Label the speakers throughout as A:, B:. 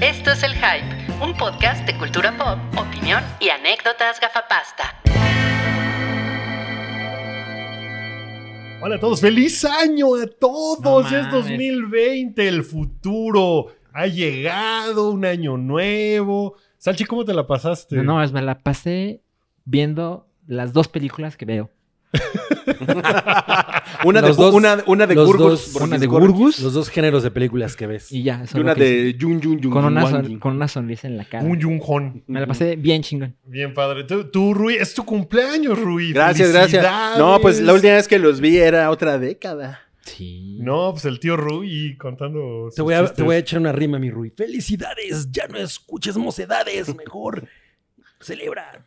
A: Esto es El Hype, un podcast de cultura pop, opinión y anécdotas gafapasta.
B: Hola a todos, feliz año a todos.
C: No
B: es
C: mames.
B: 2020, el futuro ha llegado, un año nuevo. Salchi, ¿cómo te la pasaste?
C: No, no, es- me la pasé viendo las dos películas que veo.
D: Una de,
E: Los dos-
D: una, una de
E: los
D: Gurgus.
E: dos-
D: Bronis
C: una de
D: Gurgus,
C: Gurgus
E: Los dos géneros de películas que ves.
C: y ya. eso
D: Y
C: es
D: una
C: lo que hice.
D: de Jun Jun Jun.
C: Con una,
D: Wan
C: son-
D: Jin.
C: con una sonrisa en la cara.
B: Un yunjón.
C: Me la pasé bien chingón.
B: Bien padre. Tú, tú, Rui, es tu cumpleaños, Rui.
D: Gracias, gracias.
B: Felicidades.
D: No, pues la última vez que los vi era otra década.
C: Sí.
B: No, pues el tío Rui contando.
E: Te
B: sus
E: voy, a,
B: chistes.
E: te voy a echar una rima, mi Rui. ¡Felicidades! Ya no escuches mocedades, mejor. Celebra.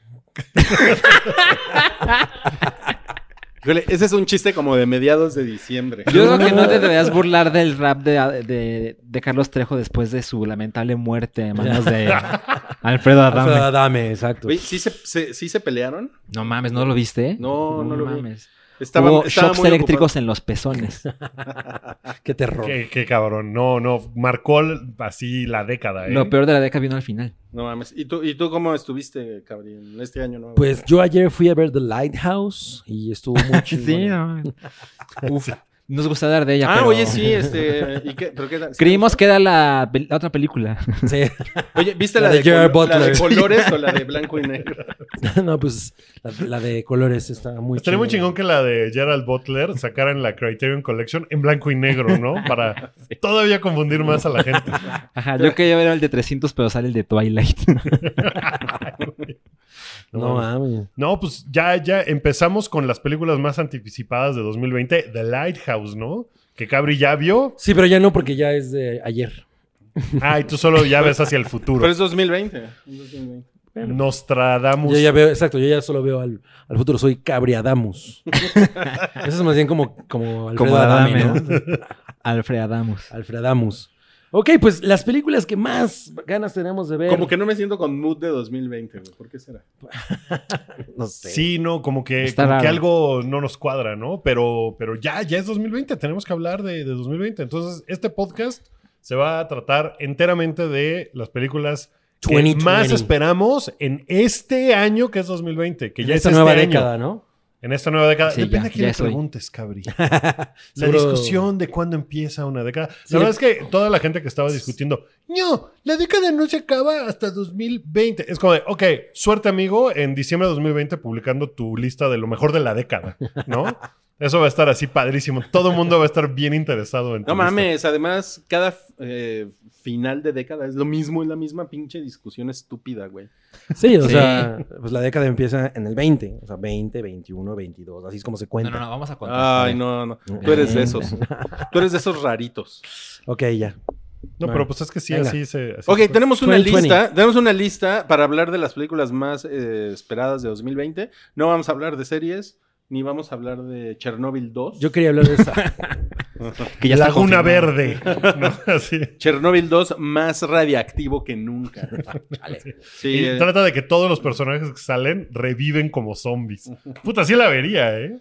D: Híjole, ese es un chiste como de mediados de diciembre.
C: Yo creo que no te deberías burlar del rap de, de- de Carlos Trejo después de su lamentable muerte a manos de Alfredo
E: Dame,
C: Adame.
E: dame exacto.
D: Oye, ¿sí se, se- sí se pelearon?
C: No mames, ¿no lo viste?
D: No, no lo vi.
C: Estaban,
D: Estaban, estaba
C: shocks
D: muy
C: eléctricos
D: ocupado.
C: en los pezones.
E: Qué terror.
B: Qué, qué cabrón. No, no. Marcó el- así la década, ¿eh?
C: Lo peor de la década vino al final.
D: No mames. ¿Y tú, ¿Y tú cómo estuviste, Gabriel, este año nuevo?
E: Pues yo ayer fui a ver The Lighthouse y estuvo muy chingón.
C: Uf, nos gusta hablar de ella.
D: ah,
C: pero-
D: oye, sí, este... ¿y qué, pero qué tal?
C: Creímos que era la, pel- la otra película.
E: Sí.
D: Oye, ¿viste
E: La
D: la,
E: de
D: de,
E: Gerard
D: col- la de
E: Butler.
D: colores o la de blanco y negro?
E: No, pues la, la de colores está muy
B: Estaría muy
E: chingona.
B: chingón que la de Gerald Butler sacaran la Criterion Collection en blanco y negro, ¿no? Para todavía confundir más a la gente.
C: Ajá, yo quería ver el de 300, pero sale el de Twilight.
E: No mames.
B: No, pues ya, ya empezamos con las películas más anticipadas de 2020. The Lighthouse, ¿no? Que Cabri ya vio.
E: Sí, pero ya no, porque ya es de ayer.
B: Ah, y tú solo ya ves hacia el
D: Pero
B: futuro.
D: es 2020. Es 2020.
B: Nostradamus.
E: Yo ya veo, exacto, yo ya solo veo al, al futuro, soy Cabriadamus. Eso es más bien como, como Alfredo
C: Como
E: Adame,
C: Adame,
E: ¿no?
C: Alfred Adamus.
E: Alfredamus. Ok, pues las películas que más ganas tenemos de ver.
D: Como que no me siento con mood de 2020, güey. ¿Por qué será?
E: no sé.
B: Sí, no, como que,
C: Está
B: como que
C: raro.
B: algo no nos cuadra, ¿no? Pero, pero ya, ya es 2020, tenemos que hablar de, de 2020. Entonces, este podcast se va a tratar enteramente de las películas que
E: 2020.
B: más esperamos en este año que es 2020, que
E: En
B: ya
E: esta
B: es
E: nueva
B: este año.
E: década, ¿no?
B: En esta nueva década.
C: Sí,
B: Depende
C: ya,
B: a quién
C: ya
B: le
C: es hoy.
B: preguntes, cabri. La
E: Seguro-
B: discusión de cuándo empieza una década.
E: Sí.
B: La verdad es que toda la gente que estaba discutiendo, no, la década no se acaba hasta 2020. Es como de, ok, suerte amigo, en diciembre de 2020 publicando tu lista de lo mejor de la década, ¿no? Eso va a estar así padrísimo. Todo el mundo va a estar bien interesado en tu
D: No
B: lista.
D: mames, además, cada eh, final de década es lo mismo, es la misma pinche discusión estúpida, güey.
E: Sí, o
C: Sí.
E: sea, pues la década empieza en el 20. O sea, 20, 21, 22. Así es como se
C: No,
E: cuenta.
C: no, no, vamos a contar.
D: Ay, no, no. Tú eres de esos. Tú eres de esos raritos.
E: Ok, ya.
B: No, pero pues es que sí,
E: Venga.
B: así se. así
D: Ok,
B: se-
D: tenemos una
E: 2020.
D: lista. Tenemos una lista para hablar de las películas más eh, esperadas de 2020. No vamos a hablar de series, ni vamos a hablar de Chernobyl 2.
E: Yo quería hablar de esa.
C: Que ya está
B: Laguna
C: confirmado.
B: Verde. ¿no? Así.
D: Chernobyl 2 más radiactivo que nunca. Sí,
B: Y
D: eh,
B: trata de que todos los personajes que salen reviven como zombies. Puta, sí la vería, ¿eh?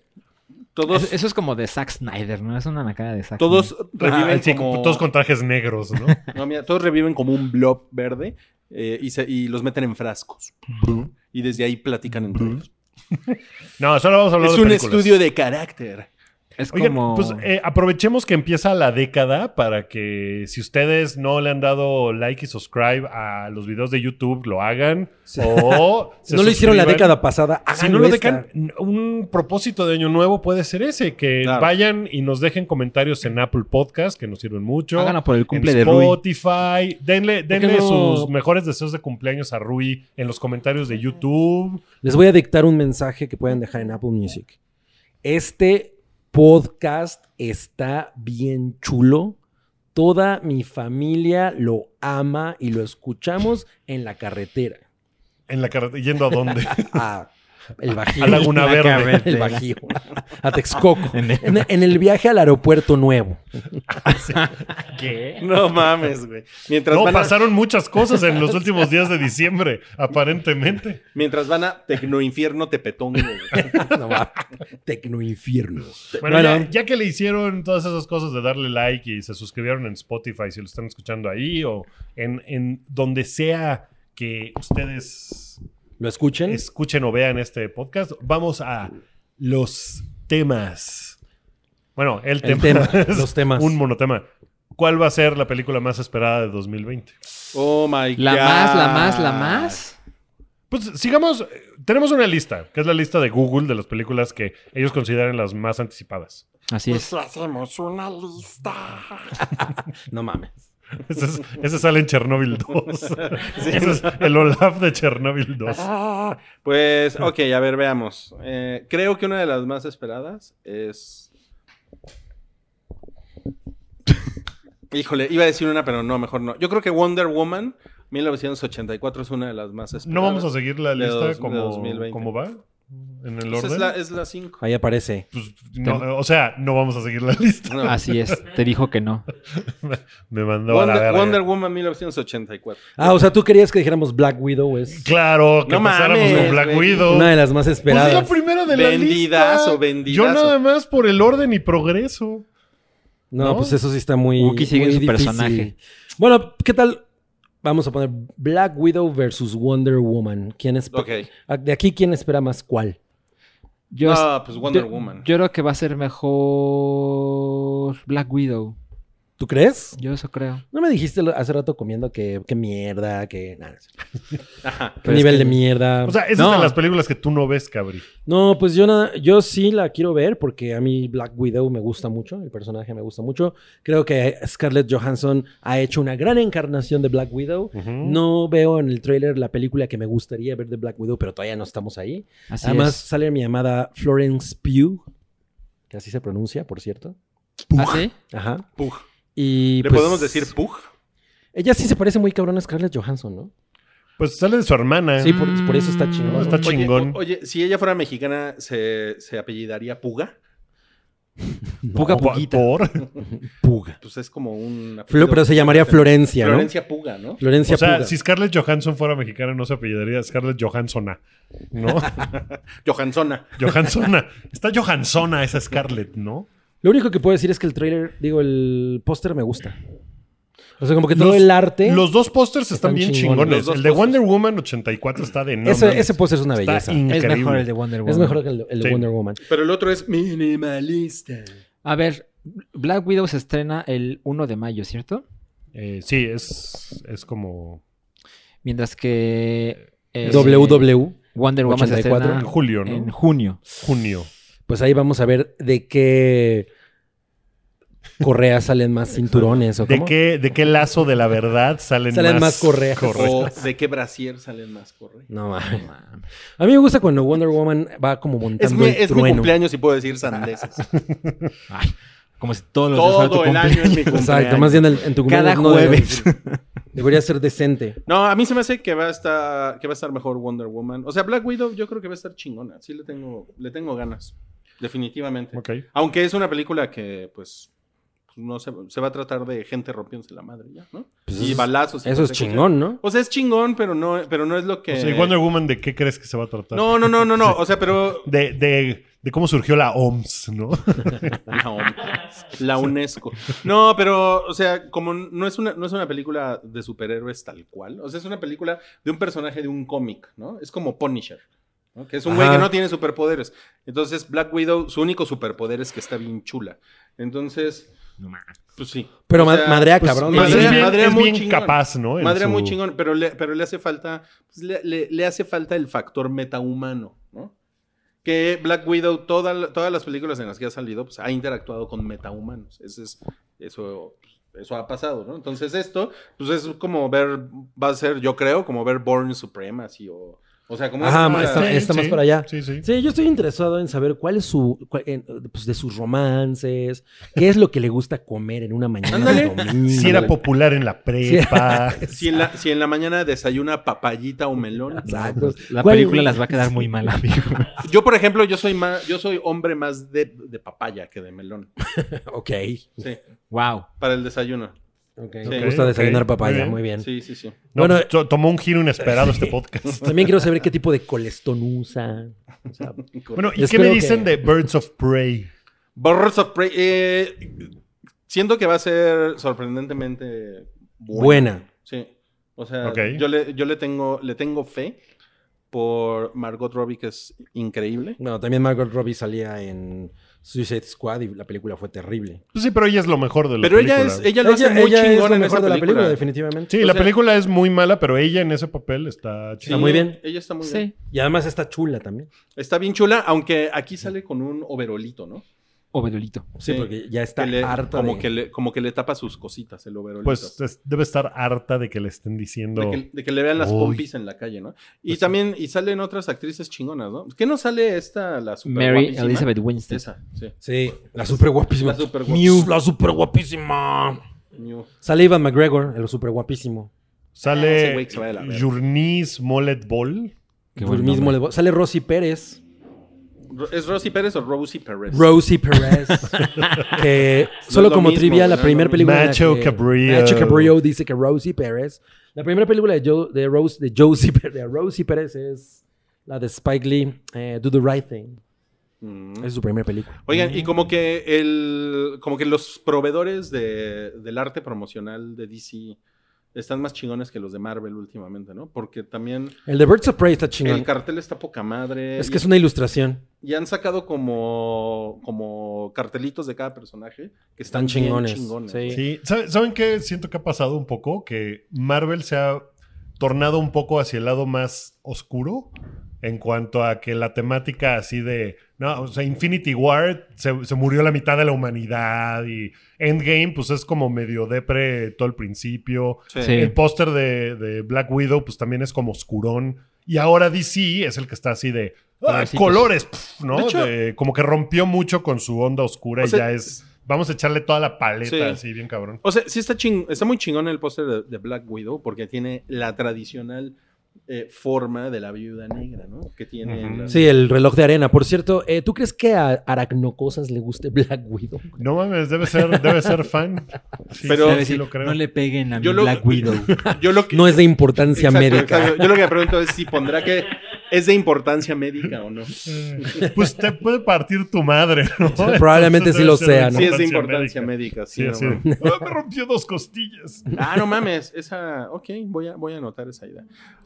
D: todos,
C: Eso, eso es como de Zack Snyder, ¿no? Es una nacada de Zack
D: todos
B: Ah,
D: reviven
B: sí,
D: como...
B: todos con trajes negros, ¿no?
D: No, mira, todos reviven como un blob verde eh, y, se- y los meten en frascos. Y desde ahí platican entre ellos.
B: No, solo vamos a hablar
D: Es
B: de
D: un
B: películas.
D: estudio de carácter.
C: Snyder. Es
B: Oigan,
C: como...
B: pues eh, aprovechemos que empieza la década para que si ustedes no le han dado like y subscribe a los videos de YouTube, lo hagan. O se
E: no lo hicieron
B: suscriban.
E: la
B: Ah,
E: década pasada.
B: Si no lo
E: háganlo esta.
B: dejan, un propósito de año nuevo puede ser ese, que
D: Claro.
B: vayan y nos dejen comentarios en Apple Podcast, que nos sirven mucho.
C: Háganlo por el cumple
B: en
C: de Rui.
B: Spotify. Denle, denle
E: no?
B: sus mejores deseos de cumpleaños a Rui en los comentarios de YouTube.
E: Les voy a dictar un mensaje que pueden dejar en Apple Music. Este podcast está bien chulo. Toda mi familia lo ama y lo escuchamos en la carretera.
B: En la carretera, yendo a dónde.
E: A El Bajío.
B: A Laguna Verde.
C: Verde.
E: El Bajío. A Texcoco.
C: En el-
E: En, en el viaje al aeropuerto nuevo.
C: ¿Qué?
D: No mames, güey. Mientras,
B: No,
D: van a,
B: pasaron muchas cosas en los últimos días de diciembre, aparentemente.
D: mientras van a Tecnoinfierno Tepetongo, güey.
E: No va. Tecnoinfierno.
B: Bueno,
E: Bueno.
B: ya, ya que le hicieron todas esas cosas de darle like y se suscribieron en Spotify, si lo están escuchando ahí o en, en donde sea que ustedes
E: ¿Lo escuchen?
B: escuchen o vean este podcast, vamos a los temas. Bueno, el
E: El
B: tema.
E: tema,
B: es
E: los temas.
B: Un monotema. ¿Cuál va a ser la película más esperada de 2020?
D: Oh my
C: La
D: god.
C: más, la más, la más.
B: Pues sigamos. eh, Tenemos una lista, que es la lista de Google de las películas que ellos consideran las más anticipadas.
C: Así
D: Pues, ah,
C: es.
E: No mames.
B: Ese, es- ese sale en Chernobyl 2. Ese es el Olaf de Chernobyl 2.
D: Ah, Pues, ok, a ver, veamos. Eh, creo que una de las más esperadas es. Híjole, iba a decir una, pero no, mejor no. Yo creo que Wonder Woman 1984 es una de las más esperadas.
B: ¿No vamos a seguir la
D: De
B: lista
D: dos- de
B: como,
D: 2020.
B: como va? ¿En el
D: Pues
B: orden?
D: Es la, es la 5.
E: Ahí aparece.
B: Pues, no, o sea, no vamos a seguir la lista.
E: Ah,
C: Así es. Te dijo que no.
B: Me mandó a la
D: Wonder,
B: verga.
D: Wonder Woman 1984.
E: Ah, o sea, tú querías que dijéramos Black Widow es
B: Claro, que
D: No
B: empezáramos
D: mames,
B: con Black
D: güey.
B: Widow.
E: una de las más
B: Pues es la
E: esperadas.
B: primera de
D: Vendidazo,
B: la lista.
D: vendidazo.
B: Yo nada más por el orden y progreso.
E: No,
B: ¿no?
E: pues eso sí está muy.
C: Wookiee sigue
E: muy
C: en su
E: difícil.
C: personaje.
E: Bueno, ¿qué tal? Vamos a poner Black Widow versus Wonder Woman. ¿Quién es? Ah,
D: Ok.
E: De aquí, ¿quién espera más cuál?
C: Yo,
D: Ah, pues Wonder
C: yo-
D: Woman.
C: Yo creo que va a ser mejor Black Widow.
E: ¿Tú crees?
C: Yo eso creo.
E: No me dijiste lo- hace rato comiendo que, que mierda, que nada.
D: Ajá.
E: ¿Qué
C: Pero es
E: nivel
C: que-
E: de mierda?
B: O sea, esa es
C: No.
B: de las películas que tú no ves, Cabri.
E: no, pues yo nada, yo sí la quiero ver porque a mí Black Widow me gusta mucho, el personaje me gusta mucho. Creo que Scarlett Johansson ha hecho una gran encarnación de Black Widow.
B: Ujú.
E: No veo en el tráiler la película que me gustaría ver de Black Widow, pero todavía no estamos ahí.
C: Así
E: Además
C: es.
E: sale mi amada Florence Pugh, que así se pronuncia, por cierto.
C: ¿Ah, sí?
E: Ajá.
D: Pug.
E: Y
D: ¿Le
E: pues,
D: podemos decir Pug?
E: Ella sí se parece muy cabrón a Scarlett Johansson, ¿no?
B: Pues sale de su hermana.
E: Sí, por, por eso está chingón.
B: No, está
D: Oye,
B: chingón.
D: o- Oye, si ella fuera mexicana, ¿se, se apellidaría Puga?
E: No,
C: Puga
B: Pa-
C: Puguita.
B: por.
E: Puga.
D: Pues es como un.
E: Flo-
D: apellido-
E: pero se llamaría Florencia, ¿no?
D: Florencia Puga, ¿no?
E: Florencia
B: O sea,
E: Puga.
B: si Scarlett Johansson fuera mexicana, no se apellidaría Scarlett Johanssona. ¿No?
D: Johansona.
B: Johanssona. Está Johanssona esa Scarlett, ¿no?
E: Lo único que puedo decir es que el tráiler, digo, el póster me gusta. O sea, como que todo
B: Los-
E: el arte.
B: Los dos pósters están,
E: Están
B: bien
E: chingones.
B: chingones.
D: Los dos
B: El de
D: pósters.
B: Wonder Woman 84 está de no.
E: ese
B: mames.
E: ese póster es una
B: Está
E: belleza.
C: Es
B: increíble.
C: mejor el de Wonder Woman.
E: Es mejor que el, el de
B: Sí.
E: Wonder Woman.
D: Pero el otro es minimalista.
C: A ver, Black Widow se estrena el 1 de mayo, ¿cierto?
B: Eh, sí, es, es como
C: Mientras que... eh,
E: WW.
C: Wonder Woman se
E: 84.
C: estrena
B: en julio, ¿no?
C: en junio.
B: junio.
E: Pues ahí vamos a ver de qué correas salen más cinturones o
B: ¿De
E: cómo.
B: qué, ¿De qué lazo de la verdad salen,
E: Salen más correas.
D: O de qué brasier salen más corre.
E: No mames. A mí me gusta cuando Wonder Woman va como montando
D: Es mi,
E: el
D: es mi
E: trueno.
D: cumpleaños y puedo decir sandeces.
C: Como si todos los días fuera tu
D: Todo el año es mi cumpleaños.
E: Exacto, más bien el- en tu
C: Cada
E: cumpleaños no debería
C: jueves.
E: ser- Debería ser decente.
D: No, a mí se me hace que va a estar que va a estar mejor Wonder Woman. O sea, Black Widow yo creo que va a estar chingona. Sí le tengo le tengo ganas. Definitivamente.
B: Ok.
D: Aunque es una película que pues no se, se va a tratar de gente rompiéndose la madre ya, ¿no?
E: Pues
D: y
E: eso es-
D: balazos. y
E: Eso es
D: cosas.
E: chingón, ¿no?
D: O sea, es chingón, pero no pero no es lo que
B: O sea, ¿y Wonder Woman de qué crees que se va a tratar?
D: Eh. No, no, no, no, no, o sea, pero
B: De, de, de cómo surgió la OMS, ¿no?
D: No, la UNESCO. No, pero, o sea, como no es, una, no es una película de superhéroes tal cual. O sea, es una película de un personaje de un cómic, ¿no? Es como Punisher, ¿no? Que es un güey
E: Ajá.
D: que no tiene superpoderes. Entonces, Black Widow, su único superpoder es que está bien chula. Entonces, pues sí.
E: Pero
D: O
E: ma-
D: sea,
E: madrea,
B: Pues,
E: cabrón.
B: pues,
E: madrea.
B: es bien,
D: madrea
B: es
D: muy
B: bien
D: chingón.
B: capaz, ¿no? En
D: Madre
B: su-
D: muy chingón, pero le, pero le hace falta, pues, le, le- le hace falta el factor metahumano, ¿no? Que Black Widow, toda la- todas las películas en las que ha salido, pues ha interactuado con metahumanos. Ese es, eso, eso ha pasado, ¿no? pues, Entonces esto, pues es como ver, va a ser, yo creo, como ver Born Supremacy o, o O sea, como...
E: Ajá,
D: una-
E: Ah, está- está más para allá.
B: Sí, sí.
E: Sí, yo estoy interesado en saber cuál es su, cuál- en, pues, de sus romances, qué es lo que le gusta comer en una mañana de
D: Ándale.
E: domingo.
B: Si era popular en la prepa.
D: Si en, la, si en la mañana desayuna papayita o melón.
E: Exacto.
C: La
E: ¿Cuál-
C: película las va a quedar muy mal, amigo.
D: Yo, por ejemplo, yo soy más, yo soy hombre más de, de papaya que de melón.
E: Ok.
D: Sí,
C: wow.
D: para el desayuno.
E: Ok.
D: Sí.
E: Me gusta
B: Ok,
E: desayunar
B: ok,
E: papaya, muy
B: muy
E: bien.
D: Sí, sí, sí.
B: No,
E: Bueno,
B: pues, to- tomó un giro inesperado este podcast.
E: También quiero saber qué tipo de colestón usa. O sea,
B: Bueno, ¿y qué
E: Espero
B: me dicen
E: que-
B: de Birds of Prey?
D: Birds of Prey. eh, siento que va a ser sorprendentemente buena.
E: buena.
D: Sí. O sea,
B: Ok.
D: yo, le, yo le, tengo, le tengo fe por Margot Robbie, que es increíble.
E: Bueno, también Margot Robbie salía en Suicide Squad y la película fue terrible.
B: Pues sí, pero ella es lo mejor de la
D: Pero ella,
B: película.
D: es, ella lo hace muy
E: ella es
D: chingón
E: lo
D: en
E: mejor
D: esa
E: de la película,
D: película.
E: definitivamente.
B: Sí,
D: o
B: la
D: sea-
B: película es muy mala, pero ella en ese papel está
D: Sí,
B: chida.
E: muy bien.
D: Ella está muy bien.
C: Sí.
E: Y además está chula también.
D: Está bien chula, aunque aquí sale con un overolito, ¿no?
C: Oh, Overolito.
E: Sí,
D: Sí,
E: porque ya está
D: Que le-
E: harta
D: como,
E: de-
D: que le, como que le tapa sus cositas el overolito.
B: Pues es- debe estar harta de que le estén diciendo.
D: De que, de que le vean las
B: Uy.
D: pompis en la calle, ¿no? Y
B: Pues sí.
D: también, y salen otras actrices chingonas, ¿no? ¿Qué no sale esta, la super
C: Mary
D: guapísima?
C: Elizabeth Winstead.
D: Esa, sí.
E: Sí, la super guapísima.
D: La super
E: New, la super guapísima.
D: guapísima.
E: Sale Ivan McGregor, el super guapísimo.
D: Ah, Ese
B: Sale
D: güey que se va de la verga.
B: Journeys Mollet Ball.
C: Qué
E: Por
C: buen
E: Pues mismo
C: nombre.
E: le- Sale Rosy Pérez.
D: Ro- ¿Es Rosy Pérez o Rosie Pérez?
E: Rosy Pérez. que solo
D: lo
E: como
D: mismo,
E: trivia, la
D: no es lo
E: primera
D: mismo.
E: película. en la
B: Macho
E: que-
B: Cabrillo.
E: Macho Cabrillo dice que Rosy Pérez. La primera película de, Jo- de, Rose, de, Josie, Pé- de Rosy Pérez es la de Spike Lee, eh, Do the Right Thing.
D: Mm.
E: Es su primera película.
D: Oigan, y como que el, como que los proveedores de- del arte promocional de DC están más chingones que los de Marvel últimamente, ¿no? Porque también
E: El de Birds of Prey está
D: el
E: chingón.
D: cartel está poca madre.
E: Es que es una ilustración.
D: Y han sacado como, como cartelitos de cada personaje que
E: Están
D: están, bien
E: chingones,
D: chingones.
E: sí.
B: Sí. ¿Sabe- ¿Saben qué? Siento que ha pasado un poco que Marvel se ha tornado un poco hacia el lado más oscuro en cuanto a que la temática así de, no, o sea, Infinity War se, se murió la mitad de la humanidad y Endgame pues es como medio depre todo el principio.
D: Sí.
C: Sí.
B: El póster de, de Black Widow pues también es como oscurón y ahora DC es el que está así de... ah,
C: Colorcitos.
B: colores, pf, ¿no?
D: pues, De hecho-
B: De- como que rompió mucho con su onda oscura
D: O sea,
B: y ya es... Vamos a echarle toda la paleta
D: Sí.
B: así, bien cabrón.
D: O sea, sí está, ching está muy chingón el póster de, de Black Widow porque tiene la tradicional eh, forma de la viuda negra, ¿no? Que tiene.
B: Ujú.
D: la-
E: Sí, el reloj de arena. Por cierto, eh, ¿tú crees que a Aracnocosas le guste Black Widow?
B: No mames, debe ser, debe ser fan. Sí,
D: Pero-
B: sí,
C: Debe
B: sí
C: decir,
B: lo creo.
C: No le peguen a mi
D: Yo lo-
C: Black Widow.
D: Yo lo que,
E: No es de importancia
D: Exacto,
E: médica.
D: exacto. Yo lo que me pregunto es si pondrá que es de importancia médica o no.
B: Eh, Pues te puede partir tu madre, ¿no?
E: Probablemente
B: Entonces
E: sí lo
B: debe ser
E: sea, ¿no?
D: Sí, es de importancia médica. sí,
B: Sí,
D: no
B: así
D: mames.
B: de, "Ah, me rompió dos costillas.
D: Ah, no mames. Esa, ok, voy a, voy a anotar esa idea.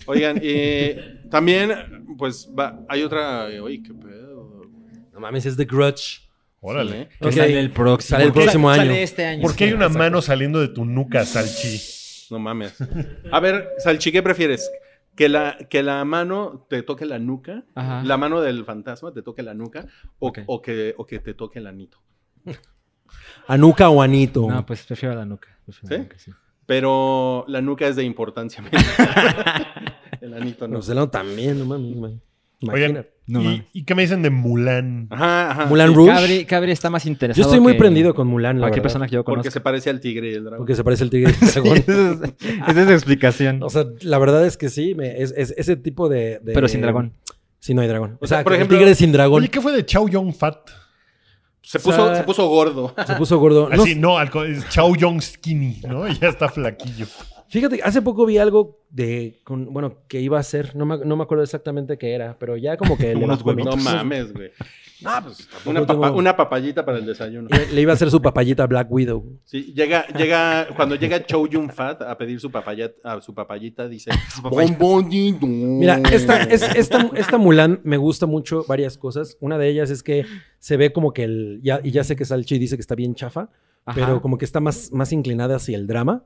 D: Oigan, eh, también, pues, va, hay otra. eh, Oye, qué pedo.
E: No mames, es The Grudge.
B: Órale.
D: Sí, ¿eh?
C: Que
E: Ok.
C: sale el próximo.
E: Sale el próximo
C: Sale
E: año.
C: este año.
B: ¿Por qué hay una mano saliendo de tu nuca, Salchi?
D: No mames. A ver, Salchi, ¿qué prefieres? ¿Que la, que la mano te toque la nuca,
C: Ajá.
D: la mano del fantasma te toque la nuca, o,
C: Ok.
D: o que, o que te toque el anito.
E: Anuka o Anito.
C: No, pues prefiero la nuca. Prefiero la
D: ¿Sí?
C: nuca,
D: Pero la nuca es de importancia médica. el anito no.
E: No, Zelano también, no mames. ma-
B: Oigan,
E: imagínate.
C: No
B: ¿y-
C: mames.
B: ¿y, qué me dicen de Mulan?
D: Ajá, ajá.
E: Mulan
C: Y
E: Rouge.
C: Cabri, Cabri está más interesado.
E: Yo estoy muy
C: que
E: prendido con Mulan, la
C: Cualquier
E: verdad.
C: persona que yo
D: Porque
C: conozca.
D: se parece al tigre y el dragón.
E: Porque se parece el tigre del dragón.
C: esa, es, esa es la explicación.
E: O sea, la verdad es que sí, me- es, es ese tipo de, de-
C: pero sin dragón.
E: Sí, no hay dragón. O
D: O sea,
E: sea,
D: por
E: el
D: ejemplo-
E: tigre sin dragón
B: Oye, ¿qué fue de Chow Yun Fat?
D: Se puso,
E: O sea-
D: se puso gordo.
E: se puso gordo. No,
B: Así, no, al co- es Chow Yun Skinny, ¿no? Ya está flaquillo.
E: fíjate, hace poco vi algo de, con- bueno, que iba a ser, no me, no me acuerdo exactamente qué era, pero ya como que le
C: Unos
E: bajó el-
D: No mames, güey.
E: Ah, pues,
D: Una,
E: tampoco
D: papa-
E: tengo-
D: una papayita para el desayuno.
E: le, le iba a hacer su papayita a Black Widow.
D: Sí, llega, llega, cuando llega Chow Yun Fat a pedir su papaya, a su papayita, dice "Bombonito".
E: Mira,
D: Mm.
E: esta, es- esta, esta Mulan me gusta mucho varias cosas. Una de ellas es que se ve como que el. Ya, y ya sé que Salchi dice que está bien chafa,
C: Ajá.
E: pero como que está más, más inclinada hacia el drama.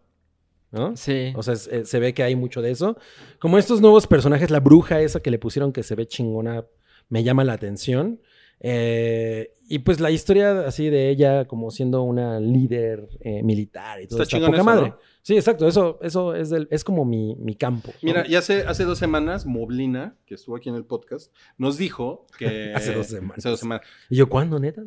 E: ¿No?
C: Sí.
E: O sea, es- eh, se ve que hay mucho de eso. Como estos nuevos personajes, la bruja esa que le pusieron que se ve chingona, me llama la atención. Eh, Y pues la historia así de ella como siendo una líder eh, militar y todo
D: Está
E: está
D: chingón
E: poca
D: eso,
E: madre.
D: ¿no?
E: Sí, exacto. Eso, eso es, del- es como mi, mi campo. ¿no?
D: Mira, y hace, hace dos semanas, Moblina, que estuvo aquí en el podcast, nos dijo que.
E: Hace dos semanas.
D: hace dos semanas.
E: Y yo, ¿cuándo, neta?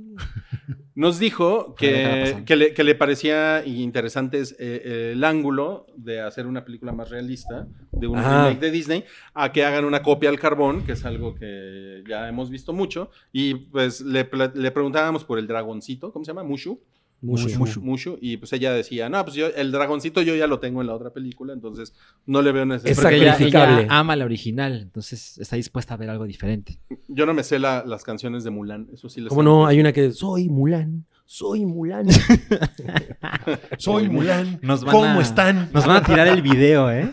D: Nos dijo
C: Ah, déjala
D: que,
C: pasar.
D: que le, que le parecía interesante es, eh, el ángulo de hacer una película más realista de un
E: Ah.
D: remake de Disney a que hagan una copia al carbón, que es algo que ya hemos visto mucho. Y pues le, pla- le preguntábamos por el dragoncito, ¿cómo se llama? Mushu.
E: Mushu.
D: Mushu. Mushu, Y pues ella decía, no, pues yo, el dragoncito yo ya lo tengo en la otra película, entonces no le veo necesidad.
E: Exacto.
C: Porque ella,
E: Sacrificable.
C: ella ama la original, entonces está dispuesta a ver algo diferente.
D: Yo no me sé la- las canciones de Mulan, eso sí les
E: ¿Cómo no? Hay una que soy Mulan, soy Mulan.
B: Soy Mulan.
C: Nos van
B: ¿Cómo
C: a-
B: están?
C: Nos van a tirar el video, ¿eh?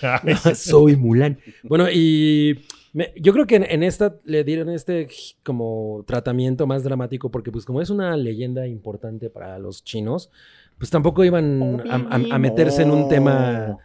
B: Ay,
E: soy Mulan. Bueno, y me- yo creo que en, en esta le dieron este gi- como tratamiento más dramático porque pues como es una leyenda importante para los chinos, pues tampoco iban a, a- a meterse en un tema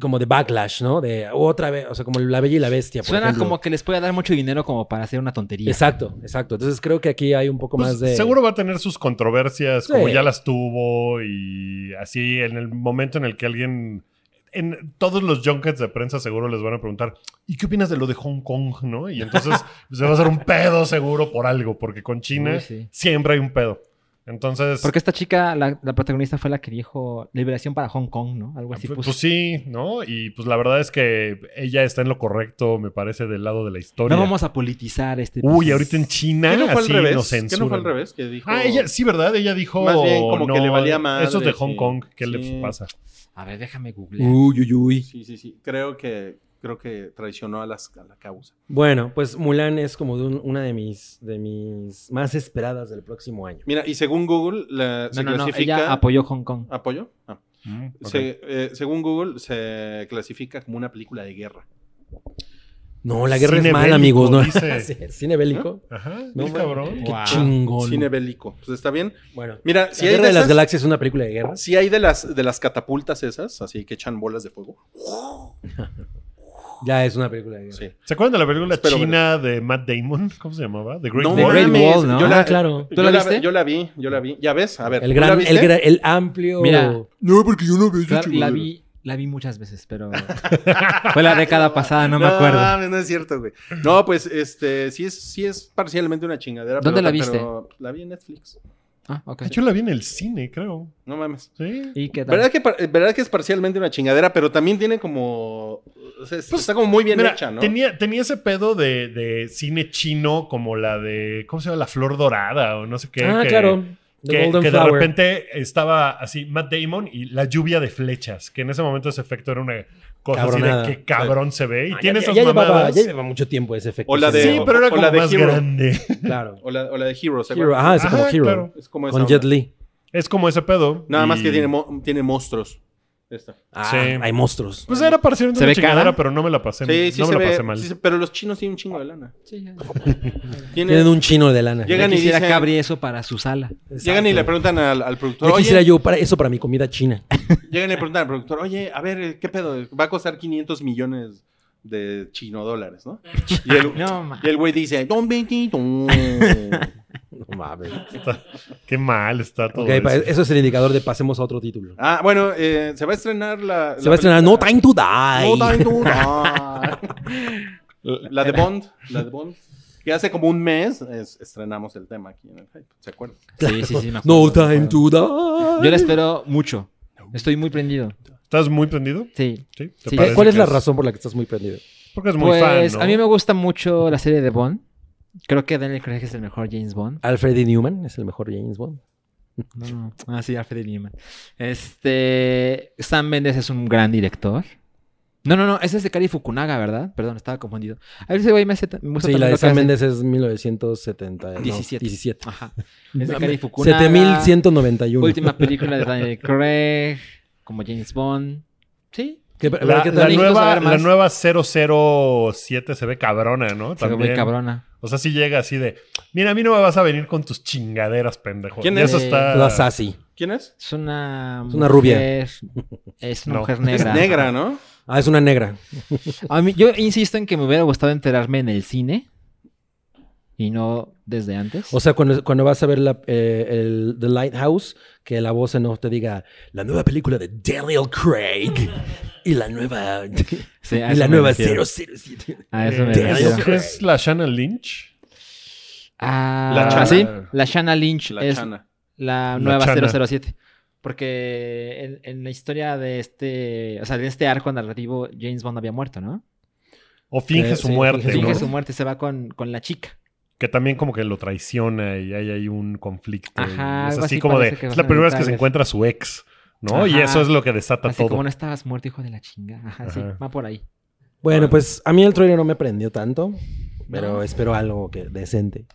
E: como de backlash, ¿no? De otra vez, o sea, como La Bella y la Bestia. Por
C: Suena
E: ejemplo.
C: como que les puede dar mucho dinero como para hacer una tontería.
E: Exacto, exacto. Entonces creo que aquí hay un poco
B: pues,
E: más de...
B: Seguro va a tener sus controversias,
E: Sí.
B: como ya las tuvo, y así en el momento en el que alguien. En todos los junkets de prensa seguro les van a preguntar, ¿y qué opinas de lo de Hong Kong? ¿no? Y entonces se va a hacer un pedo seguro por algo, porque con China
C: Uy, sí.
B: siempre hay un pedo. Entonces,
C: Porque esta chica, la, la protagonista fue la que dijo liberación para Hong Kong, ¿no? Algo así.
B: pues,
C: puso.
B: sí, ¿no? Y pues la verdad es que ella está en lo correcto, me parece, del lado de la historia.
C: no vamos a politizar este.
B: Uy, ahorita en China
D: ¿Qué no fue al
B: así nos
D: revés? ¿Qué
B: Ah, censuran.
D: no fue al revés? Que dijo,
B: Ah, ella, sí, ¿verdad? Ella dijo.
D: Más bien como que
B: "No,
D: le valía madre,
B: Eso es de Hong
D: sí.
B: Kong, ¿qué
D: Sí.
B: le pasa?
C: A ver, déjame googlear.
E: Uy, uy, uy.
D: Sí, sí, sí. Creo que, creo que traicionó a, las, a la causa.
E: Bueno, pues Mulan es como de un- una de mis, de mis más esperadas del próximo año.
D: Mira, y según Google, la-
C: no,
D: se
C: no, no.
D: clasifica...
C: Ella apoyó Hong Kong.
D: ¿Apoyo? Ah.
B: Mm, ok.
D: Se- eh, según Google, se clasifica como una película de guerra.
E: No, la guerra
B: Cine
E: es mal,
B: bélico,
E: amigos. ¿no?
B: dice.
E: Sí, Cine bélico.
B: Ajá,
E: No,
B: qué cabrón.
E: Qué
C: Wow.
E: chingón.
D: Cine bélico. Pues está bien.
E: Bueno,
D: Mira,
E: la
D: si hay
E: guerra
D: de,
E: de las
D: esas-
E: galaxias es una película de guerra.
D: si hay de las, de las catapultas esas, así que echan bolas de fuego.
E: Ya es una película de guerra.
D: Sí.
B: ¿Se acuerdan de la película
D: Espero
B: china de Matt Damon? ¿Cómo se llamaba? The Great
D: No
B: Wall.
C: Great
D: mames,
C: Wall, ¿no?
D: Yo la,
E: Ah, claro.
B: eh,
D: yo
C: ¿Tú la
D: la-
C: viste?
D: yo la vi, yo la vi. Ya ves, a ver.
E: El
D: ¿tú la
E: gran, el,
D: viste?
E: gra- el amplio.
C: Mira.
D: No, porque yo no veo
C: La, la vi, la vi muchas veces, pero fue la década pasada, no me acuerdo.
D: mames, No, es cierto, güey. No, pues este, sí es, sí es parcialmente una chingadera.
C: ¿Dónde la
D: pero la vi en Netflix.
C: Ah, ok.
B: Ah, Yo la vi en el cine, creo.
D: No mames.
B: Sí.
C: ¿Y qué tal?
D: ¿Verdad que, par- verdad que es parcialmente una chingadera, pero también tiene como. o sea, está como muy bien
B: Mira,
D: hecha, ¿no?
B: tenía, tenía ese pedo de, de cine chino como la de, ¿cómo se llama? La Flor Dorada o no sé qué.
E: ah,
B: que-
E: claro. The
B: que,
E: Golden
B: que de
E: Flower.
B: repente estaba así Matt Damon y la lluvia de flechas, que en ese momento ese efecto era una cosa
E: Cabronada.
B: así de que cabrón se ve y
E: Ah, ya-
B: tiene
E: ya,
B: esas
E: ya llevaba,
B: mamadas.
E: ya llevaba mucho tiempo ese efecto.
D: O la de-
B: sí, pero
D: o
B: era como
D: la de
B: más
D: Hero.
B: grande.
E: Claro.
D: O la, o la de Hero, ¿se
E: Hero.
D: acuerdan?
E: Ah, es como
B: Ajá,
E: Hero.
B: claro.
D: Es como esa
E: Con
D: onda.
E: Jet Li.
B: Es como ese pedo.
D: Nada más
B: y-
D: que tiene, mo- tiene monstruos. Esta.
E: Ah,
B: Sí.
E: hay monstruos.
B: Pues era parcialmente
C: ¿Se
B: una
C: ve cara?
B: chingadera, pero no me la pasé,
D: Sí, sí
B: no me la
D: se ve.
B: pasé mal.
D: sí se- pero los chinos tienen un chingo de lana.
C: Sí, ya.
D: Tienen-
E: Tienen un chino de lana.
D: Llegan
C: Ya
D: y
C: quisiera
D: dicen-
C: Cabri eso para su sala.
D: Llegan y le preguntan al, al productor.
E: Yo
D: Oye,
E: quisiera yo para eso para mi comida china.
D: Llegan y le preguntan al productor, oye, a ver, ¿qué pedo? Va a costar 500 millones de chino dólares, ¿no? Y el,
C: No, ma.
D: y el güey dice, don Benito.
E: No mames.
B: Qué mal está todo.
E: Ok, pa-
B: eso.
E: eso es el indicador de pasemos a otro título.
D: Ah, bueno, eh, se va a estrenar la.
E: Se va a estrenar No Time to Die.
D: Ah. La de Bond. La de Bond. Que hace como un mes es- estrenamos el tema aquí en el hype. ¿Se acuerdan?
C: Sí, sí, sí. me acuerdo,
E: No
C: me
E: Time
C: acuerdo.
E: to Die.
C: Yo la espero mucho. Estoy muy prendido.
B: ¿Estás muy prendido?
C: Sí.
B: Sí. ¿Te
C: Sí.
B: parece
E: ¿Cuál es
B: que
E: la razón por la que estás muy prendido?
B: Porque es muy
C: Pues
B: fan, ¿no?
C: a mí me gusta mucho la serie de Bond. Creo que Daniel Craig es el mejor James Bond.
E: Alfred E. Newman es el mejor James Bond.
C: No, no. Ah, sí, Alfred Newman. Este. Sam Mendes es un gran director. No, no, no, ese es de Kari Fukunaga, ¿verdad? Perdón, estaba confundido. A ver, ese güey me hace. Me gusta
E: Sí,
C: también
E: la
C: lo
E: de
C: que
E: Sam
C: hace.
E: Mendes es 1970. no,
C: 17.
E: 17.
C: Ajá. Es de
E: Mame,
C: Kari Fukunaga.
E: 7191.
C: Última película de Daniel Craig. Como James Bond. Sí.
E: Que- pero
B: La,
E: que
B: la
E: también-
B: nueva,
C: saber
B: la
C: más.
B: nueva 007 se ve cabrona, ¿no?
C: Se ve
B: También.
C: muy cabrona.
B: O sea, sí llega así de, mira, a mí no me vas a venir con tus chingaderas, pendejo.
D: ¿Quién
B: Y
D: es?
B: eso está...
E: la Sassy.
D: ¿Quién es?
C: Es una.
E: Es una rubia.
C: mujer- Es una
B: No.
C: mujer negra.
D: Es negra, ¿no?
E: Ah, es una negra.
C: A mí, yo insisto en que me hubiera gustado enterarme en el cine. y no desde antes.
E: O sea, cuando, cuando vas a ver la, eh, el The Lighthouse, que la voz en off te diga la nueva película de Daniel Craig y la nueva,
C: Sí, a
E: y
C: eso me
E: la nueva
C: refiero.
E: 007.
C: A eso me
B: Eh,
E: Daniel
C: refiero.
B: ¿Es, es la Shanna Lynch?
C: Ah,
D: La
C: la
D: Chana.
C: sí, la Shanna Lynch
D: La
C: es
D: chana.
C: la
B: La
C: nueva
B: Chana.
C: 007. Porque en, en la historia de este, o sea, de este arco narrativo, James Bond había muerto, ¿no?
B: O finge
E: Eh,
B: su
E: sí,
B: muerte,
E: finge
B: ¿no?
C: Finge su muerte, se va con, con la chica.
B: Que también como que lo traiciona y ahí hay un conflicto. y
C: Ajá,
B: es
C: algo
B: así
C: así
B: como de...
C: parece que
B: es
C: vas
B: la
C: a
B: primera vez que se
C: notar.
B: encuentra a su ex, ¿no? Y
C: Ajá.
B: eso es lo que desata
C: Así
B: todo.
C: como no estabas muerto, hijo de la chinga. Ajá, sí,
B: Ajá.
C: va por ahí.
E: Bueno, pues a mí el trailer no me prendió tanto, pero
C: No.
E: espero algo que decente.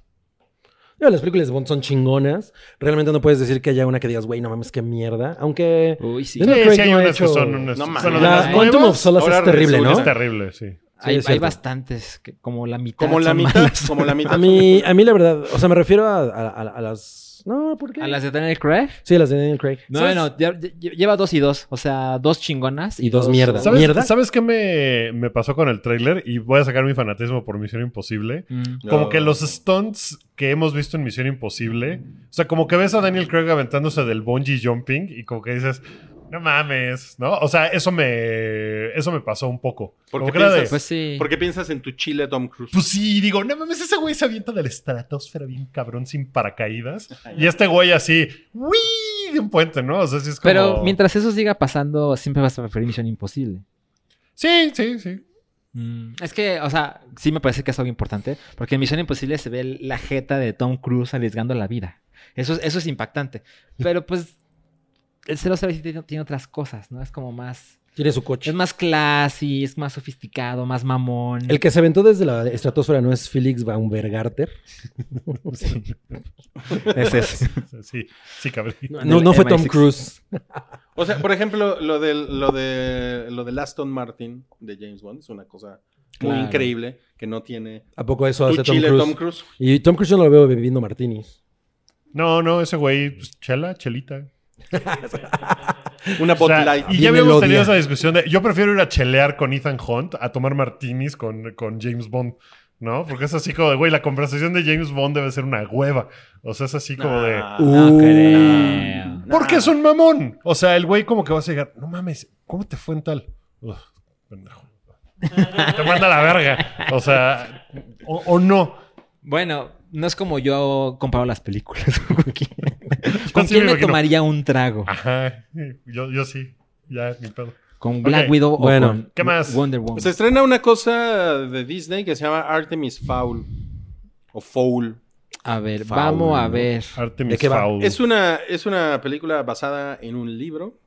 E: Yo, las películas de Bond son chingonas. Realmente no puedes decir que haya una que digas, güey, no mames, qué mierda. Aunque
C: Uy, sí.
E: De
B: Sí,
E: Daniel
B: sí
E: Craig
B: hay
E: no ha
B: unas que
E: hecho-
B: son unas...
D: No
B: bueno,
D: mames.
B: de
E: la
B: las
E: Quantum of
B: nuevas,
E: Solace
D: ahora
E: es terrible,
D: resulta
E: ¿no?
B: Es terrible, sí.
C: hay,
E: es
C: hay
E: cierto.
C: bastantes, que- como la mitad.
D: Como la
C: son
D: mitad,
C: malas.
D: como la mitad.
E: A mí, a mí la verdad, o sea, me refiero a, a- a- a las... No, ¿por qué?
C: A las de Daniel Craig.
E: Sí, las de Daniel Craig.
C: No,
E: ¿Sabes?
C: bueno, ya- ya- lleva dos y dos. O sea, dos chingonas y
E: Y dos
C: dos,
E: mierdas.
B: ¿Sabes,
E: ¿Mierda?
B: ¿Sabes qué me, me pasó con el tráiler? Y voy a sacar mi fanatismo por Misión Imposible.
C: Mm.
B: Como
D: No.
B: que los stunts que hemos visto en Misión Imposible. O sea, como que ves a Daniel Craig aventándose del bungee jumping y como que dices, no mames, ¿no? O sea, eso me, eso me pasó un poco.
D: ¿Por
B: Como
D: qué
B: que era de,
D: piensas?
B: pues,
C: Pues sí.
D: ¿Por qué piensas en tu chile, Tom Cruise?
B: sí, digo, no mames, ese güey se avienta de la estratosfera bien cabrón sin paracaídas. Y este güey así, uy, de un puente, ¿no? O sea, sí es como...
C: Pero mientras eso siga pasando, siempre vas a preferir Misión Imposible.
B: Sí, sí, sí.
C: Es que, o sea, sí me parece que es algo importante, porque en Misión Imposible se ve la jeta de Tom Cruise arriesgando la vida. Eso, es- eso es impactante. Pero pues, el 007 tiene, tiene otras cosas, ¿no? Es como más...
E: Tiene su coche.
C: Es más classy, es más sofisticado, más mamón.
E: El que se aventó desde la estratosfera no es Felix Baumbergarter.
C: Ese es.
B: O sea, sí, sí, cabrón.
D: Ah,
E: No, no fue Tom
C: MI6.
E: Cruise.
D: O sea, por ejemplo, lo del, lo de lo del Aston Martin de James Bond es una cosa
C: Claro.
D: muy increíble que no tiene
E: ¿A poco eso
D: tu
E: hace Tom
D: chile,
E: Cruise?
D: Tom Cruise.
E: Y Tom Cruise yo no lo veo bebiendo martinis.
B: No, no, ese güey, pues, chela, chelita.
D: Una
B: O
D: bot
B: sea,
D: light.
B: y
E: Bien
B: ya habíamos
E: el
B: tenido
E: odia.
B: esa discusión de yo prefiero ir a chelear con Ethan Hunt a tomar martinis con, con James Bond, ¿no? Porque es así como de, güey, la conversación de James Bond debe ser una hueva. O sea, es así como de...
D: Nah,
E: Uh,
C: No creo.
D: nah.
B: Porque es un mamón. O sea, el güey como que va a llegar, no mames, ¿cómo te fue en tal? Uf, pendejo. te manda a la verga. O sea, o, o no.
C: Bueno, no es como yo comparo las películas. ¿Con quién, ¿Con
B: sí
C: quién
B: me
C: me
B: imagino. Ah,
C: tomaría un trago?
B: Ajá, yo, yo sí. Ya, mi pedo.
C: ¿Con Black Widow
E: Bueno,
C: o con
B: ¿qué más?
C: Wonder Woman?
D: Se estrena una cosa de Disney que se llama Artemis Fowl. O Fowl.
C: a ver,
E: Foul,
C: vamos a
E: ¿no?
C: ver.
B: Artemis
E: ¿De qué va?
B: Fowl.
D: Es una, es una película basada en un libro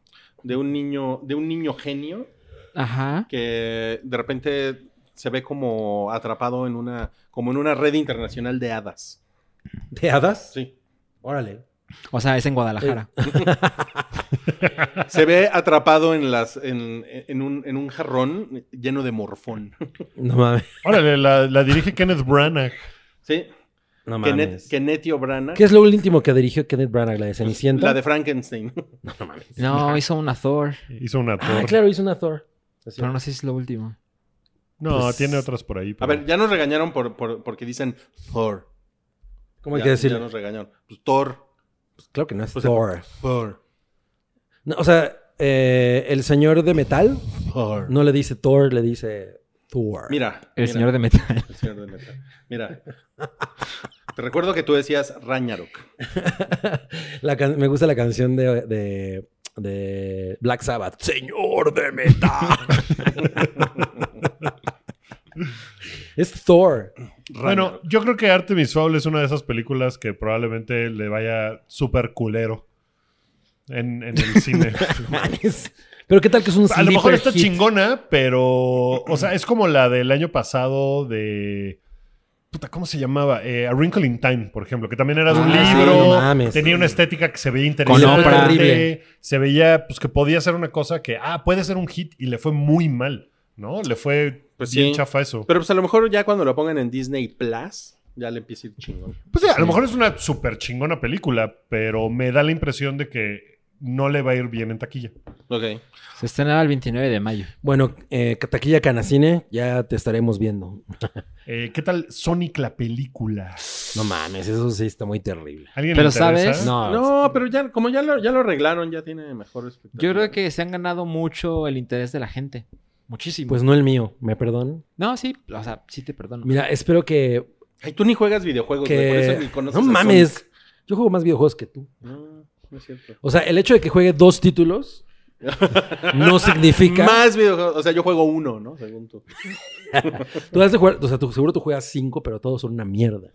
D: de un niño, de un niño genio
C: Ajá.
D: que de repente se ve como atrapado en una, como en una red internacional de hadas.
E: ¿De hadas?
D: Sí.
E: Órale.
C: O sea, es en Guadalajara.
D: Se ve atrapado en las, en, en un, en un jarrón lleno de morfón.
E: No mames.
B: Órale, la, la dirige Kenneth Branagh.
D: Sí.
E: No
D: Kenet,
E: mames.
D: Kenneth O'Brana.
E: ¿Qué es lo último que dirigió Kenneth Branagh? ¿La de Cenicienta?
D: La de Frankenstein.
C: No, hizo una Thor,
B: Hizo una
E: Ah,
B: torre.
E: claro, hizo una Thor. Así.
C: pero no sé si es lo último.
B: No,
E: Pues-
B: tiene otras por ahí.
D: A
B: pero-
D: ver, ya nos regañaron por, por- porque dicen Thor.
E: ¿Cómo hay
D: Ya-
E: que decir?
D: Ya nos regañaron. Pues, Thor.
E: Pues claro que no es
D: Pues-
E: Thor.
D: Thor.
E: No, o sea, eh, el señor de metal
D: Thor.
E: no le dice Thor, le dice Thor.
D: Mira.
C: El
D: mira,
C: señor de metal.
D: el señor de metal. Mira. Te recuerdo que tú decías Ragnarok.
E: La can- me gusta la canción de, de, de Black Sabbath. Señor de metal. es Thor.
B: Bueno, yo creo que Artemis Fowl es una de esas películas que probablemente le vaya súper culero en, en el cine.
E: Mames. Pero qué tal que es un
B: Pues, A lo mejor
E: sleeper
B: está
E: hit?
B: chingona, pero. O sea, es como la del año pasado de. Puta, ¿cómo se llamaba? Eh, A Wrinkle in Time, por ejemplo, que también era de un
E: Ah, sí,
B: libro.
E: no mames.
B: tenía una estética que se veía
C: Con Oprah.
B: interesante.
E: Horrible.
B: Se veía, pues, que podía ser una cosa que, ah, puede ser un hit y le fue muy mal, ¿no? Le fue
D: Pues
B: bien
D: sí.
B: chafa eso.
D: Pero pues a lo mejor ya cuando lo pongan en Disney Plus, ya le empieza a ir chingón.
B: Pues sí, a lo mejor es una súper chingona película, pero me da la impresión de que no le va a ir bien en taquilla.
D: Ok.
C: Se estrenaba el 29 de mayo.
E: Bueno, eh, Taquilla Canacine, ya te estaremos viendo.
B: Eh, ¿Qué tal Sonic la película?
E: No mames, eso sí está muy terrible.
B: ¿Alguien
C: Pero,
B: le interesa?
C: ¿sabes?
E: No,
D: No, pero ya, como ya lo, ya lo arreglaron, ya tiene mejor expectativa.
C: Yo creo que se han ganado mucho el interés de la gente. Muchísimo.
E: pues no el mío, me perdonan.
C: no, sí, o sea, sí te perdono.
E: Mira, espero que...
D: Ay, tú ni juegas videojuegos, güey, Pues, por eso ni
E: que...
D: conoces
E: No
D: a
E: mames, yo juego más videojuegos que tú.
D: Sonic. No, no es cierto.
E: O sea, el hecho de que juegue dos títulos no significa...
D: Más videojuegos, o sea, yo juego uno, ¿no? Según tú.
E: Tú has de jugar, o sea, tú, seguro tú juegas cinco, pero todos son una mierda.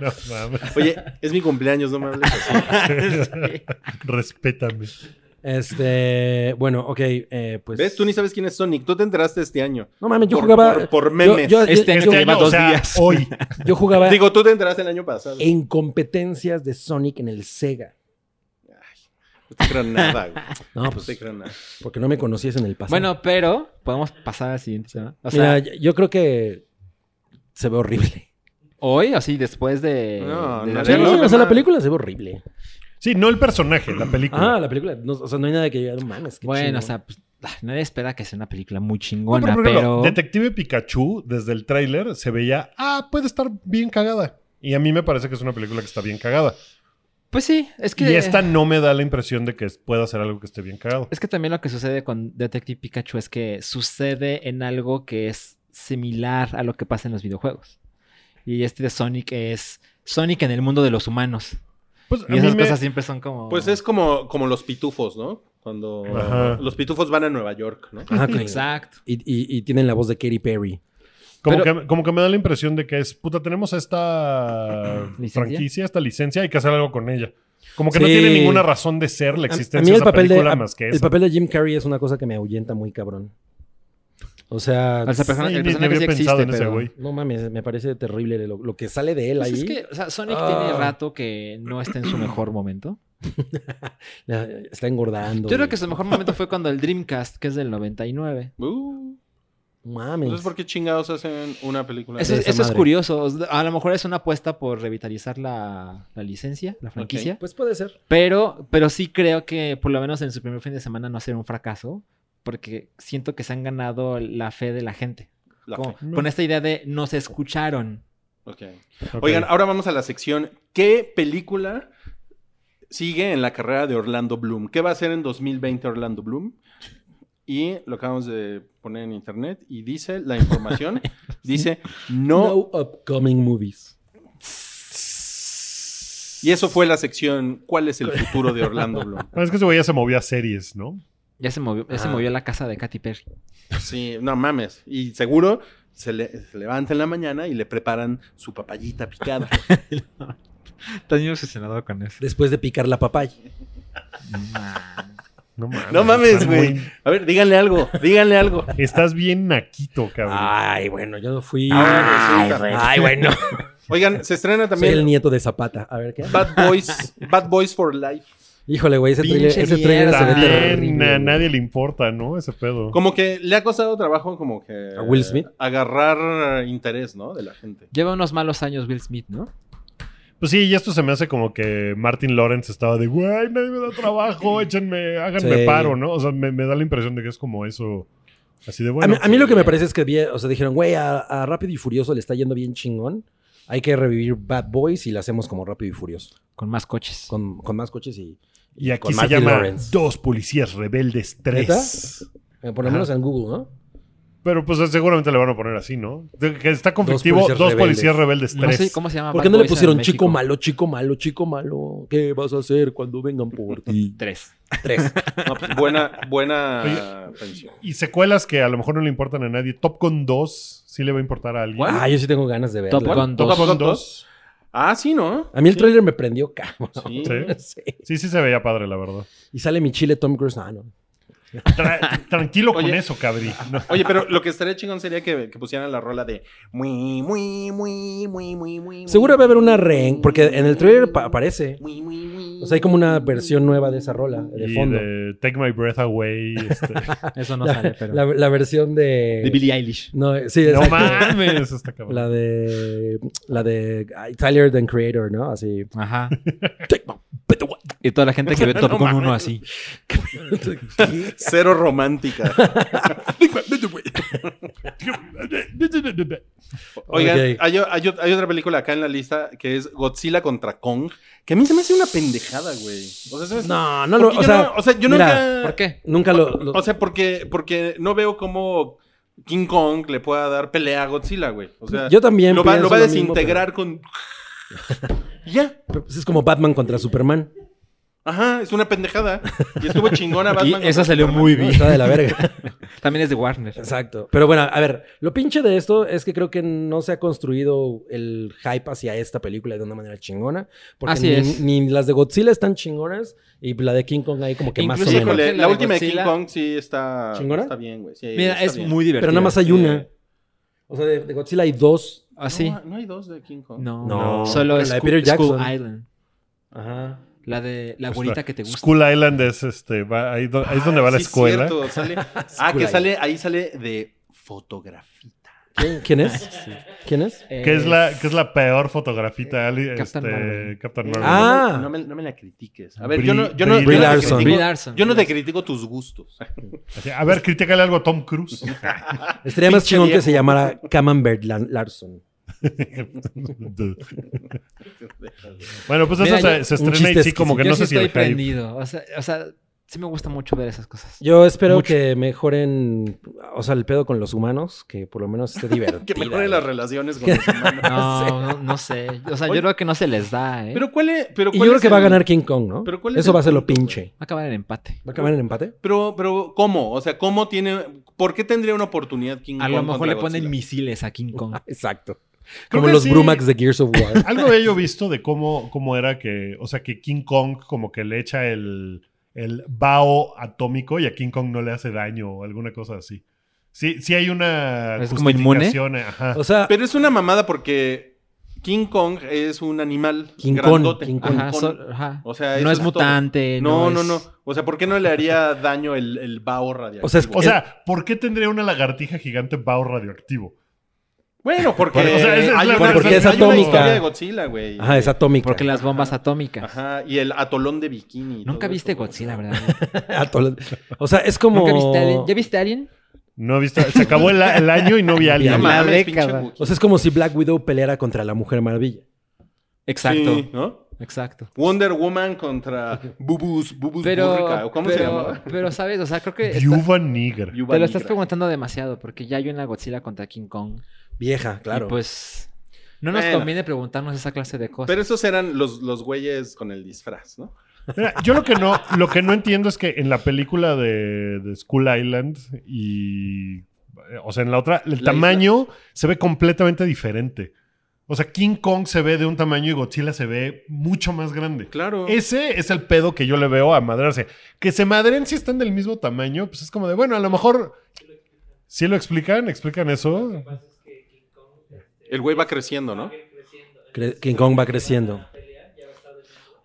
B: No mames.
D: Oye, es mi cumpleaños, no me hables
E: Ah,
D: así.
B: Respétame.
E: Este, bueno, ok, eh, pues...
D: ¿Ves? Tú ni sabes quién es Sonic, tú te enteraste este año.
E: No mames, yo
D: Por-
E: jugaba...
D: por- por
E: yo-
D: memes.
E: Yo,
C: Este
E: yo-
C: año
E: yo-
C: te lleva
B: o
C: dos
B: sea,
C: días.
B: Hoy.
E: yo jugaba
D: Digo, tú te enteraste el año pasado.
E: en competencias de Sonic en el Sega.
D: No te creo nada, güey.
E: No,
D: No
E: pues
D: te creo nada.
E: porque no me conocías en el pasado.
C: bueno, pero podemos pasar al siguiente tema. O sea,
E: Mira, yo- yo creo que se ve horrible.
C: hoy, así después de.
D: No,
C: de
D: no,
E: Sí,
C: verlo,
D: no,
E: o sea,
D: no.
E: la película se ve horrible.
B: Sí, no el personaje, la película.
E: Ah, la película. no, o sea, no hay nada que llegar mames. qué
C: Bueno,
E: chido.
C: o sea, pues, ah, nadie espera que sea una película muy
B: No,
C: chingona,
B: pero, por ejemplo,
C: pero.
B: Detective Pikachu, desde el tráiler, se veía, ah, puede estar bien cagada. Y a mí me parece que es una película que está bien cagada.
C: Pues sí, es que.
B: Y esta no me da la impresión de que pueda ser algo que esté bien cagado.
C: Es que también lo que sucede con Detective Pikachu es que sucede en algo que es similar a lo que pasa en los videojuegos. Y este de Sonic es Sonic en el mundo de los humanos.
B: Pues a
C: Y
B: mí
C: esas
B: me-
C: cosas siempre son como.
D: Pues es como, como los pitufos, ¿no? Cuando
B: Ajá.
D: los pitufos van a Nueva York, ¿no?
C: Ah,
E: Ajá, con-
C: Exacto.
E: Y, y- y tienen la voz de Katy Perry.
B: como,
C: pero-
B: que, como que me da la impresión de que es, puta, tenemos esta
C: ¿Licencia?
B: franquicia, esta licencia, hay que hacer algo con ella. Como que no
E: Sí.
B: tiene ninguna razón de ser la
E: A- a
B: existencia
E: mí
B: de
E: el
B: esa
E: papel de,
B: película
E: a-
B: más que
E: el
B: eso.
E: papel de Jim Carrey es una cosa que me ahuyenta muy cabrón. O sea,
C: O sea,
E: s-
C: persona-
B: Sí,
C: el
B: ni-
C: personaje
B: ni había
C: sí existe,
B: pensado en ese
C: pero-
B: güey.
E: no mames, me parece terrible lo, lo que sale de él
C: Pues
E: ahí.
C: es que o sea, Sonic
E: Ah.
C: tiene rato que no está en su mejor momento.
E: La- está engordando.
C: Yo creo
E: güey.
C: que su mejor momento fue cuando el Dreamcast, que es del 99.
D: Uh,
E: Mames.
C: pues,
D: entonces, ¿por qué chingados hacen una película?
C: Eso,
D: de-
E: esa
C: eso es
E: madre.
C: curioso. A lo mejor es una apuesta por revitalizar la, la licencia, la franquicia.
E: Pues puede ser.
C: Pero, pero sí creo que por lo menos en su primer fin de semana no será un fracaso, porque siento que se han ganado la fe de la gente.
D: La
C: Como-
D: fe.
C: Con esta idea de nos escucharon.
D: Ok.
B: Ok.
D: Oigan, ahora vamos a la sección. ¿Qué película sigue en la carrera de Orlando Bloom? ¿Qué va a hacer en 2020 Orlando Bloom? Y lo acabamos de poner en internet y dice la información. dice
E: No,
D: no.
E: upcoming movies.
D: Y eso fue la sección ¿Cuál es el futuro de Orlando Bloom?
B: Bueno, es que ese güey ya se movió a series, ¿no?
C: Ya se movió, ya se
E: Ah.
C: movió a la casa de Katy Perry.
D: Sí, no mames. Y seguro se, le- se levanta en la mañana y le preparan su papayita picada.
C: Estás obsesionado con eso.
E: Después de picar la papaya.
B: No mames,
D: No mames,
B: están muy-
D: güey. A ver, díganle algo, díganle algo.
B: Estás bien naquito, cabrón.
C: Ah,
E: Ay, bueno, yo no fui.
D: Ahora resulta.
E: Ay, bueno.
D: Oigan, se estrena
E: Soy el
D: también
E: nieto de Zapata. A ver, ¿qué?
D: Bad Boys, Bad Boys for Life.
E: Híjole, güey, ese
C: Pinche
E: trailer, ese trailer se ve
C: mierda.
B: También
E: terrible.
B: a nadie le importa, ¿no? Ese pedo.
D: Como que le ha costado trabajo como que...
E: ¿A Will Smith?
D: Agarrar interés, ¿no? De la gente.
C: Lleva unos malos años Will Smith, ¿no?
B: Pues sí, y esto se me hace como que Martin Lawrence estaba de, güey, nadie me da trabajo, échenme, háganme
E: Sí.
B: paro, ¿no? O sea, me, me da la impresión de que es como eso, así de
E: A mí-
B: bueno.
E: a, mí, lo que me parece es que, vi- o sea, dijeron, güey, a, a Rápido y Furioso le está yendo bien chingón. Hay que revivir Bad Boys y la hacemos como Rápido y Furioso.
C: Con más coches.
E: Con, con más coches y...
B: y aquí
E: con
B: se
E: Martin
B: llama
E: Lawrence.
B: Dos Policías Rebeldes 3.
E: eh, por lo menos en Google, ¿no?
B: Pero pues eh, seguramente le van a poner así, ¿no? De- que está conflictivo Dos
E: Policías
B: Policías, Rebeldes,
C: No
B: 3.
C: sé cómo
D: Ah,
C: se llama.
E: ¿Por
C: Bad
E: qué no le
C: Boys en
E: pusieron
C: México?
E: chico malo, chico malo, chico malo? ¿Qué vas a hacer cuando vengan por ti?
C: Tres.
E: Tres.
D: No, pues, buena, buena pensión.
B: Y secuelas que a lo mejor no le importan a nadie. Top Gun 2 sí le va a importar a alguien.
D: ¿Cuál?
E: Ah, yo sí tengo ganas de verla.
C: Top Gun
D: ¿Top
C: 2.
D: Gun
B: Gun
D: 2? Ah, sí, ¿no?
E: A mí el trailer me prendió, cabrón.
D: Sí.
B: Sí.
E: Sí.
B: Sí, sí se veía padre, la verdad.
E: Y sale mi chile Tom Cruise. Ah, no.
B: Tra- tranquilo con
D: Oye.
B: eso, cabri. No.
D: Oye, pero lo que estaría chingón sería que, que pusieran la rola de... Muy, muy, muy, muy, muy, muy...
E: Seguro va a haber una reen, porque en el trailer pa- aparece. O sea, hay como una versión nueva de esa rola, de
B: Y
E: fondo.
B: de Take My Breath Away. este.
C: Eso no
E: la,
C: sale, pero.
E: la- la versión de...
C: de Billie Eilish.
E: No, eh, sí,
B: no
E: exacto.
B: mames, está cabrón.
E: La de... La de ay, Tyler, the Creator, ¿no? Así...
C: Ajá.
E: Take my
C: Y toda la gente que ve Top
B: No
C: Gun
B: mames.
C: 1 así.
D: Cero romántica. Oigan,
E: Ok.
D: hay, o- hay o- hay otra película acá en la lista que es Godzilla contra Kong, que a mí se me hace una pendejada, güey. O sea, se me hace-
E: No, no lo.
D: porque
E: O
D: yo
E: sea,
D: no- o sea, yo
E: mira,
D: nunca...
C: ¿Por qué?
E: nunca lo. lo-
D: O sea, porque, porque no veo cómo King Kong le pueda dar pelea a Godzilla, güey. O sea,
E: yo también.
D: lo va, lo
E: pienso
D: va a
E: mismo,
D: desintegrar con... ya.
E: pero- pero pues es como Batman contra Superman.
D: Ajá, es una pendejada. Y estuvo chingona
C: Y
D: Batman.
C: esa
D: contra
C: salió
D: Superman.
C: muy
E: ¿no?
C: bien.
E: Está de la verga.
C: También es de Warner.
E: Exacto. Pero bueno, a ver, lo pinche de esto es que creo que no se ha construido el hype hacia esta película de una manera chingona. Porque
C: Así
E: ni,
C: es.
E: ni las de Godzilla están chingonas y la de King Kong ahí como que más o
D: Sí,
C: Inclusive
E: menos.
C: con
D: híjole,
C: Creo que
D: la,
C: la de
D: última de King
C: Godzilla-
D: Kong sí está,
E: ¿Chingona?
D: está bien, güey. Sí,
C: Mira,
D: está
C: es
D: bien.
C: muy divertido.
E: Pero nada más hay
D: Sí.
E: una. O sea, de, de Godzilla hay dos.
C: Así.
D: No, no hay dos de King Kong.
C: No,
E: No.
C: Solo
E: La
C: es
E: de
C: Sco-
E: Peter
C: Skull
E: Jackson.
C: Island.
E: Ajá.
C: La de la abuelita que te gusta.
B: Pues School Island es este, va- ahí, do- ahí es donde va la
D: Sí,
B: escuela.
D: cierto, sale- ah, que sale, ahí sale de fotografita.
E: ¿Quién, quién es? ¿ Quién es?
C: Eh,
B: Que es, la, que es la peor fotografita, Ali,
C: Captain
B: este,
C: Marvel.
B: Captain
D: No,
B: Marvel.
E: Ah.
D: Eh, No, me, no me- no me la critiques. A ver,
B: Brie-
D: yo no, yo no,
B: Brie
D: yo no te
E: Larson.
D: critico-
C: Brie Larson.
D: yo no te critico tus gustos.
B: Así, A ver, critícale algo a Tom Cruise.
E: Estaría más
D: Pinche
E: chingón que
D: viejo.
E: se llamara Camembert Lan- Larson.
B: bueno, pues
C: Mira,
B: eso se,
C: yo-
B: se
E: un
B: estrena y
E: chiste
B: sí, como que
C: Yo
B: no
C: sí
B: sé si el
C: estoy
B: hype.
C: prendido. O sea, o sea, sí me gusta mucho ver esas cosas.
E: Yo espero
C: Mucho.
E: que mejoren, o sea, el pedo con los humanos, que por lo menos esté divertido.
D: que mejore las relaciones con los humanos.
C: No, no, no sé. O sea,
D: Oye.
C: yo creo que no se les da, ¿eh?
D: Pero cuál es, pero
E: Y yo
D: cuál
E: creo
D: es
E: que va a
D: el-
E: ganar King Kong, ¿no?
D: ¿Pero cuál es
E: Eso
D: el
E: va a ser lo
D: punto,
E: pinche.
C: Va a acabar el empate.
E: ¿Va a acabar en empate?
D: Pero, pero, ¿cómo? O sea, ¿cómo tiene, por qué tendría una oportunidad King
C: A
D: Kong
C: lo mejor
D: contra
C: le ponen
D: Godzilla?
C: misiles a King Kong.
E: Exacto.
B: Creo
E: Como
B: que
E: los
B: sí.
E: Brumax de Gears of War.
B: Algo había yo visto de cómo, cómo era que, o sea, que King Kong como que le echa el, el bao atómico y a King Kong no le hace daño o alguna cosa así. Sí, sí hay una
C: ¿Es como inmune?
B: justificación, ajá.
E: O sea,
D: Pero es una mamada porque King Kong es un animal
E: King Kong,
D: grandote.
E: King Kong. eh,
C: Ajá,
D: Con-
C: so- ajá.
D: O sea, eso
C: no es
D: todo.
C: mutante.
D: No, no,
C: es-
D: no. O sea, ¿por qué no le haría daño el, el vaho radiactivo?
E: O sea, es-
B: O sea, ¿por qué tendría una lagartija gigante bao radioactivo?
D: bueno, porque,
B: Porque- o sea, es- es
D: hay,
B: la-
D: una,
E: porque es
D: hay una
E: atómica.
D: historia de Godzilla, güey.
E: ajá, es atómica.
C: Porque las bombas atómicas.
D: Ajá, y el atolón de bikini. y
C: Nunca
D: todo
C: viste
D: eso, güey.
C: Godzilla, ¿verdad?
E: Atol- O sea, es como...
C: ¿Nunca viste Alien? ¿Ya viste Alien?
B: No he visto, se acabó el, el año y no vi a
D: No
B: alguien.
C: la
D: mames, pinche
C: década.
D: Wookiee.
E: O sea, es como si Black Widow peleara contra la Mujer Maravilla.
C: Exacto.
D: Sí, ¿no?
C: Exacto.
D: Wonder Woman contra Bubus, Bubus Burrica,
C: Pero,
D: ¿o Pues, ¿Cómo se
C: pero,
D: llama?
C: pero, ¿sabes? O sea, creo que... está-
B: Viuda negra.
C: Te lo estás preguntando demasiado porque ya hay una Godzilla contra King Kong.
E: Vieja,
C: Y
E: claro.
C: pues no nos
D: Bueno.
C: conviene preguntarnos esa clase de cosas.
D: Pero esos eran los, los güeyes con el disfraz, ¿no?
B: Mira, yo lo que no, lo que no entiendo es que en la película de, de School Island y eh, o sea, en la otra, el
D: isla.
B: tamaño se ve completamente diferente. O sea, King Kong se ve de un tamaño y Godzilla se ve mucho más grande.
D: Claro.
B: Ese es el pedo que yo le veo a madrarse. Que se madren si están del mismo tamaño, pues es como de, bueno, a lo mejor si lo explican, explican eso.
D: El güey va creciendo, ¿no?
E: Cre- King Kong va creciendo.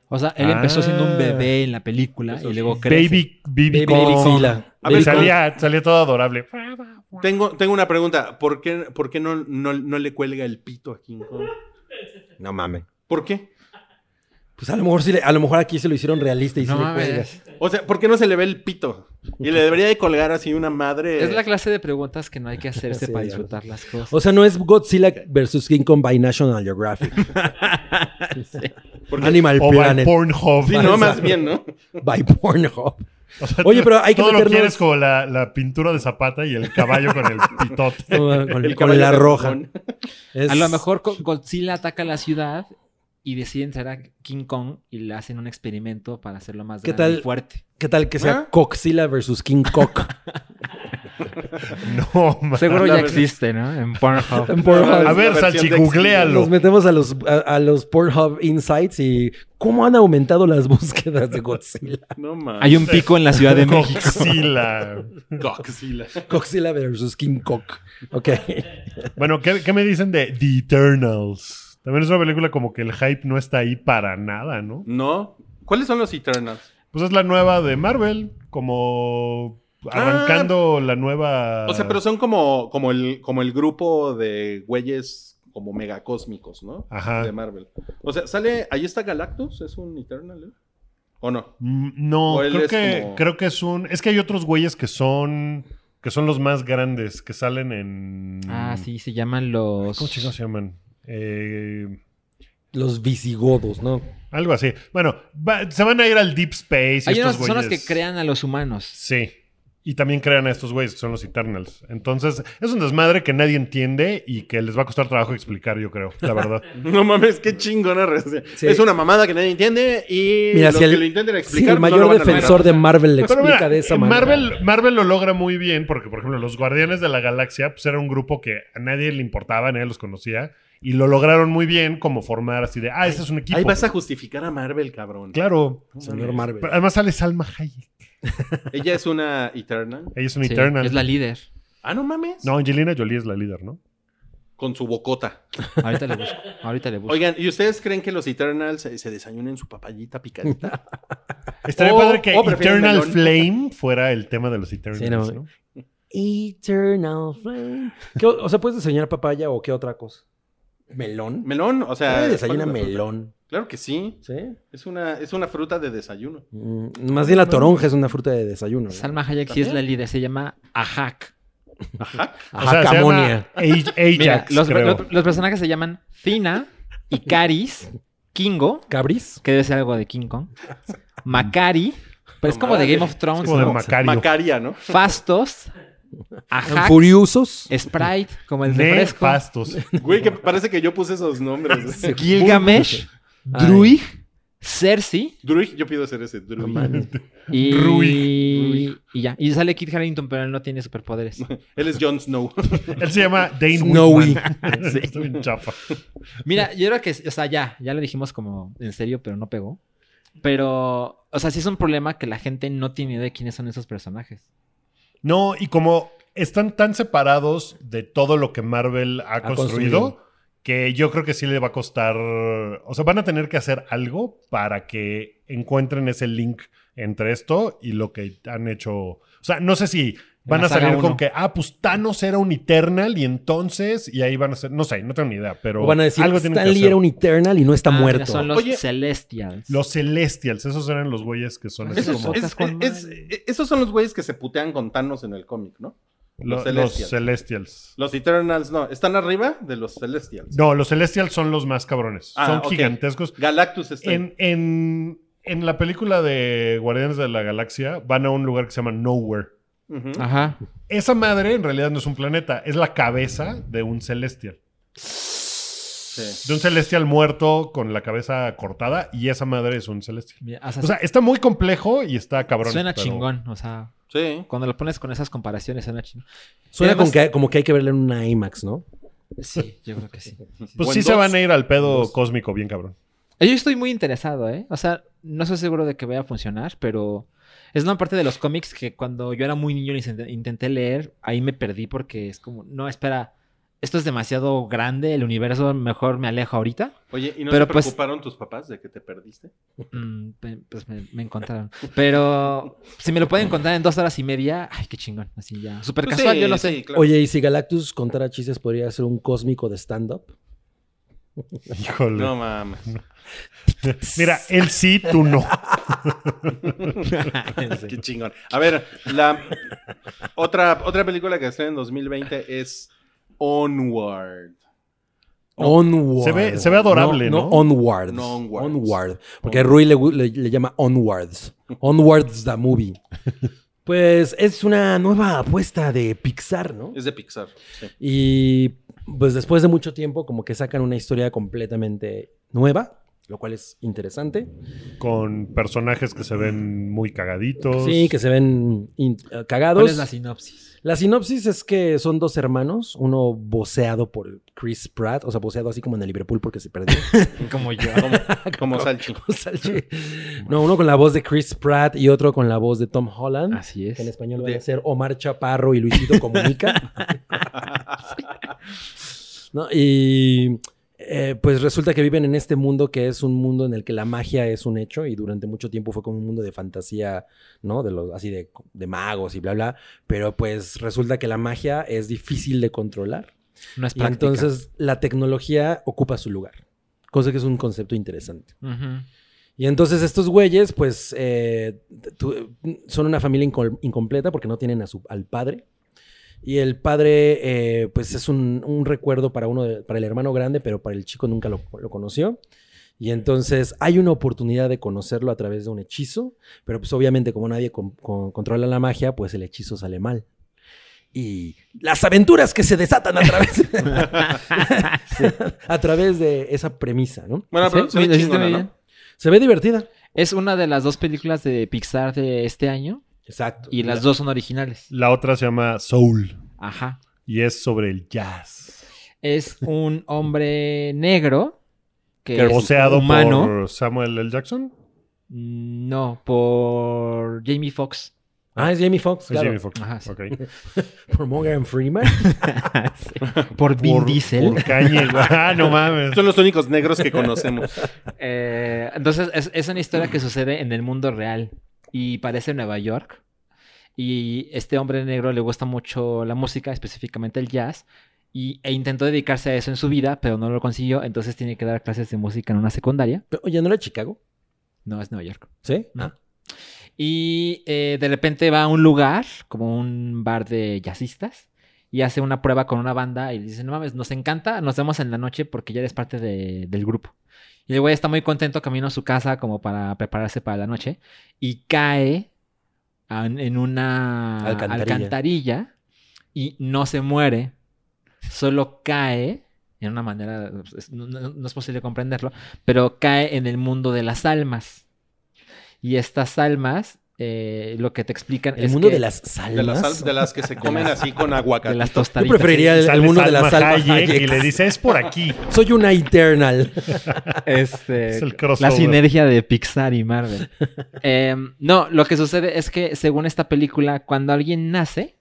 C: o sea, él empezó siendo un
B: Ah.
C: bebé en la película y luego crece.
B: Baby, baby,
C: Baby
B: Kong.
E: Godzilla.
D: A ver,
B: Y
E: Baby Kong.
B: salía, salía todo adorable.
D: Tengo, tengo una pregunta. ¿Por qué, por qué no, no, no le cuelga el pito a King Kong?
E: No mames.
D: ¿Por qué?
E: Pues a lo mejor sí le- a lo mejor aquí se lo hicieron realista y sí
C: No
E: le
C: mames.
E: cuelga.
D: O sea, ¿por qué no se le ve el pito? Y le debería de colgar así una madre.
C: Es la clase de preguntas que no hay que hacerse
E: Sí,
C: para
E: ya.
C: disfrutar las cosas.
E: O sea, no es Godzilla versus King Kong by National Geographic.
D: Porque-
E: Animal
B: O by
E: Planet.
B: Pornhub.
D: Sí, no, más bien, ¿no?
E: By Pornhub.
B: O sea,
E: Oye, pero hay que
B: todo lo
E: meternos-
B: quieres como la, la pintura de Zapata y el caballo con el pitote.
E: Con, con
D: caballo
E: la
D: de
E: roja.
D: Kong.
E: Es-
C: A lo mejor Co- Godzilla ataca la ciudad y decide entrar a King Kong y le hacen un experimento para hacerlo más
E: ¿Qué
C: grande y
E: tal?
C: fuerte.
E: ¿Qué tal que sea
D: ¿Ah?
E: Coxilla versus King Cock?
B: No, man.
C: Seguro
D: La
C: ya
D: verdad.
C: existe, ¿no? En Pornhub.
E: En Pornhub.
B: A ver,
D: la versión
B: Salchi,
D: de-
B: googlealo.
E: Nos metemos a los, a, a los Pornhub Insights y cómo han aumentado las búsquedas de Godzilla.
D: No mames.
C: Hay un pico en la Ciudad de México.
B: Coxila.
D: Godzilla.
E: Godzilla versus King Cock. Ok.
B: Bueno, ¿qué, qué me dicen de The Eternals? También es una película como que el hype no está ahí para nada, ¿no?
D: ¿No? ¿Cuáles son los Eternals?
B: Pues es la nueva de Marvel, como arrancando la nueva...
D: Ah. O sea, pero son como, como, el, como el grupo de güeyes como megacósmicos, ¿no?
B: Ajá.
D: De Marvel. O sea, sale. Ahí está Galactus, es un Eternal, ¿eh? ¿O no?
B: Mm, No,
D: O él
B: creo
D: es
B: que,
D: como-
B: creo que es un. Es que hay otros güeyes que son. que son los más grandes, que salen en.
C: Ah, sí, se llaman los.
B: ¿Cómo chingados se llaman? Eh,
E: Los visigodos, ¿no?
B: algo así. Bueno, va- se van a ir al Deep Space. y
C: Hay unos
B: estos
C: que son los que
B: güeyes-
C: crean a los humanos.
B: Sí. Y también crean a estos güeyes, que son los Eternals. Entonces, es un desmadre que nadie entiende y que les va a costar trabajo explicar, yo creo, la verdad.
D: No mames, qué chingona reacción.
E: Sí.
D: Es una mamada que nadie entiende y
E: Mira,
D: los
E: si
D: que
E: el-
D: lo intenten
E: Sí,
D: explicar pues,
E: el
D: no lo
E: mayor
D: van a lograr.
E: defensor de Marvel le explica
B: Pero mira,
E: de esa manera.
B: Marvel, Marvel lo logra muy bien porque, por ejemplo, los Guardianes de la Galaxia pues, era un grupo que a nadie le importaba, nadie los conocía. Y lo lograron muy bien como formar así de, ah, este es un equipo.
D: Ahí vas a justificar a Marvel, cabrón.
B: Claro.
D: No
E: Señor
D: mames.
E: Marvel.
B: Pero además sale Salma Hayek.
D: Ella es una Eternal.
B: Ella es una
C: Sí,
B: Eternal.
C: es la líder.
D: Ah, no mames.
B: No, Angelina Jolie es la líder, ¿no?
D: Con su bocota.
C: Ahorita le busco. Ahorita le busco.
D: Oigan, ¿y ustedes creen que los Eternals se, se desayunen su papayita picadita?
B: Estaría
D: O-
B: padre que
D: o prefieren
B: Eternal
D: melón.
B: Flame fuera el tema de los Eternals,
E: Sí, no.
B: ¿no?
E: Eternal Flame. ¿Qué o o sea, ¿puedes enseñar papaya o qué otra cosa? ¿Melón?
D: ¿Melón? O sea.
E: Ah, desayuna
D: ¿cuál es la fruta?
E: melón.
D: Claro que sí.
E: ¿Sí?
D: Es una, es una fruta de desayuno.
E: Mm, más bien la toronja es una fruta de desayuno. ¿no?
C: Salma Hayek sí es la líder. Se llama Ajak.
D: Ajá.
E: Ajá,
B: o sea, se llama
E: camonia.
B: Aj-
C: Mira,
B: Ajax,
C: los,
B: creo.
C: los- los personajes se llaman Fina, Icaris, Kingo,
E: ¿Cabris?
C: que debe ser algo de King Kong, Macari, pero es
D: No
C: como de
D: mames.
C: Game of Thrones,
B: como de
C: ¿no?
B: Macario.
D: Macaria, ¿no?
C: Fastos, Ajak,
E: ¿Furiosos?
C: Sprite, como el
B: De
C: refresco,
B: pastos.
D: Güey, que parece que yo puse esos nombres.
C: Gilgamesh,
E: Ay.
C: Druig, Cersei
D: Druig, yo pido ser ese. Druig.
C: y,
B: Ruig.
C: y ya. Y sale Kit Harington, pero él no tiene superpoderes.
D: Él es Jon Snow.
B: Él se llama Dane
E: Snowy.
B: Whitman. Está bien chafa.
C: Mira, yo creo que, o sea, ya, ya lo dijimos como en serio, pero no pegó. Pero, o sea, sí es un problema que la gente no tiene idea de quiénes son esos personajes.
B: No, y como están tan separados de todo lo que Marvel ha, construido,
E: construido.
B: que yo creo que sí le va a costar. O sea, van a tener que hacer algo para que encuentren ese link entre esto y lo que han hecho. O sea, no sé si van
C: la
B: a salir
C: saga uno.
B: con que, ah, pues Thanos era un Eternal y entonces, y ahí van a ser. No sé, no tengo ni idea, pero.
E: O van a decir,
B: algo tienen que
E: Stanley
B: hacer.
E: era un Eternal y no está
C: Ah, mira,
E: muerto.
C: son los
D: Oye.
C: Celestials.
B: Los Celestials, esos eran los güeyes que son así
C: Esos
B: como-
C: son- Podcast con
D: es-
C: Marvel.
D: es- esos son los güeyes que se putean con Thanos en el cómic, ¿no?
B: lo-
D: los
B: los
D: Celestials.
B: Celestials.
D: Los Eternals no. Están arriba de los Celestials.
B: No, los Celestials son los más cabrones.
D: Ah,
B: son
D: ok.
B: gigantescos.
D: Galactus está.
B: En, en, en la película de Guardianes de la Galaxia van a un lugar que se llama Nowhere.
D: Ujú.
B: Ah.
C: Ajá.
B: Esa madre en realidad no es un planeta, es la cabeza de un celestial.
D: Sí.
B: De un celestial muerto con la cabeza cortada y esa madre es un celestial.
C: Mira, o sea,
B: O sea, está muy complejo y está cabrón.
C: suena
B: pero-
C: chingón, o sea,
D: Sí.
C: cuando lo pones con esas comparaciones suena chingón.
E: Suena
C: Y además-
E: con que- como que hay que verlo en una IMAX, ¿no?
C: Sí, yo creo que sí.
B: Pues
D: Buen
B: sí se
D: dos.
B: van a ir al pedo cósmico bien cabrón.
C: Eh, Yo estoy muy interesado, ¿eh? O sea, no estoy seguro de que vaya a funcionar, pero es una parte de los cómics que cuando yo era muy niño y intent- intenté leer, ahí me perdí porque es como, no, espera, esto es demasiado grande, el universo mejor me alejo ahorita.
D: Oye, ¿y no
C: Pero
D: se
C: pues-
D: preocuparon tus papás de que te perdiste?
C: Mm, pe- pues me, me encontraron. Pero si me lo pueden contar en dos horas y media, ay, qué chingón, así ya. Súper
D: Pues
C: casual,
D: sí,
C: yo lo
D: sí,
C: sé.
D: claro.
E: Oye, y si Galactus contara chistes, podría ser un cósmico de stand-up.
B: Híjole.
D: No mames.
B: Mira, él sí, tú no.
D: Qué chingón. A ver, la otra, otra película que estrena en 2020 es Onward.
E: Onward.
B: Se ve- se ve adorable, ¿no?
E: Onwards.
D: No, Onwards.
E: Onward. Porque Rui le, gu- le- le llama Onwards. Onwards the movie. Pues es una nueva apuesta de Pixar, ¿no?
D: Es de Pixar. sí.
E: Y pues después de mucho tiempo como que sacan una historia completamente nueva, lo cual es interesante.
B: Con personajes que se ven muy cagaditos.
E: Sí, que se ven in- eh, cagados.
C: ¿Cuál es la sinopsis?
E: La sinopsis es que son dos hermanos, uno voceado por Chris Pratt, o sea, voceado así como en el Liverpool porque se perdió.
C: Como yo.
D: Como, como Salchi.
E: O sea, sí. no, uno con la voz de Chris Pratt y otro con la voz de Tom Holland.
C: Así es.
E: Que en español van
D: De-
E: a ser Omar Chaparro y Luisito Comunica. ¿No? Y eh, pues resulta que viven en este mundo que es un mundo en el que la magia es un hecho y durante mucho tiempo fue como un mundo de fantasía, ¿no? De los, así de, de magos y bla, bla. Pero pues resulta que la magia es difícil de controlar.
C: No es
E: Y
C: práctica.
E: entonces la tecnología ocupa su lugar, cosa que es un concepto interesante.
C: Ujú.
E: Y entonces estos güeyes, pues, eh, tu- son una familia incol- incompleta porque no tienen a su, al padre. Y el padre, eh, pues, es un, un recuerdo para, uno de- para el hermano grande, pero para el chico nunca lo, lo conoció. Y entonces hay una oportunidad de conocerlo a través de un hechizo, pero pues obviamente como nadie con- con- controla la magia, pues el hechizo sale mal. Y las aventuras que se desatan a través, a través de esa premisa, ¿no?
D: Bueno, pero
C: Sí,
D: se ve
C: lo hiciste
D: chingona,
C: muy
D: ¿no?
C: bien.
E: Se ve divertida.
C: Es una de las dos películas de Pixar de este año
E: Exacto.
C: y las dos son originales.
B: La otra se llama Soul
C: Ajá.
B: y es sobre el jazz.
C: Es un hombre negro que es
B: Voceado
C: humano.
B: por Samuel L. Jackson.
C: No, por Jamie Foxx.
E: Ah, es Jamie Foxx,
B: Es
E: claro.
B: Jamie Foxx.
C: Ajá, sí.
B: Ok.
E: Por Morgan Freeman.
C: Sí. Por Vin
B: Por-
C: Diesel.
B: Por Kanye. Ah, no mames.
D: Son los únicos negros que conocemos.
C: Eh, entonces, es, es una historia que sucede en el mundo real y parece Nueva York. Y este hombre negro le gusta mucho la música, específicamente el jazz, y, e intentó dedicarse a eso en su vida, pero no lo consiguió, entonces tiene que dar clases de música en una secundaria.
E: Pero, Oye, ¿no era Chicago?
C: No, es Nueva York.
E: ¿Sí?
C: Ah. Y eh, de repente va a un lugar, como un bar de jazzistas, y hace una prueba con una banda y le dice, no mames, nos encanta, nos vemos en la noche porque ya eres parte de- del grupo. Y el güey está muy contento, camino a su casa como para prepararse para la noche, y cae a- en una
E: Alcantarilla.
C: alcantarilla y no se muere, solo cae, en una manera, pues, es- no- no- no es posible comprenderlo, pero cae en el mundo de las almas. Y estas almas, eh, lo que te explican
E: El
C: es
E: mundo
C: que-
E: de las salmas.
D: De las, sal- de las que se comen así con
C: de
D: aguacate.
C: las
E: Yo
C: tostaditas.
E: preferiría el,
B: Sale
E: el mundo de las
B: Salma
E: salmas.
B: Hayek
E: Hayek.
B: y le dice, es por aquí.
E: Soy una eternal.
C: Este,
B: Es el
C: la
B: crossover.
C: sinergia de Pixar y Marvel. Em, no, lo que sucede es que según esta película, cuando alguien nace,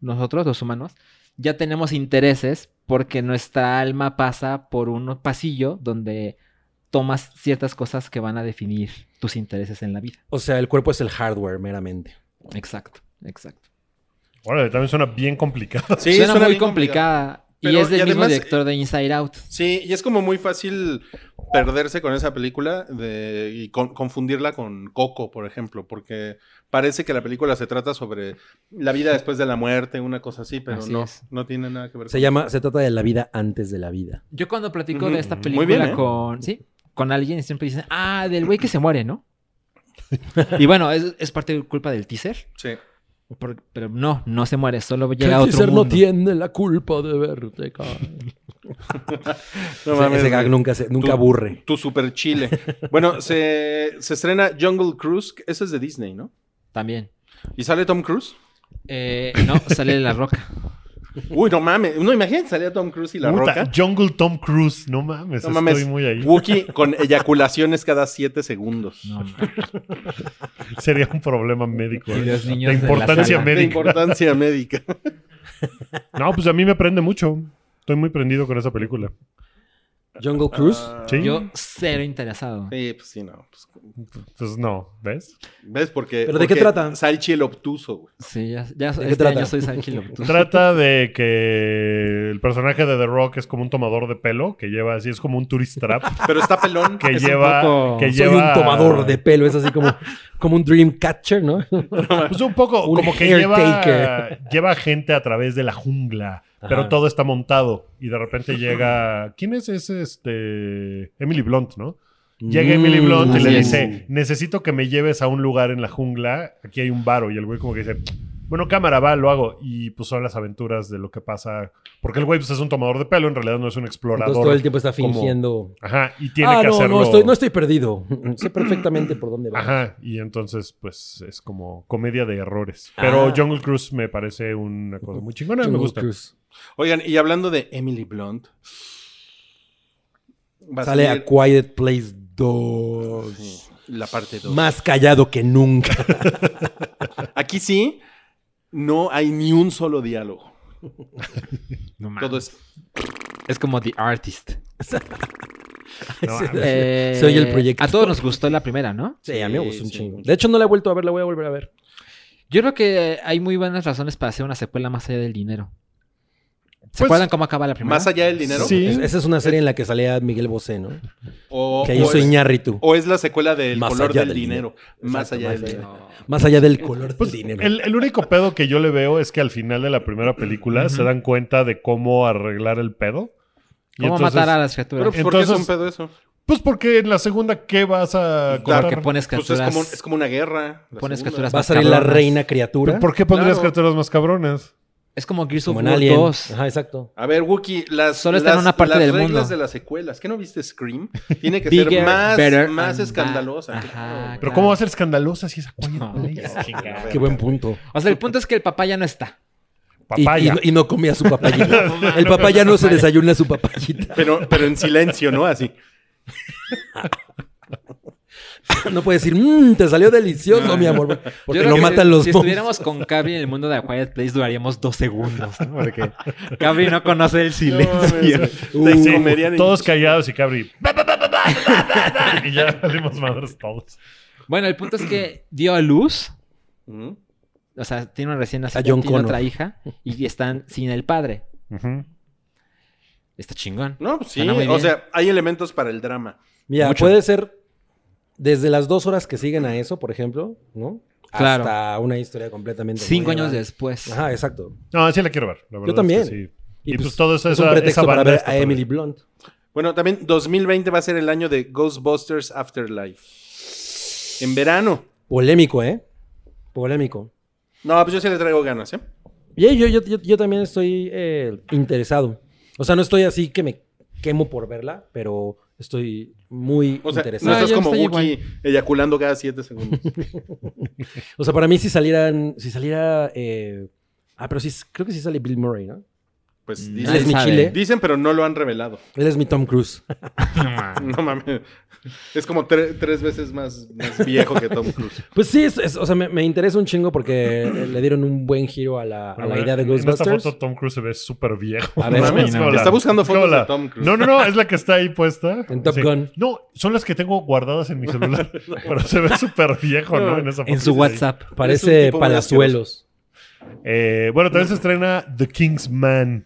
C: nosotros los humanos, ya tenemos intereses porque nuestra alma pasa por un pasillo donde tomas ciertas cosas que van a definir tus intereses en la vida.
E: O sea, el cuerpo es el hardware meramente.
C: Exacto, exacto.
B: Órale, también suena bien complicado.
D: Sí,
C: suena, muy
D: bien
C: complicada. Y
D: Pero-
C: es del
D: y
C: mismo
D: además- eh,
C: director de Inside Out.
D: Sí, y es como muy fácil perderse con esa película de- y con- confundirla con Coco, por ejemplo, porque parece que la película se trata sobre la vida después de la muerte, una cosa así, pero
C: Así
D: no,
C: es.
D: no tiene nada que ver.
E: Se
D: con-
E: llama, se trata de la vida antes de la vida.
C: Yo cuando platico
D: Ujú,
C: de esta
B: ujú.
C: película
D: Muy bien, ¿eh?
C: con, ¿sí? con alguien siempre dicen, ah, del güey que se muere, ¿no? y bueno, es, es parte de culpa del teaser,
D: Sí.
C: por- pero no, no se muere, solo llega a
E: Que el
C: otro
E: ser
C: mundo.
E: no tiene la culpa de verte, cabrón.
D: No
E: Ese-
D: mames,
E: ese gag
D: güey.
E: nunca, se, nunca
D: Tu-
E: aburre.
D: Tu super chile. Bueno, se, se estrena Jungle Cruise, que ese es de Disney, ¿no?
C: También.
D: ¿Y sale Tom Cruise?
C: Eh, no, sale de la roca.
D: Uy, no mames. No, imagínate, salía Tom Cruise y La
B: Puta,
D: Roca.
B: Jungle Tom Cruise. No mames,
D: No mames.
B: estoy muy ahí.
D: Wookiee con eyaculaciones cada 7 segundos.
C: No, no.
B: Sería un problema médico.
C: Y
B: ¿eh?
C: los niños
B: de
C: de la
B: importancia
C: sala.
D: De
B: médica.
D: importancia médica.
B: No, pues a mí me prende mucho. Estoy muy prendido con esa película. Ah,
E: Jungle Cruise.
B: Sí.
C: Yo cero interesado.
D: Ah, Sí, pues sí, no. pues,
B: Pues no, ¿ves?
D: ¿Ves? Porque.
E: ¿Pero de qué
D: porque
E: trata?
D: Salchi el obtuso, güey.
C: Sí, ya, ya
E: ¿De qué
C: este
E: trata?
C: año soy Sánchez Obtuso.
B: Trata de que el personaje de The Rock es como un tomador de pelo que lleva así, es como un tourist trap
D: Pero está pelón.
B: que
D: es un
B: lleva.
C: poco-
B: que
E: Soy
B: lleva-
E: un tomador de pelo. Es así como, como un dream catcher, ¿no?
B: Pues un poco,
E: Un
B: como que
E: hair
B: lleva,
E: taker.
B: lleva gente a través de la jungla,
E: Ajá.
B: pero todo está montado y de repente llega. ¿Quién es ese? Este, Emily Blunt, ¿no? Llega
E: Mm,
B: Emily Blunt y
C: así
B: le
C: es.
B: dice: Necesito que me lleves a un lugar en la jungla. Aquí hay un varo. Y el güey, como que dice: Bueno, cámara, va, lo hago. Y pues son las aventuras de lo que pasa. Porque el güey pues, es un tomador de pelo, en realidad no es un explorador.
E: Entonces todo el tiempo está
B: como-
E: fingiendo.
B: Ajá, y tiene
E: ah,
B: que
E: no,
B: hacerlo.
E: no estoy, no estoy perdido. sé perfectamente por dónde va.
B: Ajá, y entonces, pues es como comedia de errores. Pero
E: Ah.
B: Jungle Cruise me parece una cosa muy chingona, me
E: Jungle
B: gusta.
E: Cruise.
D: Oigan, y hablando de Emily Blunt. va
E: Sale
D: salir-
E: a Quiet Place 2.
D: Sí, La parte 2.
E: Más callado que nunca.
D: Aquí sí, no hay ni un solo diálogo.
C: No mames.
D: Todo es.
C: Es como The Artist.
B: No,
E: Sí.
B: a ver,
C: Eh,
E: Soy el proyecto.
C: A todos nos gustó la primera, ¿no?
E: Sí, a mí me gustó un
D: sí.
E: chingo. De hecho, no la he vuelto a ver, la voy a volver a ver.
C: Yo creo que hay muy buenas razones para hacer una secuela más allá del dinero. ¿Se acuerdan cómo acaba la primera?
D: Pues, Más allá del dinero.
B: Sí.
E: Es- esa es una serie en la que salía Miguel Bosé, ¿no?
D: O,
E: que
D: o
E: hizo
D: es,
E: Iñárritu.
D: o es la secuela del
E: Más
D: color
E: allá
D: del,
E: del
D: dinero. Más allá del dinero.
E: Más allá del color del dinero.
B: Pues, El, el único pedo que yo le veo es que al final de la primera película se dan cuenta de cómo arreglar el pedo. Y
C: ¿Cómo
B: entonces-
C: matar a las criaturas?
D: Pero pues, ¿por qué es un
B: Entonces-
D: pedo eso?
B: Pues porque en la segunda, ¿qué vas a
D: Claro,
B: contar?
C: Porque pones
D: Pues es
C: criaturas.
D: como, es como una guerra. la
C: Pones
D: segunda.
C: criaturas
E: Va a
C: más
E: salir la
C: cabronas.
E: reina criatura.
B: ¿Por qué pondrías
D: Claro.
B: carteras más cabrones?
C: Es como Gears of
E: Como en
C: War
E: Alien.
C: 2.
E: Ajá, exacto.
D: A ver, Wookie, las,
C: Solo está en
D: las-
C: una parte
D: las
C: del
D: reglas
C: mundo.
D: de las secuelas. ¿Qué no viste Scream? Tiene que
C: Bigger,
D: ser más,
C: better
D: más
C: and
D: escandalosa.
C: bad.
D: claro.
C: Ajá,
B: Pero
C: claro.
B: ¿cómo va a ser escandalosa si es a Quiet
C: No,
B: Place?
E: Qué buen punto.
C: O sea, el punto es que el papá ya no está.
E: Y,
B: Papaya.
E: y- y no comía su papayita. El papá ya no se desayuna su papayita.
D: Pero, pero en silencio, ¿no? Así.
E: No puede decir, mmm, te salió delicioso, mi amor. Porque
C: Yo creo
E: lo
C: que
E: matan
C: si-
E: los
C: Si
E: monstruos.
C: estuviéramos con Cabri en el mundo de A Quiet Place, duraríamos dos segundos. ¿no? Porque Cabri no conoce el silencio. Uh,
D: Te
B: Sí,
D: comerían en-
B: todos callados y Cabri. "Ba, ba, ba, ba, ba, ba, ba, ba", y ya salimos madres todos.
C: bueno, el punto es que dio a luz.
D: Ujú.
C: O sea, tiene una recién nacida,
E: A John
C: tiene otra
E: Connor.
C: hija. Y están sin el padre.
B: Ujú.
C: Está chingón.
D: No, pues sí.
C: Suena muy
D: O
C: bien.
D: sea, hay elementos para el drama.
E: Mira,
C: Mucho.
E: puede ser desde las dos horas que siguen a eso, por ejemplo, ¿no?
C: Claro.
E: Hasta una historia completamente.
C: Cinco
E: nueva.
C: años después.
E: Ajá, exacto.
B: No, sí la quiero ver. La verdad es que
E: también.
B: sí. Y,
E: Y pues,
B: pues, todo eso
E: es un pretexto para ver a Emily Blunt.
D: Bueno, también 2020 va a ser el año de Ghostbusters Afterlife. En verano.
E: Polémico, ¿eh? Polémico.
D: No, pues yo sí le traigo ganas, ¿eh?
E: Y yo, yo, yo, yo también estoy eh, interesado. O sea, no estoy así que me quemo por verla, pero estoy muy
D: O sea, no
E: interesado.
C: Ah,
D: estás
C: yo
D: como
C: estoy
D: Wookie eyaculando cada 7 segundos.
E: O sea, para mí si salieran, si saliera... eh, ah, pero sí, creo que sí sale Bill Murray, ¿no?
D: Pues
E: Él es
D: dicen,
E: mi
C: sabe.
E: chile.
D: dicen, pero no lo han revelado.
E: Él es mi Tom Cruise.
D: No mames. Es como tre- tres veces más, más viejo que Tom Cruise.
E: Pues sí, es- es- o sea, me, me interesa un chingo porque eh, le dieron un buen giro a la, a la idea de
B: En
E: Ghostbusters.
B: esta foto Tom Cruise se ve súper viejo.
E: A ver,
B: No,
E: güey,
B: es
C: no.
B: como
D: Está buscando
B: es como
D: fotos de Tom Cruise.
B: No, no, no, es la que está ahí puesta.
E: En Top Gun.
B: No, son las que tengo guardadas en mi celular. pero se ve súper viejo, ¿no? En, esa foto
C: En su
B: que está ahí.
C: WhatsApp.
D: Es un
E: Parece
D: tipo muy
E: palazuelos.
B: Eh, bueno, también se estrena The King's Man.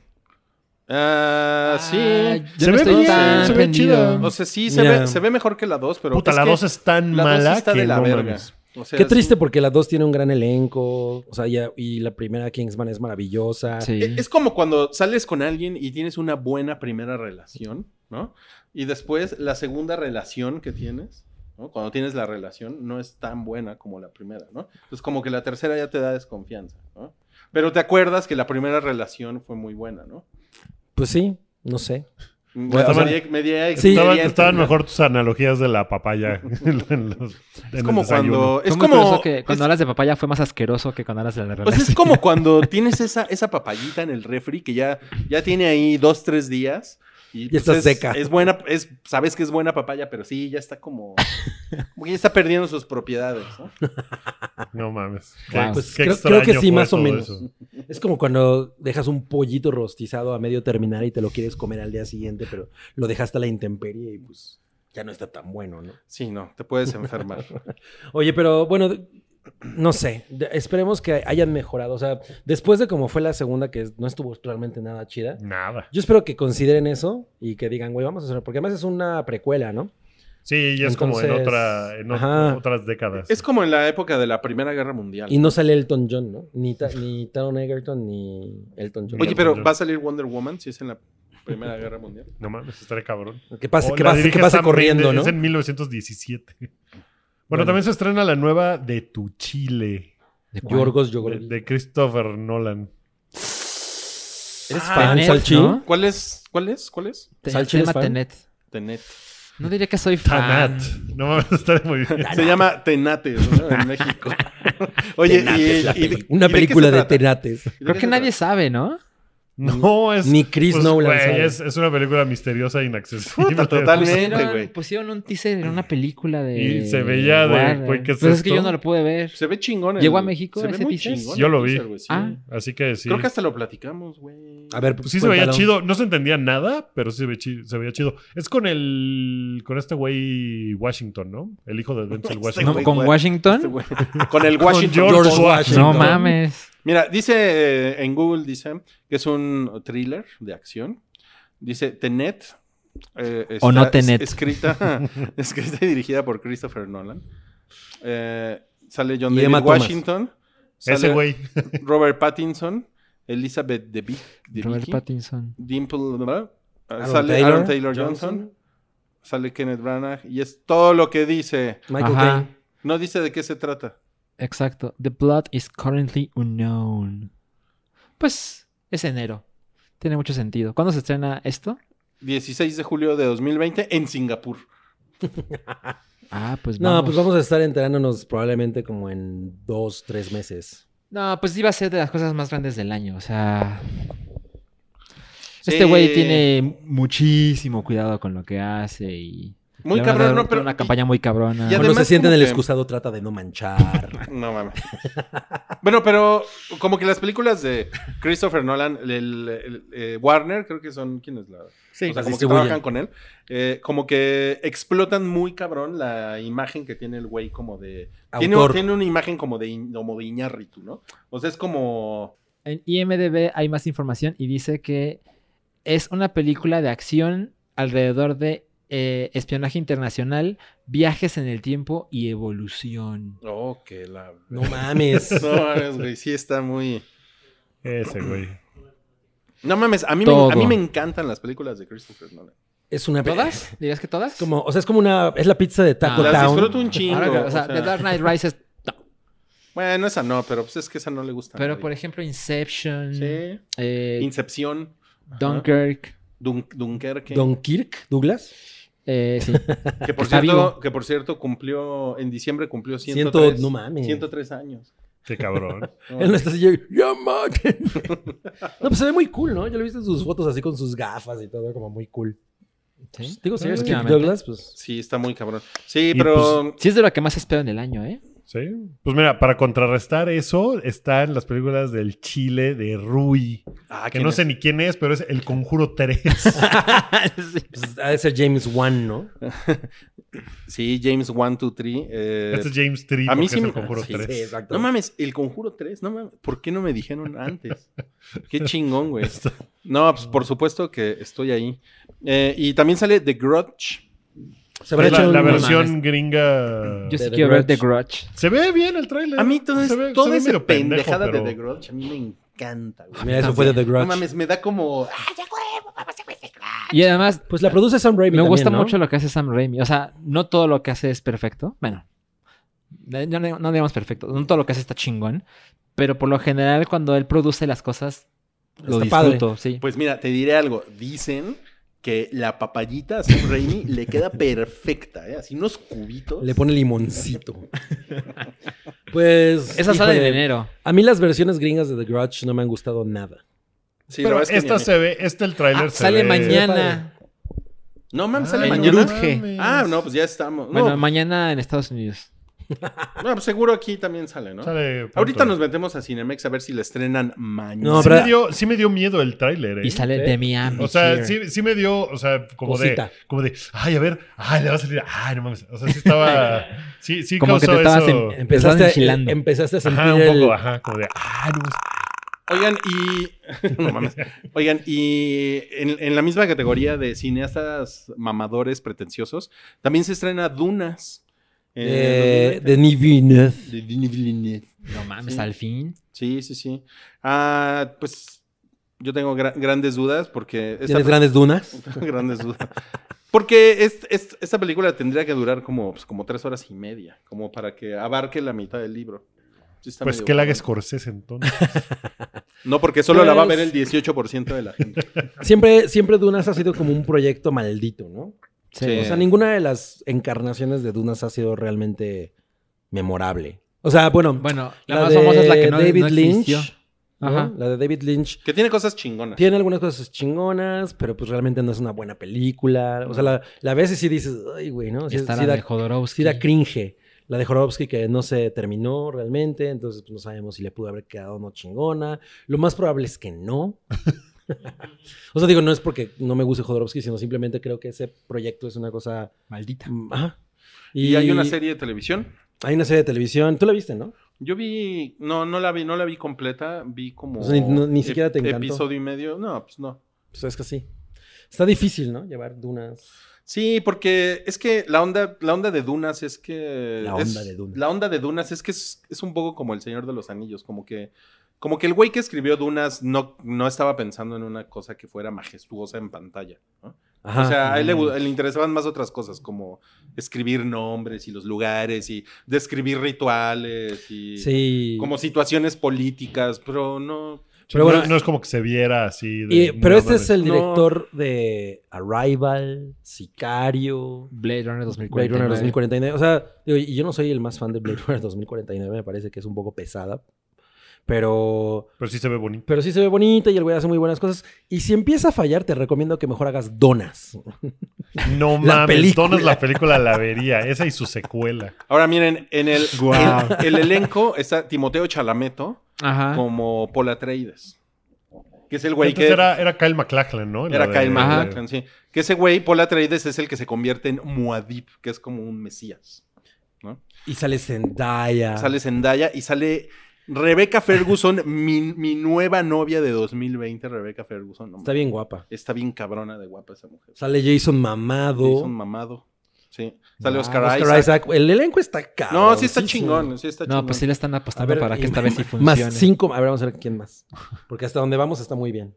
D: Ah, sí.
C: Ah,
B: Se
C: yo no
B: ve
C: estoy
B: bien,
C: tan
B: se ve
C: prendido.
B: chida.
D: O sea, sí, se,
E: Mira.
D: ve, se ve mejor que la 2, pero.
B: Puta,
D: es
B: la
D: que
B: 2 es tan
D: la dos
B: mala
D: está
B: que
D: de la
B: no
D: verga.
B: mames.
D: O sea,
E: Qué
D: sí.
E: triste porque las dos tienen un gran elenco. O sea, ya, y la primera Kingsman es maravillosa.
C: Sí.
D: E- Es como cuando sales con alguien y tienes una buena primera relación, ¿no? Y después la segunda relación que tienes, ¿no? Cuando tienes la relación, no es tan buena como la primera, ¿no? Entonces, como que la tercera ya te da desconfianza, ¿no? Pero te acuerdas que la primera relación fue muy buena, ¿no?
E: Pues sí, no sé.
D: Bueno,
B: estaban-
D: me di- me di a-
E: Sí.
D: me di a
B: Estaban, estaban
D: entender.
B: mejor tus analogías de la papaya. en- en los- en
D: Es
B: el
D: como
B: desayuno.
D: cuando. Es
C: Fue muy
D: como.
C: curioso que cuando
D: es-
C: hablas de papaya fue más asqueroso que cuando hablas de la
D: Pues
C: relación.
D: es como cuando tienes esa, esa papayita en el refri que ya, ya tiene ahí dos, tres días. Y, pues,
E: está
D: es,
E: seca.
D: Es buena, es, sabes que es buena papaya, pero sí, ya está como. como que ya está perdiendo sus propiedades. ¿no?
B: No mames.
C: Wow.
B: Qué-
E: Pues
B: qué
E: creo- creo que
B: extraño
E: sí,
B: fue
E: más o
B: todo
E: menos.
B: eso.
E: Es como cuando dejas un pollito rostizado a medio terminar y te lo quieres comer al día siguiente, pero lo dejaste a la intemperie y pues ya no está tan bueno, ¿no?
D: Sí, no, te puedes enfermar.
E: Oye, pero bueno, de- no sé. De- Esperemos que hayan mejorado. O sea, después de cómo fue la segunda, que no estuvo realmente nada chida,
B: Nada.
E: yo espero que consideren eso y que digan, güey, vamos a hacer. Porque además es una precuela, ¿no?
B: Sí, y es como en,
E: Entonces,
B: otra, en o-
E: ajá.
B: otras décadas.
D: es como en la época de la Primera Guerra Mundial.
E: Y no sale Elton John, ¿no? Ni, Ta- ni Taron Egerton ni Elton John.
D: Oye, pero ¿va a salir Wonder Woman si es en la Primera Guerra Mundial?
E: Ah,
B: No mames, estaré cabrón.
E: que pase,
B: O
E: que
B: la
E: pase, que
B: dirige
E: pase
B: Sam
E: corriendo,
B: Mendes,
E: ¿no?
B: Es en 1917. Bueno,
E: Bueno.
B: también se estrena la nueva de Tu Chile,
C: ¿De cuál?
E: Yorgos
B: de,
E: Yogorovich.
B: de Christopher Nolan.
C: Eres
D: Ah,
C: fan,
E: Salchi.
C: ¿no?
D: ¿Cuál es? ¿Cuál es? ¿Cuál es?
C: Te-
E: Salchi eres
C: tema
E: fan.
C: Tenet.
D: Tenet.
C: No diría que soy fan.
B: Tanat. No mames, estaré muy bien.
D: Se llama Tenates ¿no? en México. Oye,
E: Tenates,
D: y-
E: la
D: y-
E: peli-
D: y- ¿y
E: una
D: qué se
E: película de
D: trata?
E: Tenates.
D: ¿Y de
C: Creo
D: qué
C: que
D: se
C: nadie
D: trata?
C: sabe, ¿no?
B: No, es. pues,
E: Ni Chris Nolan
B: güey,
E: sabe.
B: es, es una película misteriosa e inaccesible.
D: Puta, totalmente.
C: Pusieron,
D: este güey.
C: pusieron un teaser en una película de.
B: Y se veía de,
C: Warner.
B: güey, ¿qué es
C: Pues es que
B: esto?
C: yo no lo pude ver.
D: Se ve chingón.
C: ¿Llegó a México
D: Se ve
C: ese
D: muy
C: teaser?
D: chingón
B: Yo
D: el
B: lo vi.
D: teaser, güey, sí.
C: Ah.
B: Así que sí.
D: Creo que hasta lo platicamos, güey.
E: A ver,
B: Pues sí se veía
E: cuéntalo.
B: chido, no se entendía nada, pero sí se, ve chi- se veía chido. Es con el con este güey Washington, ¿no? El hijo de Denzel
D: Este
B: Washington.
C: No,
D: güey, Este
C: ¿Con
D: güey.
C: Washington?
D: Con el
B: Con
D: Washington.
B: George
E: George
B: Washington.
E: Washington.
C: No mames.
D: Mira, dice eh, en Google, dice que es un thriller de acción. Dice Tenet. eh,
C: O no
D: está es-
C: Tenet.
D: Escrita, escrita y dirigida por Christopher Nolan. Eh, sale John
E: Y
D: David
E: Emma Thomas.
D: Washington.
B: Ese
D: sale
B: güey.
D: Robert Pattinson. Elizabeth Debicki.
C: Robert Pattinson.
D: Dimple. ¿verdad? Eh,
E: Aaron
D: sale
E: Taylor
D: Aaron Taylor Johnson.
E: Johnson.
D: Sale Kenneth Branagh. Y es todo lo que dice.
E: Michael
C: Ajá.
E: Caine.
D: No dice de qué se trata.
C: Exacto. The plot is currently unknown. Pues es enero. Tiene mucho sentido. ¿Cuándo se estrena esto?
D: 16 de julio de 2020 en Singapur.
C: Ah, pues
E: No,
C: vamos.
E: pues vamos a estar enterándonos probablemente como en dos, tres meses.
C: No, pues iba a ser de las cosas más grandes del año. O sea.
D: Sí.
C: Este güey tiene muchísimo cuidado con lo que hace y.
D: Muy
C: le van a
D: cabrón,
C: dar
D: no, pero.
C: Una campaña muy cabrona.
D: Y
E: Cuando
D: además
E: se sienten
D: como
E: el
D: que-
E: excusado trata de no manchar.
D: No mames. bueno, pero como que las películas de Christopher Nolan, el, el- eh, Warner, creo que son quienes la. o sea, como que
E: distribuyen.
D: trabajan con él. eh, como que explotan muy cabrón la imagen que tiene el güey como de. Tiene,
E: Autor.
D: tiene una imagen como de, Iñ- como de Iñárritu, ¿no? O sea, es como.
C: En IMDB hay más información y dice que es una película de acción alrededor de eh, espionaje internacional, viajes en el tiempo y evolución.
D: Oh, que la.
E: No mames.
D: No mames, güey. Sí está muy.
B: Ese güey.
D: No mames, a mí, me, a
C: Todo.
D: mí me encantan las películas de Christopher Nolan.
E: Es una pe-
C: ¿Todas? ¿Dirías que todas?
E: Como, o sea, es como una. Es la pizza de Taco
C: Ah,
D: Las
E: Town.
D: disfruto un chingo.
C: Ahora que- o sea,
D: o sea,
C: The Dark Knight Rises, no.
D: Bueno, esa no, pero pues es que esa no le gusta. a
C: Pero
D: nadie.
C: por ejemplo, Inception,
D: Sí.
C: eh,
D: Incepción,
C: Dunkirk,
D: Dun- Dunkerque.
E: Don Kirk, Douglas.
C: eh, sí.
D: que, por
C: está
D: cierto,
C: vivo.
D: que por cierto cumplió, en diciembre cumplió
E: Ciento-
D: 103,
E: no mames.
D: 103 años.
B: Qué cabrón.
D: No,
E: Él no está así, yo, "Ya, maten". No, pues se ve muy cool, ¿no? Yo lo he visto en sus fotos así con sus gafas y todo, como muy cool.
C: Sí.
E: Digo, si eres Kirk
C: Últimamente.
E: Douglas, pues.
D: Sí, está muy cabrón. Sí,
B: Y,
D: pero
C: Sí es de lo que más espero en el año, ¿eh?
B: ¿Sí? Pues mira, para contrarrestar eso están las películas del Chile de Rui,
D: Ah,
B: que
D: ¿quién
B: no
D: es?
B: sé ni quién es, pero es El Conjuro 3.
C: Sí.
E: pues, ha de ser James Wan, ¿no?
D: Sí, James 1 2 3.
B: este es James Tree,
D: a
B: porque
D: mí sí
B: es
D: me-
B: El Conjuro
E: Sí,
B: 3.
E: sí, exacto.
D: No mames, el conjuro 3, no mames. ¿Por qué no me dijeron antes? Qué chingón, güey.
B: Está-
D: No, pues por supuesto que estoy ahí. Eh, y también sale The Grudge.
E: Se habrá
B: Es Pues la,
E: hecho
B: la
E: un-
B: versión
C: mames.
B: gringa.
C: Yo sí
E: The
C: quiero ver
E: Grudge.
C: The Grudge.
B: Se ve bien el tráiler.
D: A mí todo
B: todo
D: es- toda esa pendejada
B: pero...
D: de The Grudge, a mí me encanta, güey.
E: Mira, eso fue de The Grudge.
D: No mames, me da como. ah,
C: Y además,
E: Pues la produce Sam Raimi.
C: Me gusta
E: también, ¿no?
C: mucho lo que hace Sam Raimi. O sea, no todo lo que hace es perfecto. Bueno, no, no- no digamos perfecto. No todo lo que hace está chingón. Pero por lo general, cuando él produce las cosas, lo
E: Está padre.
C: disfruto, sí.
D: Pues mira, te diré algo. Dicen que la papayita a Sam Raimi le queda perfecta, ¿eh? Así unos cubitos.
E: Le pone limoncito. pues.
C: Esa sale en
E: híjole,
C: enero.
E: A mí las versiones gringas de The Grudge no me han gustado nada.
D: Sí,
B: pero
D: la verdad es que
B: esta
D: ni a mí.
B: se ve, este el tráiler
C: Ah,
B: se
C: sale
B: ve-
C: mañana.
D: No mames, sale
B: Ay, no
D: mañana.
C: Grudge.
B: mames.
D: Ah, no, pues ya estamos. No,
C: Bueno, mañana en Estados Unidos.
D: no, pues seguro aquí también sale, ¿no?
B: Sale pronto.
D: Ahorita nos metemos a Cinemex a ver si la estrenan mañana.
E: No,
B: Sí
E: pero-
B: me, dio, sí me dio miedo el tráiler, ¿eh?
C: Y sale
E: ¿Sí?
C: de Miami.
B: O sea,
C: Here.
B: sí, sí me dio, o sea, como
E: Cosita.
B: de, como de, ay, a ver, ay, le va a salir, ay, no mames. O sea, sí estaba, sí, sí
C: Como que
B: causó
C: te estabas
B: eso.
C: en-
E: Empezaste,
C: Estás vigilando.
E: a, empezaste a sentir
B: Ajá, un
E: el-
B: poco, ajá, como de, ay, no mames.
D: Oigan, y. no mames. Oigan, y en, en la misma categoría de cineastas mamadores pretenciosos, también se estrena Dunas.
E: eh,
D: Eh,
E: de Nivinez.
D: de Denis Villeneuve.
C: No mames,
D: Sí.
C: al fin.
D: Sí, sí, sí. Ah, pues yo tengo gra- grandes dudas porque. esta-
E: ¿Tienes grandes dunas?
D: Tengo grandes dudas. Porque es- es- esta película tendría que durar como, pues, como tres horas y media, como para que abarque la mitad del libro. Sí está
B: Pues
D: medio
B: que la haga
D: cabrón.
B: Scorsese entonces.
D: No, porque solo la va a ver el
E: Pues-
D: 18% de la gente.
E: Siempre, siempre Dunas ha sido como un proyecto maldito, ¿no?
D: Sí.
E: O sea, ninguna de las encarnaciones de Dunas ha sido realmente memorable. O sea, bueno,
C: Bueno, la, más famosa es la que no,
E: David
C: no
E: Lynch,
C: existió.
E: ¿no?
C: Ajá.
E: La de David Lynch
D: Que tiene cosas chingonas.
E: tiene algunas cosas chingonas, pero pues realmente no es una buena película. O sea, la, la ves y sí dices, ay, güey, ¿no?
C: Y
E: Sí,
C: está
E: sí
C: la
E: da-
C: de Jodorowsky.
E: sí da cringe. La de Jorowski que no se terminó realmente, entonces pues, no sabemos si le pudo haber quedado o no chingona. Lo más probable es que no. o sea, digo, no es porque no me guste Jodorowsky, sino simplemente creo que ese proyecto es una cosa...
C: Maldita.
E: mm, ajá.
D: Y, hay una serie de televisión.
E: Hay una serie de televisión. Tú la viste, ¿no?
D: Yo vi, no, no la vi, no la vi completa, vi como
E: O sea, ni- no- ni
D: ep-
E: siquiera te encantó.
D: episodio y medio, no, pues no.
E: Pues es que sí. Está difícil, ¿no? Llevar dunas.
D: Sí, porque es que la onda, la onda de Dunas es que.
E: La
D: es-
E: onda de Dunas.
D: La onda de Dunas es que es, es un poco como el Señor de los Anillos, como que. Como que el güey que escribió Dunas no, no estaba pensando en una cosa que fuera majestuosa en pantalla. ¿no?
E: Ajá.
D: o sea, a él le, gu- le interesaban más otras cosas, como escribir nombres y los lugares y describir rituales y
E: Sí.
D: como situaciones políticas, pero no.
B: Pero
E: Pero bueno,
B: no, no es como que se viera así. de-
E: Y- pero
B: no,
E: este
B: mames.
E: es el
D: No.
E: director de Arrival, Sicario,
C: Blade Runner 2049.
E: Blade Runner 2049. O sea, digo, y yo no soy el más fan de Blade Runner 2049, me parece que es un poco pesada. Pero,
B: Pero sí se ve bonito.
E: pero sí se ve bonita y el güey hace muy buenas cosas. Y si empieza a fallar, te recomiendo que mejor hagas donas.
B: No
E: La
B: mames,
E: película.
B: Donas la película la vería. Esa y su secuela.
D: Ahora miren, en el,
C: Guau.
D: el, el elenco está Timoteo Chalameto
C: Ajá.
D: como Paul Atreides. Que es el güey que
B: Entonces era, era Kyle MacLachlan, ¿no? La
D: Era
B: de-
D: Kyle
B: de-
D: MacLachlan, sí. Que ese güey, Paul Atreides, es el que se convierte en Muad'Dib, que es como un mesías.
E: Y sale Zendaya.
D: Sale Zendaya y sale Rebecca Ferguson, mi, mi nueva novia de 2020, Rebecca Ferguson. No,
E: Está bien guapa.
D: está bien cabrona de guapa esa mujer.
E: Sale Jason Mamado.
D: Jason mamado. Sí. Sale
E: Ah,
D: Oscar, Isaac.
E: El elenco está caro.
D: No, sí está chingón, sí está chingón.
C: No, pues sí le están
E: A
C: apostando
E: ver,
C: para que
E: y-
C: esta vez sí funcione.
E: Más cinco. A ver, vamos a ver quién más. Porque hasta donde vamos está muy bien.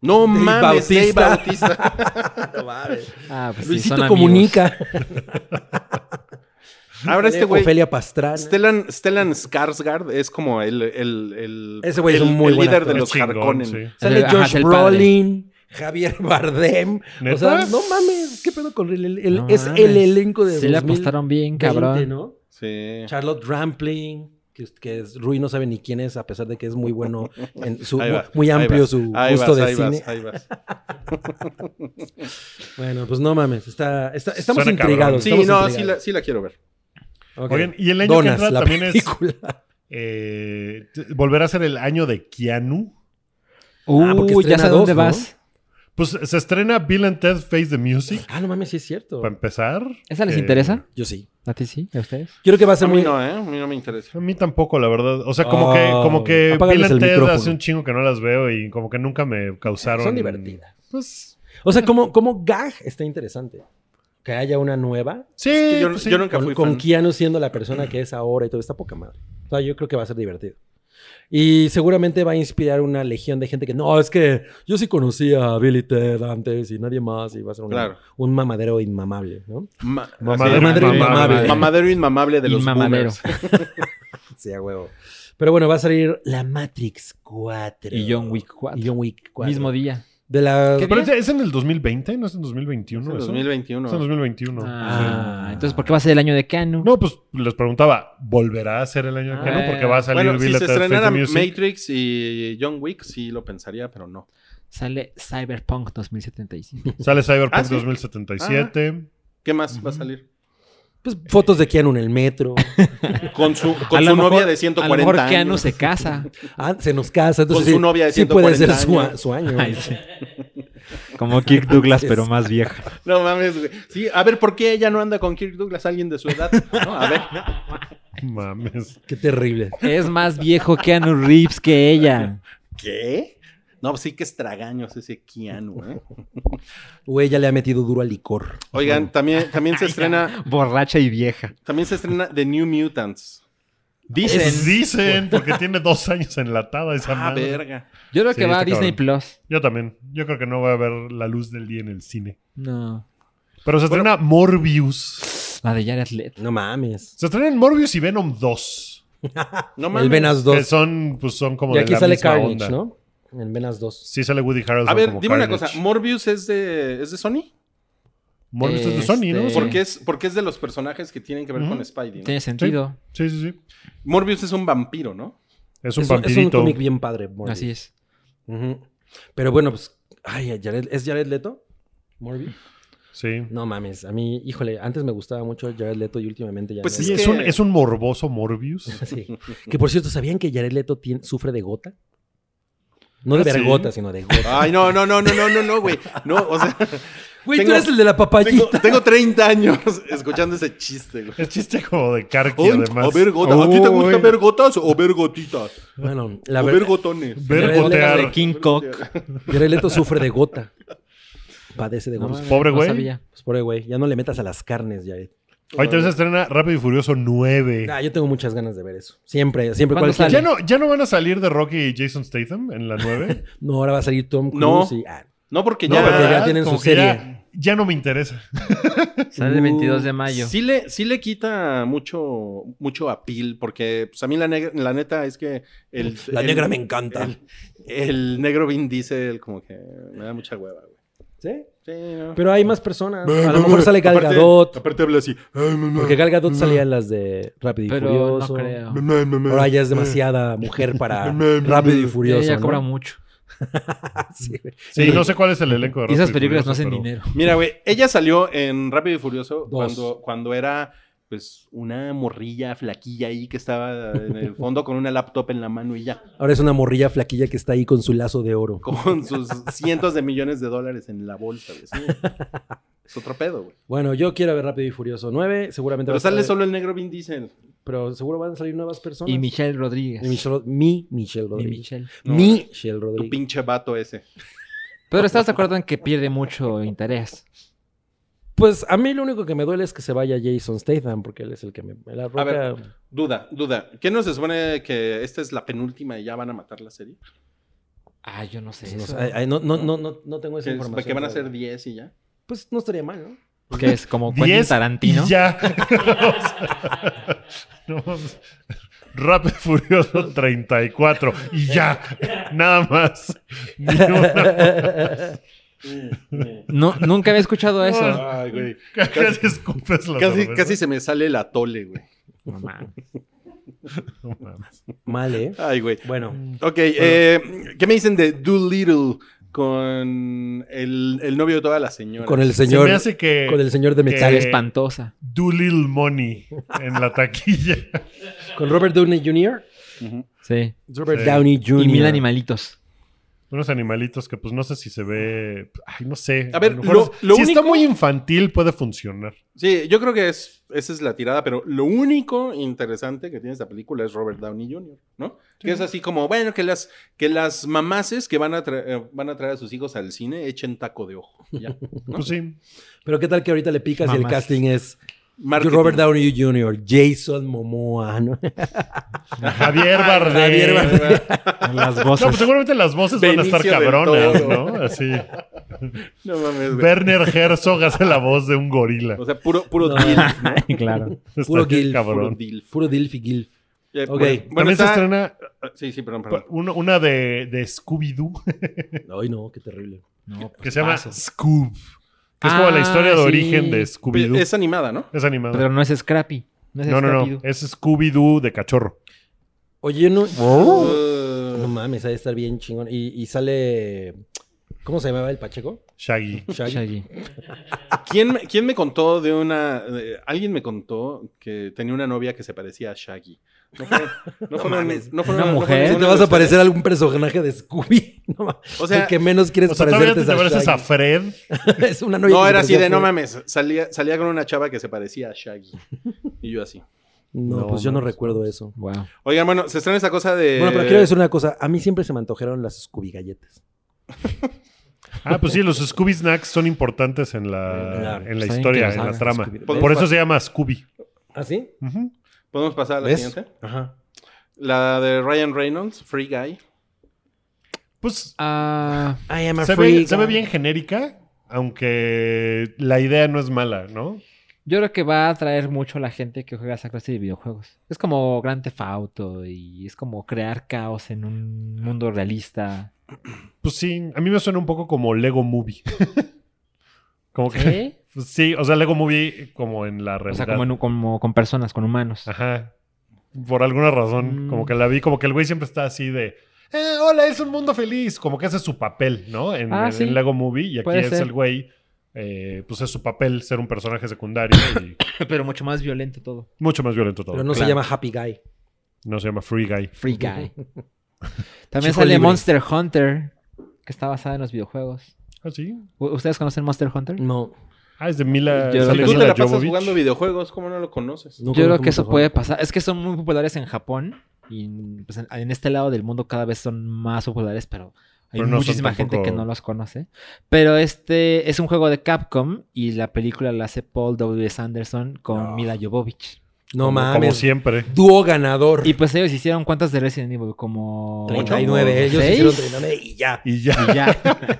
D: No
E: Dave
D: mames, Dave
E: Bautista.
D: Bautista.
C: Ah, pues sí,
E: Luisito
C: son
E: Comunica.
D: Ahora este güey.
E: Ofelia Pastrana.
D: Stellan, Stellan Skarsgård es como el, el, el,
E: Ese güey es
D: el-
E: un muy
D: el
E: buen
D: líder
E: actor.
D: de
B: Es
D: los
B: chingón,
D: Harkonnen.
B: sí.
E: Sale
C: Ajá, es
E: Josh
C: el padre.
E: Brolin, Javier Bardem. O
B: ¿Neta?
E: sea, no mames, ¿qué pedo con el, el- el-
C: No
E: Es
C: mames.
E: el elenco de
C: amigos. Sí le
E: 2020,
C: apostaron bien, cabrón.
E: ¿no?
D: Sí.
E: Charlotte Rampling, que, que es, Rui no sabe ni quién es, a pesar de que es muy bueno, en su,
D: Ahí
E: mu-
D: va,
E: muy
D: ahí
E: amplio
D: vas,
E: su
D: ahí
E: gusto
D: vas,
E: de
D: ahí vas,
E: cine.
D: ahí vas.
E: Bueno, pues no mames, está, está- estamos
B: Suena cabrón.
E: intrigados.
D: Sí,
E: estamos
D: no, sí la,
E: intrigados.
D: sí la quiero ver.
E: Ok.
B: Oigan, y el año
E: Donas,
B: que entra
E: la
B: también es.
E: película.
B: eh, t- volverá a ser el año de Keanu.
E: Ah, porque
C: Uh, ya
E: estrena
C: sé dónde
E: dos, ¿no?
C: vas.
B: Pues se estrena Bill and Ted Face the Music.
E: Ah, no mames, sí es cierto.
B: Para empezar.
C: ¿Esa les
B: Eh,
C: interesa?
E: Yo sí.
C: ¿A ti sí? ¿A ustedes?
E: Yo creo que va a ser
D: A mí
E: muy...
D: no, ¿eh? A mí no me interesa.
B: A mí tampoco, la verdad. O sea, como
E: Oh.
B: que, como que
E: Apágales
B: Bill and
E: el
B: Ted
E: micrófono.
B: hace un chingo que no las veo y como que nunca me causaron.
E: Son divertidas.
B: Pues.
E: O sea, como, como gag está interesante. Que haya una nueva.
B: Sí,
D: que yo-
B: pues sí.
D: yo nunca
E: Con,
D: fui
E: con
D: fan.
E: Keanu siendo la persona que es ahora y todo, está poca madre. O sea, yo creo que va a ser divertido. Y seguramente va a inspirar una legión de gente que no, es que yo sí conocía a Billy Ted antes y nadie más y va a ser una-
D: Claro.
E: un mamadero inmamable, ¿no?
D: Ma-
B: Mamadero
D: así,
E: Mamadero inmamable.
D: mamadero, mamadero inmamable de los
C: Inmamadero.
D: boomers.
E: Sí, a huevo. Pero bueno, va a salir La Matrix 4.
C: Y John Wick 4.
E: Y John Wick 4.
C: Mismo día.
E: De la...
C: ¿Qué
B: Pero es, es en el 2020, no es en 2021.
D: En
B: eso? Es en
D: 2021.
B: 2021.
C: Ah,
E: Sí.
C: entonces, ¿por qué va a ser el año de Canu?
B: No, pues les preguntaba, ¿volverá a ser el año de Keanu?
C: Ah.
B: Porque va a salir
D: Bueno, si
B: Bill
D: se
B: and Ted Face
D: estrenara
B: the Music.
D: Matrix y John Wick, sí lo pensaría, pero no.
C: Sale Cyberpunk 2075.
B: Sale Cyberpunk
D: Ah, sí.
B: 2077.
D: ¿Qué más va a salir?
E: Pues fotos de Keanu en el metro.
D: Con su, con
C: A lo
D: su
C: mejor-
D: novia de
C: A lo
D: 140
C: mejor Keanu
D: años.
C: se casa.
E: Ah, se nos casa. Entonces,
D: Con su
E: sí-
D: novia de
E: Sí puede ser
D: 140
E: su, a-
D: años.
E: su año.
C: Ay, sí. Como Kirk Douglas, pero más vieja.
D: No mames, güey. Sí, a ver, ¿por qué ella no anda con Kirk Douglas, alguien de su edad? No, a ver. Ah.
B: Mames.
E: Qué terrible.
C: Es más viejo Keanu Reeves que ella.
D: ¿Qué? No, pues sí que estragaños ese Keanu, ¿eh?
E: Güey, ya le ha metido duro al licor.
D: Oigan, también, también se estrena,
C: Borracha y vieja.
D: también se estrena The New Mutants.
C: Dicen.
B: Pues dicen, porque tiene dos años enlatada esa
D: Ah,
B: madre.
D: verga.
C: Yo creo que
B: Sí,
C: va a
B: está
C: Disney Plus.
B: Yo también. Yo creo que no va a ver la luz del día en el cine.
C: No.
B: Pero se estrena Morbius.
C: La de Jared Leto.
E: No mames.
B: Se estrenan Morbius y Venom 2.
D: No
E: el Venas
B: Que
E: 2.
B: son, pues son como
E: Y
B: de
E: aquí
B: la
E: sale
B: misma
E: Carnage,
B: onda.
E: ¿no? En Venas 2.
B: Sí sale Woody Harrelson
D: A ver,
B: como
D: dime una
B: Carnage.
D: cosa. ¿Morbius es de, es de Sony?
B: Morbius es de Sony, ¿no?
C: Este-
B: ¿Por
D: ¿Por
B: qué?
D: qué es, porque es de los personajes que tienen que ver
B: Ujú.
D: con Spidey. ¿no?
C: Tiene sentido.
B: Sí, sí, sí.
D: Morbius es un vampiro, ¿no?
B: Es un
E: es, es un
B: vampirito.
E: cómic bien padre. Morbius.
C: Así es.
E: Ujú. Pero bueno, pues. Ay, Jared- ¿es Jared Leto? Morbius.
B: sí.
E: No mames. A mí, híjole, antes me gustaba mucho Jared Leto y últimamente ya.
D: Pues
E: no.
B: Oye,
D: que-
B: es, un, es un morboso Morbius.
E: Sí. Que por cierto, ¿sabían que Jared Leto tiene- sufre de gota? No de
B: ¿Ah, sí?
E: vergota, sino de gota.
D: Ay, no, no, no, no, no, no, no, güey. No, o sea,
E: Güey, tú
D: Tengo-
E: eres el de la
D: tengo,
E: papayita.
D: tengo 30 años escuchando ese chiste, güey.
B: Es chiste como de Karki,
D: Ay,
B: además.
D: a ver, gota. ¿A ti te gusta
B: Uy,
D: ver gotas o ver gotitas?
E: Bueno, la
D: O ver
E: verdad,
D: gotones.
B: ver
E: Ver
B: gotear.
C: de King Cock.
E: Yareleto sufre de gota. Padece de
C: No,
E: gota.
C: mames,
B: pobre
C: no
B: güey.
C: sabía.
E: Pues pobre güey, ya no le metas a las carnes, ya.
B: Hoy también se estrena Rápido y Furioso 9.
E: Ah, yo tengo muchas ganas de ver eso. Siempre, siempre.
C: ¿Cuándo
E: cualquier-
B: ¿Ya
C: sale?
B: no, ¿Ya no van a salir de Rocky y Jason Statham en la 9?
E: No, ahora va a salir Tom Cruise
D: No.
E: y- ah,
D: No, porque
B: No,
D: ya.
E: porque ya
B: ¿verdad?
E: tienen
B: Como
E: su
B: que ya-
E: serie.
B: Ya, no me interesa.
C: Sale el 22 de mayo.
D: Uh, Sí le, sí le quita mucho, mucho apil, porque pues, a mí la, neg- la neta es que... El,
E: La
D: el-
E: negra me encanta.
D: El, el negro Vin Diesel como que me da mucha hueva, güey.
E: ¿Sí?
D: Sí, no.
E: Pero hay más personas. A lo mejor sale Gal
D: Aparte-
E: Gadot.
D: Aparte habla así.
E: Porque Gal Gadot salía en las de Rápido y
C: Pero no
E: Furioso.
C: creo.
E: Ahora ya es demasiada mujer para Rápido y
C: Ella
E: Furioso.
C: ya
E: ¿no?
C: cobra mucho.
E: Sí, güey.
B: Sí, no sé cuál es el elenco de
C: Y
B: Rápido
C: esas películas no
B: Furioso,
C: hacen
B: pero-
C: dinero.
D: Mira, güey, ella salió en Rápido y Furioso
E: Dos.
D: cuando, cuando era pues una morrilla flaquilla ahí que estaba en el fondo con una laptop en la mano y ya,
E: Ahora es una morrilla flaquilla que está ahí con su lazo de oro.
D: con sus cientos de millones de dólares en la bolsa, güey. Sí. Es otro pedo, güey.
E: Bueno, yo quiero ver Rápido y Furioso 9. Seguramente va
D: Pero
E: a
D: sale
E: salir-
D: solo el negro Vin Diesel.
E: Pero seguro van a salir nuevas personas.
C: Y Michelle Rodríguez.
E: Y Michelle- Mi Michelle
C: Y
E: Rodríguez.
C: Michelle.
D: No,
E: Mi Michelle
D: Tu
E: Rodríguez.
D: pinche vato ese.
C: Pero estás de acuerdo en que pierde mucho interés.
E: Pues a mí lo único que me duele es que se vaya Jason Statham, porque él es el que me. me La roca.
D: ver. Duda, duda. ¿Qué no se supone que esta es la penúltima y ya van a matar la serie?
C: Ah, yo no sé.
E: pues, no,
C: eso.
E: sé, ay, ay, no, no, no, no, no tengo esa
D: Que,
E: información.
D: que van a ser
E: pero-
D: 10 y ya.
E: Pues no estaría mal, ¿no?
C: Que es como Quentin
B: 10
C: Tarantino.
B: Y ya. O sea, no mames. Rápido y Furioso 34. Y ya. Nada más. Ni una-
C: No, nunca había escuchado eso.
D: Ay, güey.
B: Casi escupes la
D: Casi,
B: cerveza.
D: casi se me sale el atole, güey.
C: No mames.
B: No mames.
E: mal, ¿eh?
D: Ay, güey.
E: Bueno,
D: Ok, eh, ¿qué me dicen de Doolittle con el, el novio de todas las señoras?
E: con el
B: Se
E: señor.
B: me hace que
E: Con el señor de
B: que-
C: Sale
E: Metal.
C: espantosa.
B: Do Little Money en la taquilla.
E: Con Robert Downey Jr.
D: Ujú.
C: Sí.
E: Robert
B: Sí.
E: Downey Jr.
C: Y mil animalitos.
B: Unos animalitos que pues no sé si se ve... Ay, no sé.
D: A ver,
B: lo mejor
D: lo-
B: es-
D: lo
B: si está
D: único-
B: muy infantil puede funcionar.
D: Sí, yo creo que es, esa es la tirada, pero lo único interesante que tiene esta película es Robert Downey Jr., ¿no? Que es así como, bueno, que las, que las mamases que van a, tra- eh, van a traer a sus hijos al cine echen taco de ojo. Ya, ¿no?
B: Pues sí.
E: Pero qué tal que ahorita le picas y el
C: Mamás.
E: casting es
D: Marketing.
E: Robert Downey Jr., Jason Momoa, ¿no?
B: Javier Bardem.
E: Javier Bardem.
C: Las
B: No,
C: voces.
B: pues seguramente las voces van a estar
D: Benicio del
B: cabronas,
D: Toro.
B: ¿no? Así.
D: No mames, güey.
B: Werner Herzog hace la voz de un gorila.
D: O sea, puro, puro
E: No.
D: DILF, ¿no?
C: claro.
B: Está
E: puro
B: bien
E: Gil,
D: Puro
B: cabrón.
D: DILF.
E: Puro Dilf y Gilf.
D: Eh,
E: Ok.
D: bueno, bueno,
B: También se
D: está- Ah,
B: estrena
D: Sí, sí, perdón, perdón.
B: uno- una de, de Scooby-Doo
E: Ay, no, qué terrible.
C: No,
B: que se
D: Ah,
B: llama
C: paso.
B: Scoob. Que es como la
C: Ah,
B: historia de
C: sí.
B: origen de Scooby-Doo. Es,
D: Es animada, ¿no?
B: animada.
C: Pero no es Scrappy. No es
B: no, no,
C: Scrappy.
B: no. Es Scooby-Doo de cachorro.
E: Oye, yo no.
D: Uh,
E: No mames, ha de estar bien chingón. Y, y sale. ¿Cómo se llamaba el Pacheco?
B: Shaggy.
E: Shaggy.
C: Shaggy.
D: ¿Quién, me- quién me contó de una... de- alguien me contó que tenía una novia que se parecía a Shaggy. No fueron... No, fueron- no fueron-
C: ¿Una
D: Eh, no
C: mujer?
D: fueron-
E: ¿Te vas a parecer a algún personaje de Scooby? No mames.
D: O sea-
E: el que menos quieres
B: O sea, todavía
E: parecerte
B: te
E: es a
B: pareces a
E: Shaggy.
B: Fred.
E: es una novia
D: No,
E: que
D: era
E: se
D: así de,
E: parecía a
D: no
E: Fred.
D: mames, salía, salía con una chava que se parecía a Shaggy. Y yo así.
E: No,
B: No
E: pues yo no
B: mames.
E: recuerdo eso.
C: Wow.
D: Oigan, bueno, se estrena esa cosa de...
E: Bueno, pero quiero decir una cosa. A mí siempre se me antojaron las Scooby galletas.
B: Ah, pues sí, los Scooby Snacks son importantes en la,
E: Claro,
B: en la
C: saben que
B: historia,
C: los
B: en la
C: hagan,
B: trama.
C: Ah, Scooby.
B: Por eso se llama Scooby.
E: ¿Ah, sí?
B: Ujú.
D: ¿Podemos pasar a la
E: ¿Ves?
D: siguiente?
E: Ajá.
D: La de Ryan Reynolds, Free Guy.
B: Pues
C: Ah,
E: I am a
B: se
E: free
B: ve, se ve
E: guy.
B: bien genérica, aunque la idea no es mala, ¿no?
C: yo creo que va a atraer mucho a la gente que juega esa clase de videojuegos. Es como Grand Theft Auto y es como crear caos en un mundo realista.
B: Pues sí, a mí me suena un poco como Lego Movie. como que.
C: ¿Sí?
B: pues sí, o sea, Lego Movie como en la
C: O
B: realidad.
C: sea, como, en un- como con personas, con humanos.
B: Ajá. Por alguna razón,
C: Mm.
B: como que la vi, como que el güey siempre está así de. "Eh, hola, es un mundo feliz. Como que ese es su papel, ¿no? En,
C: Ah,
B: en-
C: sí.
B: en Lego Movie. Y aquí
C: Puede
B: es
C: ser.
B: el güey. eh, pues es su papel ser un personaje secundario y
C: Pero mucho más violento todo.
B: mucho más violento todo.
E: Pero no se
C: Claro.
E: llama Happy Guy.
B: No se llama Free Guy.
C: Free Guy. También
B: Chico
C: sale
B: libre.
C: Monster Hunter, que está basada en los videojuegos.
B: ¿Ah, sí?
C: ¿U- ¿Ustedes conocen Monster Hunter?
E: No.
B: Ah, es de Mila.
C: Yo-
B: sale
D: Si tú
B: Mila
D: te la pasas
B: Jovovich.
D: jugando videojuegos, ¿cómo no lo conoces?
E: no
C: Yo creo
E: conozco
C: que eso
E: mucho
C: puede
E: Japón.
C: pasar. Es que son muy populares en Japón y pues, en, en este lado del mundo cada vez son más populares, pero hay
B: Pero no son
C: muchísima gente que
B: tampoco-
C: no los conoce. Pero este es un juego de Capcom y la película la hace Paul W.S. Anderson con
E: Ah.
C: Mila Jovovich.
E: No
B: Como- Como
E: mames.
B: siempre.
E: Dúo ganador.
C: Y pues ellos hicieron cuántas de Resident Evil, como
E: 39. Ellos
C: ¿Seis?
E: hicieron 39 y ya.
B: Y ya.
C: Y ya.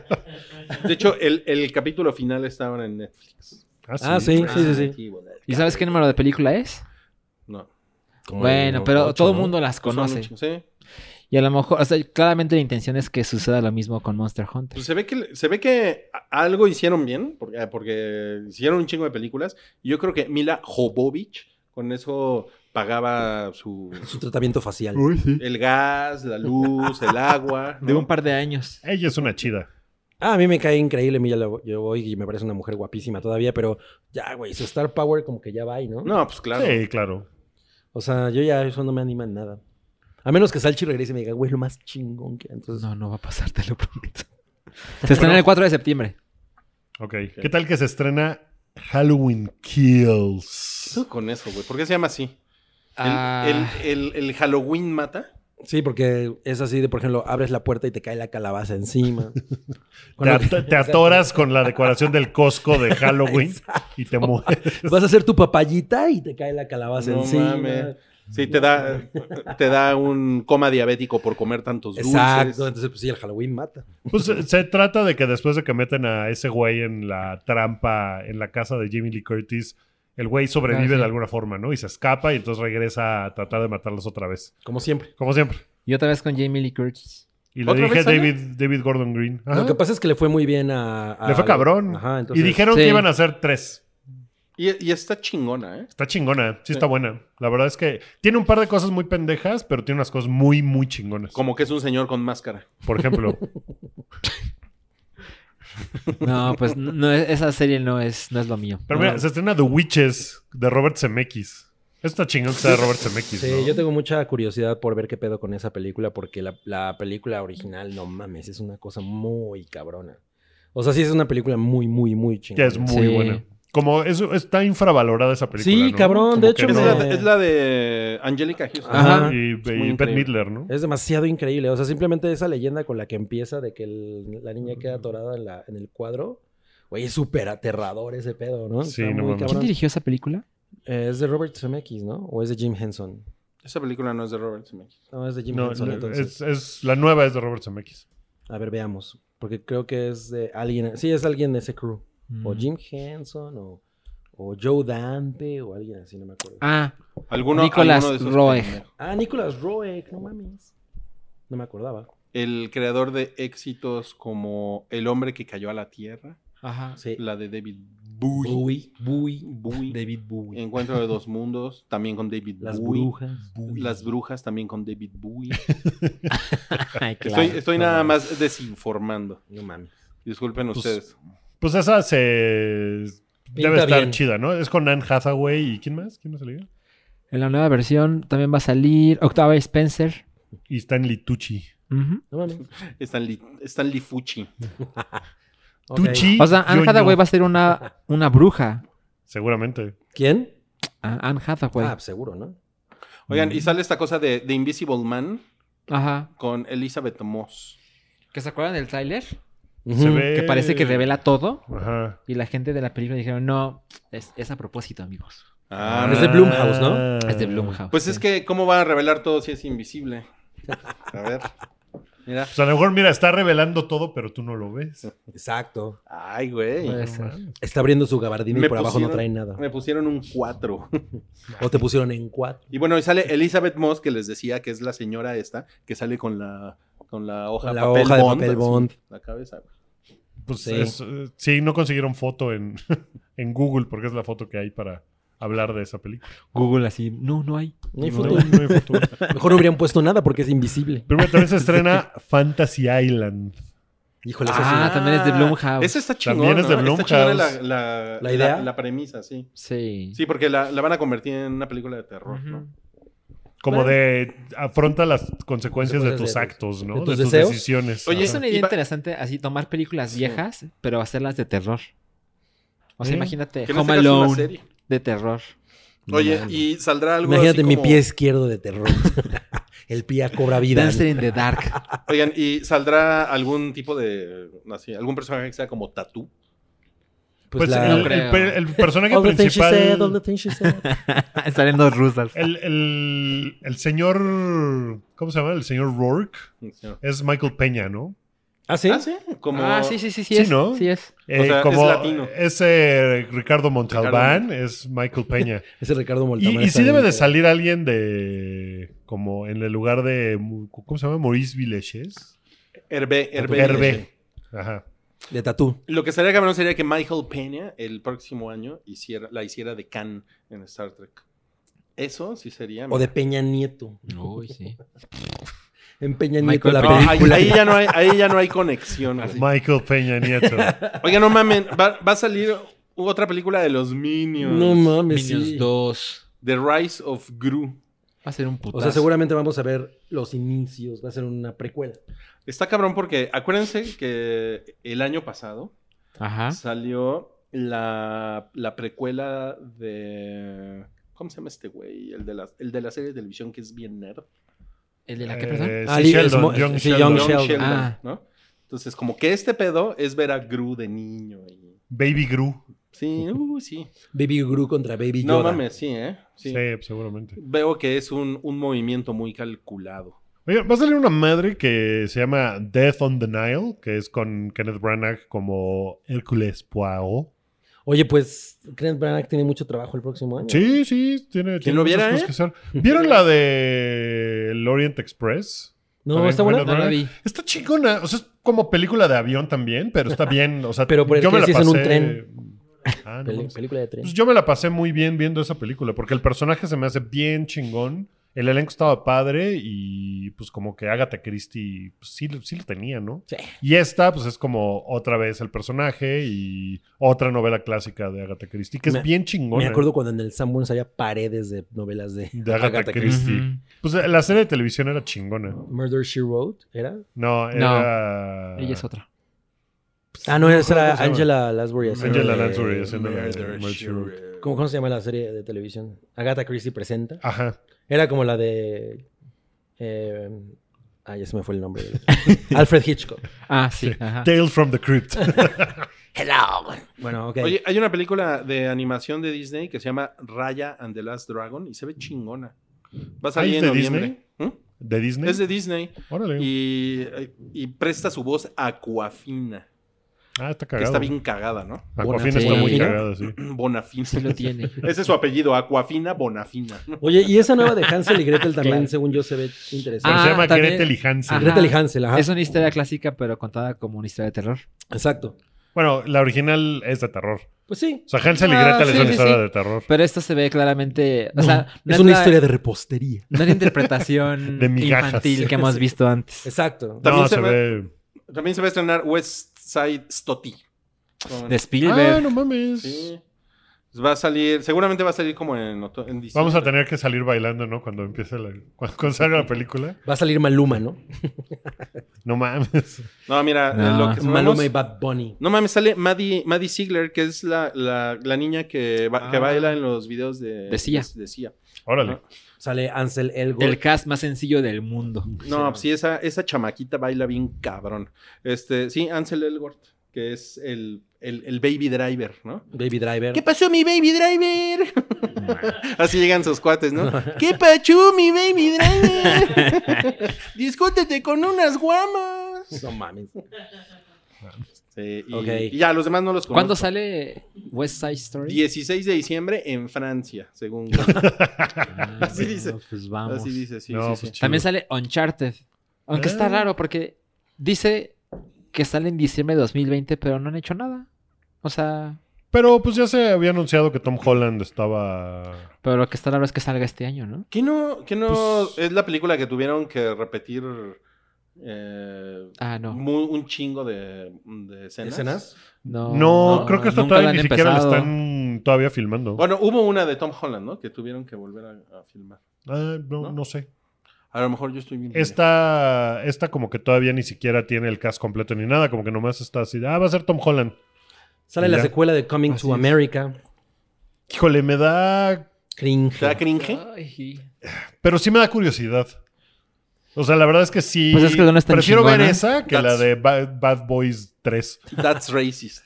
D: De hecho, el, el capítulo final estaba en Netflix.
E: Ah, sí, sí, sí, sí.
D: sí. bueno,
C: ¿Y sabes qué número de película es?
D: No.
C: Bueno, pero todo el mundo las
D: Pues Son
C: conoce.
D: muchos, ¿sí?
C: Y a lo mejor, o sea, claramente la intención es que suceda lo mismo con Monster Hunter.
D: Pues se ve que, se ve que a- algo hicieron bien, porque, ah, porque hicieron un chingo de películas. Y yo creo que Mila Jovovich con eso pagaba su,
E: Su tratamiento facial.
D: el gas, la luz, el agua.
C: De
D: ¿no?
C: un par de años.
B: Ella es una chida.
E: Ah, a mí me cae increíble. Mira, lo- yo voy y me parece una mujer guapísima todavía, pero ya, güey, su Star Power como que ya va ahí, ¿no?
D: No, pues claro.
B: Sí, claro.
E: O sea, yo ya eso no me anima en nada. A menos que Salchi regrese y me diga, güey, lo más chingón que entonces.
C: No, no va a pasar, te lo prometo. Se estrena el 4 de septiembre.
B: ok. ¿Qué tal que se estrena Halloween Kills?
D: Tú con eso, güey. ¿Por qué se llama así? ¿El,
C: Ah,
D: el- el- el Halloween mata?
E: Sí, porque es así de, por ejemplo, abres la puerta y te cae la calabaza encima. Con
B: Te,
E: lo que-
B: at- te atoras con la decoración del Costco de Halloween y te mueres.
E: Vas a hacer tu papayita y te cae la calabaza
D: No
E: encima.
D: mames. Sí, te da, te da un coma diabético por comer tantos dulces.
E: Exacto, entonces pues sí, el Halloween mata.
B: Pues se, se trata de que después de que meten a ese güey en la trampa en la casa de Jamie Lee Curtis, el güey sobrevive
C: Ah, sí.
B: de alguna forma, ¿no? Y se escapa y entonces regresa a tratar de matarlos otra vez.
E: Como siempre.
B: Como siempre.
C: y otra vez con Jamie Lee Curtis.
B: Y le
D: ¿Otra
B: dije
D: vez sale?
B: David, David Gordon Green. Ajá.
E: Lo que pasa es que le fue muy bien a. a-
B: Le fue cabrón.
E: Ah, Ajá, entonces.
B: y dijeron
C: Sí.
B: que iban a hacer tres.
D: Y, y está chingona, ¿eh?
B: Está chingona, sí
D: Sí.
B: está buena. La verdad es que tiene un par de cosas muy pendejas, pero tiene unas cosas muy, muy chingonas.
D: Como que es un señor con máscara.
B: Por ejemplo,
C: No, pues no, es- esa serie no es, no es lo mío.
B: pero mira,
C: No.
B: se estrena The Witches de Robert Zemeckis. Está chingón que sea de Robert Zemeckis.
E: Sí,
B: ¿no?
E: yo tengo mucha curiosidad por ver qué pedo con esa película, porque la, la película original, no mames, es una cosa muy cabrona. O sea, sí es una película muy, muy, muy
B: Ya
E: chingona.
B: es muy
C: Sí.
B: buena. Como es- está infravalorada esa película.
E: Sí,
B: ¿no?
E: cabrón,
B: Como
E: de
B: que
E: hecho,
D: Es
B: no. Ah,
E: me-
D: la, es la de Angelica Houston.
E: Ajá.
B: Y,
D: muy
B: y Bette
D: increíble.
B: Midler, ¿no?
E: Es demasiado increíble. O sea, simplemente esa leyenda con la que empieza de que el- la niña queda atorada en, la- en el cuadro. Güey, es súper aterrador ese pedo, ¿no?
B: Sí,
E: Está
B: no
E: muy
B: mames.
C: ¿Quién
E: cabrón.
C: dirigió esa película?
E: Eh, es de Robert Zemeckis, ¿no? ¿O es de Jim Henson?
D: Esa película no es de Robert Zemeckis.
E: No, es de Jim
B: No,
E: Henson,
B: la- es,
E: entonces.
B: es- la nueva es de Robert Zemeckis.
E: A ver, veamos. Porque creo que es de alguien. Sí, es alguien de ese crew. O
C: Mm.
E: Jim Henson, o, o Joe Dante, o alguien así, no me acuerdo. Ah,
C: Ah,
D: Alguno,
C: Nicolas
D: alguno de esos
C: Roeg.
D: pendejos.
E: Nicholas Roeg, no mames. No me acordaba.
D: El creador de éxitos como El hombre que cayó a la tierra.
C: ajá.
E: Sí.
D: La de David Bowie.
E: Bowie.
D: Bowie.
E: David Bowie.
D: Encuentro de dos mundos. También con David
E: Las
D: Bowie.
E: brujas.
D: Las brujas también con David Bowie.
C: Ay, claro.
D: Estoy, estoy nada más desinformando.
E: No mames.
D: Disculpen
B: Pues,
D: ustedes.
B: Pues esa se.
E: Pinta
B: debe estar
E: bien.
B: chida, ¿no? Es con Anne Hathaway y ¿quién más? ¿Quién más salió?
C: En la nueva versión también va a salir Octava Spencer.
B: Y Stanley Tucci.
C: Ujú.
E: No mames.
D: Stanley, Stanley Fucci.
E: Ok.
B: Tucci.
C: O sea, Anne
B: Johnny-
C: Hathaway va a ser una, una bruja.
B: Seguramente.
E: ¿Quién?
C: Ah, Anne Hathaway.
E: Ah, pues seguro, ¿no?
D: Oigan, y sale esta cosa de, de Invisible Man
C: Ajá.
D: con Elizabeth Moss.
C: ¿Que se acuerdan del tráiler?
B: Se
E: Ujú.
B: ve-
C: Que parece que revela todo.
B: Ajá.
C: Y la gente de la película dijeron, no, es, es a propósito, amigos.
D: Ah,
E: es de Blumhouse,
B: Ah.
E: ¿no?
C: Es de Blumhouse.
D: Pues es
C: sí.
D: que, ¿cómo van a revelar todo si es invisible? A ver. Mira.
B: Pues a lo mejor, mira, está revelando todo, pero tú no lo ves.
E: Exacto.
D: Ay, güey.
C: Puede ser.
E: Está abriendo su gabardina y
D: Me
E: por abajo no
D: pusieron-
E: trae nada.
D: Me pusieron un 4.
E: O te pusieron en cuatro.
D: Y bueno, y sale Elizabeth Moss, que les decía que es la señora esta, que sale con la, con la hoja,
E: Con
D: de
E: la hoja de papel
D: así,
E: bond.
D: La cabeza. güey.
B: Pues
E: Sí.
B: es, eh, sí, no consiguieron foto en, en Google, porque es la foto que hay para hablar de esa película.
C: Google así, no, no hay.
E: No hay
B: No,
E: foto.
B: no hay foto.
E: Mejor no hubieran puesto nada porque es invisible.
B: Pero mira, también se estrena Fantasy Island.
E: Híjole, eso
C: Ah,
E: sí.
C: también es de Blumhouse.
D: Esa está chingón,
B: También es de
D: ¿no? Está chingona
B: Blumhouse.
D: la, la,
E: ¿La idea?
D: La, premisa, sí.
C: Sí.
D: Sí, porque la, la van a convertir en una película de terror,
C: Ujú.
D: ¿no?
B: Como
E: Bueno.
B: de afronta las consecuencias de tus
E: Consecuencias de-
B: actos, ¿no?
E: de
B: De
E: tus
B: tus,
E: deseos.
B: decisiones.
D: Oye,
B: Ajá.
C: Es una idea
D: Y va-
C: interesante así tomar películas viejas, pero hacerlas de terror. O sea,
B: Sí.
C: imagínate
D: Que en
C: Home
D: este caso es una
C: Alone
D: serie.
C: de terror.
D: Oye, y saldrá algo
E: Imagínate
D: así
E: mi
D: como-
E: pie izquierdo de terror. El pie cobra vida.
C: Dancer in the Dark.
D: Oigan, ¿y saldrá algún tipo de... así, algún personaje que sea como tatú?
B: Pues,
E: la-
B: el,
C: No creo.
B: el per- el personaje
E: All the eh, things she said, all the
B: principal.
E: things she said.
C: Salen dos rusas.
B: El, el- el señor. ¿Cómo se llama? El señor Rourke. Es Michael Peña, ¿no?
E: ¿Ah, sí?
D: Ah, sí, como...
C: Ah, sí, sí, sí, sí,
B: Sí,
C: es,
B: ¿no?
C: sí es.
B: Eh,
D: sea, es
B: como
D: latino.
B: es, eh, Ricardo Montalbán, es Michael Peña.
E: Ese Ricardo
B: y,
E: Moltamar.
B: y
E: está
B: sí debe
E: bien,
B: de
E: pero-
B: salir alguien de. Como en el lugar de. Mu- ¿Cómo se llama? Maurice Villages.
D: Hervé, Hervé.
B: Hervé. Ajá.
E: De tatú.
D: Lo que sería cabrón sería que Michael Peña el próximo año hiciera, la hiciera de Khan en Star Trek. Eso sí sería...
E: O de Peña Nieto.
C: Uy, sí.
E: En Peña Nieto
C: Michael
E: la
D: No,
C: Peña.
E: película.
D: ahí, ahí ya no hay, ahí ya no hay conexión.
C: Ah,
D: güey.
B: Michael Peña Nieto.
D: Oiga, no mamen, va, va a salir otra película de los Minions.
E: No mames,
C: Minions
E: sí.
C: 2.
D: The Rise of Gru.
C: Va a ser un putazo.
E: O sea, seguramente vamos a ver los inicios. Va a ser una precuela.
D: Está cabrón porque acuérdense que el año pasado
E: Ah.
C: Ajá.
D: salió la, la precuela de. ¿Cómo se llama este güey? El de, la, el de la serie de televisión que es bien nerd.
C: ¿El de la qué, perdón?
B: Eh, sí,
E: Ah, Lee-
B: Sheldon,
E: es mo-
B: John
E: sí,
B: Sheldon.
E: Young Sheldon.
C: Ah.
D: ¿no? Entonces, como que este pedo es ver a Gru de niño. ahí.
B: Baby Gru.
D: Sí, uh, sí.
E: Baby Gru contra Baby Yoda.
D: No mames, sí, ¿eh? Sí.
B: Sí. seguramente.
D: Veo que es un, un movimiento muy calculado.
B: Oiga, va a salir una madre que se llama Death on the Nile, que es con Kenneth Branagh como Hércules Poirot.
E: Oye, pues, Kenneth Branagh tiene mucho trabajo el próximo año.
B: Sí, sí, tiene, tiene
D: lo
B: muchas
D: viera,
B: cosas
D: eh?
B: que hacer. ¿Vieron la de el Orient Express?
E: No,
B: También
E: está buena.
B: Kenneth
C: No la
B: Branagh.
C: vi.
B: Está chingona. O sea, es como película de avión también, pero está bien. O sea,
E: Pero por el
B: yo
E: que
B: me la
E: sí es
B: pasé...
E: en un tren.
B: Ah, no
E: Peli-
B: mames.
E: película de tren.
B: Pues yo me la pasé muy bien viendo esa película, porque el personaje se me hace bien chingón. El elenco estaba padre y pues como que Agatha Christie pues, sí, lo- sí lo tenía, ¿no?
E: Sí.
B: Y esta pues es como otra vez el personaje y otra novela clásica de Agatha Christie, que
E: Me-
B: es bien chingona.
E: Me acuerdo cuando en el Sanborns había paredes de novelas de,
B: De Agatha Christie.
C: Ujú.
B: Pues la serie de televisión era chingona.
E: Murder She Wrote, ¿era?
B: No, era...
C: Ella es otra.
E: Ah,
B: Pues, ¿cómo
E: no, esa era
B: se llama?
E: Angela Lansbury. haciendo
B: Angela
E: de-
D: eh,
B: Lansbury haciendo la de
D: Murder,
B: Murder,
D: she
B: She Wrote.
D: wrote.
E: ¿Cómo, cómo se llama la serie de televisión? Agatha Christie presenta.
B: Ajá.
E: Era como la de. Eh, ah, ya se me fue el nombre. del- Alfred Hitchcock.
C: Ah, sí. Ajá.
B: Tales from the Crypt.
E: Bueno, ok.
D: Oye, hay una película de animación de Disney que se llama Raya and the Last Dragon y se ve chingona. Va a salir
B: ¿Ah, es
D: en
B: de
D: noviembre. ¿Mm?
B: ¿De Disney?
D: Es de Disney
B: Órale.
D: y, y presta su voz a Aquafina,
B: Ah, está
D: que
B: cagado.
D: está bien cagada, ¿no?
B: Aquafina está muy
C: Bonafina.
B: cagada, sí.
D: Bonafina.
C: Sí lo tiene.
D: Ese es su apellido, Aquafina Bonafina.
E: Oye, y esa nueva de Hansel y Gretel también, según yo, se ve interesante.
B: Pero
C: Ah,
B: se llama
C: también-
B: Gretel y Hansel.
C: Ajá.
E: Gretel y Hansel, ajá.
C: Es una historia clásica, pero contada como una historia de terror.
E: Exacto.
B: Bueno, la original es de terror.
E: Pues sí.
B: O sea, Hansel y
C: Ah,
B: Gretel
C: sí,
B: es una
C: sí,
B: historia
C: sí.
B: de terror.
C: Pero esto se ve claramente. O sea, no
E: es una
C: la-
E: historia de repostería.
C: No es la interpretación
B: De migajas.
C: infantil que hemos visto antes.
E: Exacto.
D: También
B: no,
D: se
B: se ve... Ah,
D: También se va a estrenar West Side Stoty. Con-
C: De
B: Ah,
C: Spielberg.
B: no mames.
D: Sí. Pues Va a salir, seguramente va a salir como en, oto- en diciembre.
B: Vamos a tener que salir bailando, ¿no? Cuando empiece la... Cuando, cuando salga la película.
E: Va a salir Maluma, ¿no?
B: No mames.
D: No, mira,
C: No.
D: eh, lo que
E: Maluma y
D: sabemos-
E: Bad Bunny.
D: No mames, sale Maddie, Maddie Ziegler, que es la, la, la niña que, ba- que
C: Ah.
D: baila en los videos de,
C: De Sia.
D: de- de Sia.
B: Órale.
E: Sale Ansel Elgort.
C: El cast más sencillo del mundo.
D: No, sí, esa, esa chamaquita baila bien cabrón. Este, sí, Ansel Elgort, que es el, el, el baby driver, ¿no?
E: Baby Driver.
D: ¿Qué pasó, mi baby driver? Así llegan sus cuates, ¿no? ¿Qué pachú, mi baby driver? Discútete con unas guamas.
E: No mames.
D: Sí, y,
E: Ok.
D: y ya, los demás no los conozco.
C: ¿Cuándo sale West Side Story?
D: 16 de diciembre en Francia, según.
C: Ah,
D: Así
C: bueno,
D: dice.
C: Pues vamos.
D: Así dice, sí,
B: No,
D: sí,
B: pues
D: sí.
C: También
B: chido.
C: sale Uncharted. Aunque está
B: Ah.
C: raro porque dice que sale en diciembre de 2020, pero no han hecho nada. O sea,
B: Pero pues ya se había anunciado que Tom Holland estaba...
C: pero lo que está raro es que salga este año, ¿no?
D: ¿Qué no, qué no
B: Pues-
D: es la película que tuvieron que repetir eh,
C: Ah, no.
D: mu- un chingo de, de escenas.
E: ¿Escenas?
C: No,
B: No, creo que esta
C: nunca la
B: todavía
C: han
B: ni siquiera la
C: empezado.
B: están todavía filmando.
D: Bueno, hubo una de Tom Holland, ¿no? Que tuvieron que volver a, a filmar.
B: Ah, no,
D: ¿no?
B: ¿no? sé.
D: A lo mejor yo estoy bien.
B: Esta, esta como que todavía ni siquiera tiene el cast completo ni nada, como que nomás está así. de, Ah, va a ser Tom Holland.
E: Sale
B: Ya.
E: la secuela de Coming
C: Así es.
E: to America.
B: Híjole, me da...
E: Cringe.
D: ¿Te da cringe?
C: Ay,
B: Pero sí me da curiosidad. O sea, la verdad es que sí.
C: Pues es que no es tan
B: prefiero ver
C: chingona.
B: esa que la
D: That's-
B: de Bad, Bad Boys 3.
D: That's racist.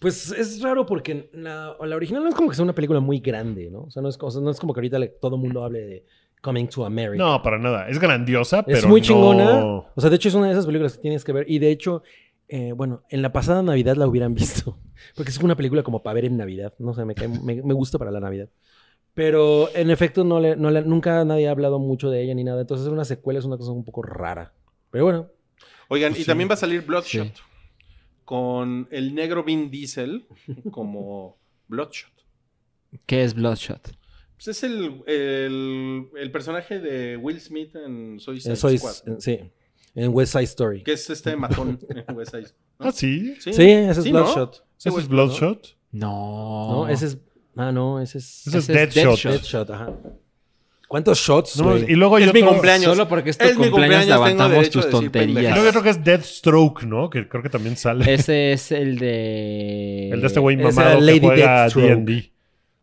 E: Pues es raro porque la, la original no es como que sea una película muy grande, ¿no? O sea, no es, como- o sea, no es como que ahorita le- todo el mundo hable de Coming to America.
B: No, para nada. Es grandiosa, pero
E: es muy
B: no-
E: chingona. O sea, de hecho es una de esas películas que tienes que ver. Y de hecho, eh, bueno, en la pasada Navidad la hubieran visto. Porque es una película como para ver en Navidad. No sé, me, cae- me- me gusta para la Navidad. Pero en efecto, no le, no le- nunca nadie ha hablado mucho de ella ni nada. Entonces, una secuela es una cosa un poco rara. Pero bueno,
D: Oigan,
B: Pues
D: y
B: sí.
D: también va a salir Bloodshot. Con el negro Vin Diesel como Bloodshot.
C: ¿Qué es Bloodshot?
D: Pues es el, el, el personaje de Will Smith en Soy
E: eh, soy.
D: Squad.
E: eh, sí, en West Side Story.
D: Que es este matón en West Side. ¿no?
B: Ah, sí.
D: Sí,
E: Sí, ese es
D: Sí, ¿no?
E: Bloodshot.
D: Sí,
B: ¿Ese
D: güey,
B: es Bloodshot?
C: No.
E: No, ese es. Ah, no, ese es.
B: Ese es
C: Ese es
B: Deadshot.
C: Deadshot.
E: Deadshot, ajá. ¿Cuántos shots?
B: No,
E: güey?
B: y luego hay
D: Es mi
B: otro-
D: cumpleaños.
C: Solo porque es tu
D: Es mi
C: cumpleaños,
D: cumpleaños,
C: te
D: tengo
C: aguantamos
D: derecho a
C: tus
D: decir
B: Y
C: tonterías.
B: luego yo creo que es Deathstroke, ¿no? Que creo que también sale.
C: Ese es el de.
B: el de este güey
E: esa
B: mamado que
E: Lady
B: juega a
E: Deathstroke.
B: D&D.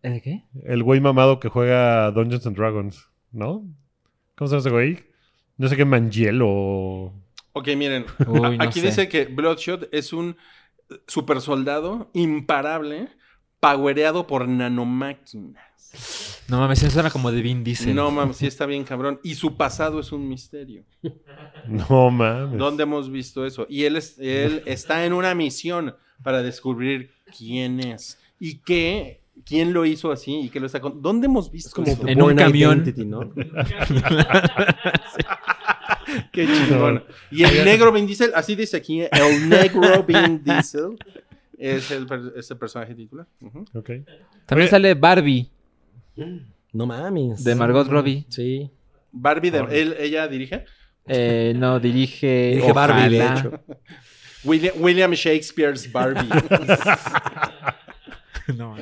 C: ¿El de qué?
B: El güey mamado que juega a Dungeons and Dragons, ¿no? ¿Cómo se llama ese güey? No sé qué Mangiel o...
D: Ok, miren.
C: Uy, no
D: Aquí
C: sé.
D: dice que Bloodshot es un super soldado imparable, powereado por nanomáquinas.
C: No mames, eso suena como de Vin Diesel.
D: No mames, sí está bien cabrón. Y su pasado es un misterio.
B: No mames.
D: ¿Dónde hemos visto eso? Y él, es- él está en una misión para descubrir quién es y qué, quién lo hizo así y qué lo está con... ¿Dónde hemos visto
E: Es como
D: eso?
E: tu
C: En un
E: Born
C: camión.
E: Identity, ¿no?
D: Qué chingón. Y el negro Vin Diesel, así dice aquí, ¿eh? el negro Vin Diesel es el, per- es el personaje titular. Ujú.
B: Ok.
C: También
B: Oye.
C: sale Barbie
E: No mames.
C: de Margot Robbie.
E: Sí.
D: Barbie, de-
B: Ahora.
D: él- ella dirige.
C: Eh, no, dirige.
E: Dije Barbie, de
C: Ojalá.
E: hecho.
D: William, William Shakespeare's Barbie.
B: Pues
C: No,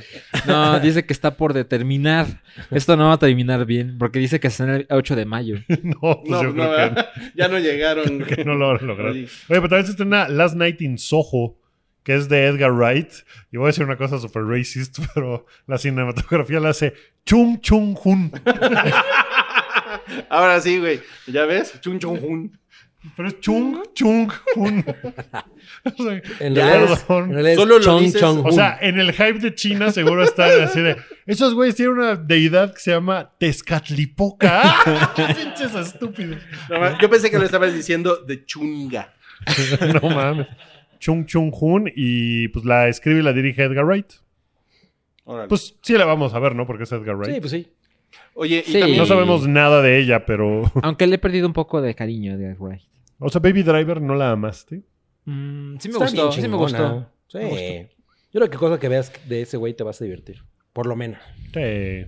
C: no, dice que está por determinar. Esto no va a terminar bien, porque dice que será el 8 de mayo.
B: No, pues
D: No,
B: yo
D: no,
B: creo que
D: ¿verdad? ya no llegaron.
B: que no lo van a lograr. Oye,
D: Sí.
B: pero también se estrena Last Night in Soho, que es de Edgar Wright. Y voy a decir una cosa súper racist, pero la cinematografía la hace Chung Chung Hun.
D: Ahora sí, güey. ¿Ya ves? Chun chun hun.
B: Pero es Chung Chung Hun. O sea,
E: En
B: Ya,
E: realidad, es,
B: perdón.
E: en realidad es
D: Solo lo
E: Chong
D: dices-
E: Chong
B: o sea, en el hype de China seguro está así de. Esos güeyes tienen una deidad que se llama Tezcatlipoca. Pinches estúpidos.
D: No, ma- yo pensé que lo estabas diciendo de chunga.
B: No mames. Chung Chung Hun. Y pues la escribe y la dirige Edgar Wright.
D: Órale.
B: Pues sí la vamos a ver, ¿no? Porque es Edgar
E: Hun.
B: Wright.
E: Sí, pues sí.
D: Oye, y
C: Sí.
D: también...
B: No sabemos nada de ella, pero.
C: Aunque le he perdido un poco de cariño de Wright.
B: O sea, Baby Driver no la amaste.
C: Mm, sí me
E: Está
C: gustó,
E: bien
C: sí me
E: chingona.
C: gustó.
E: Sí.
C: Me gustó.
E: Yo creo que cosa que veas de ese güey te vas a divertir. Por lo menos.
B: Sí.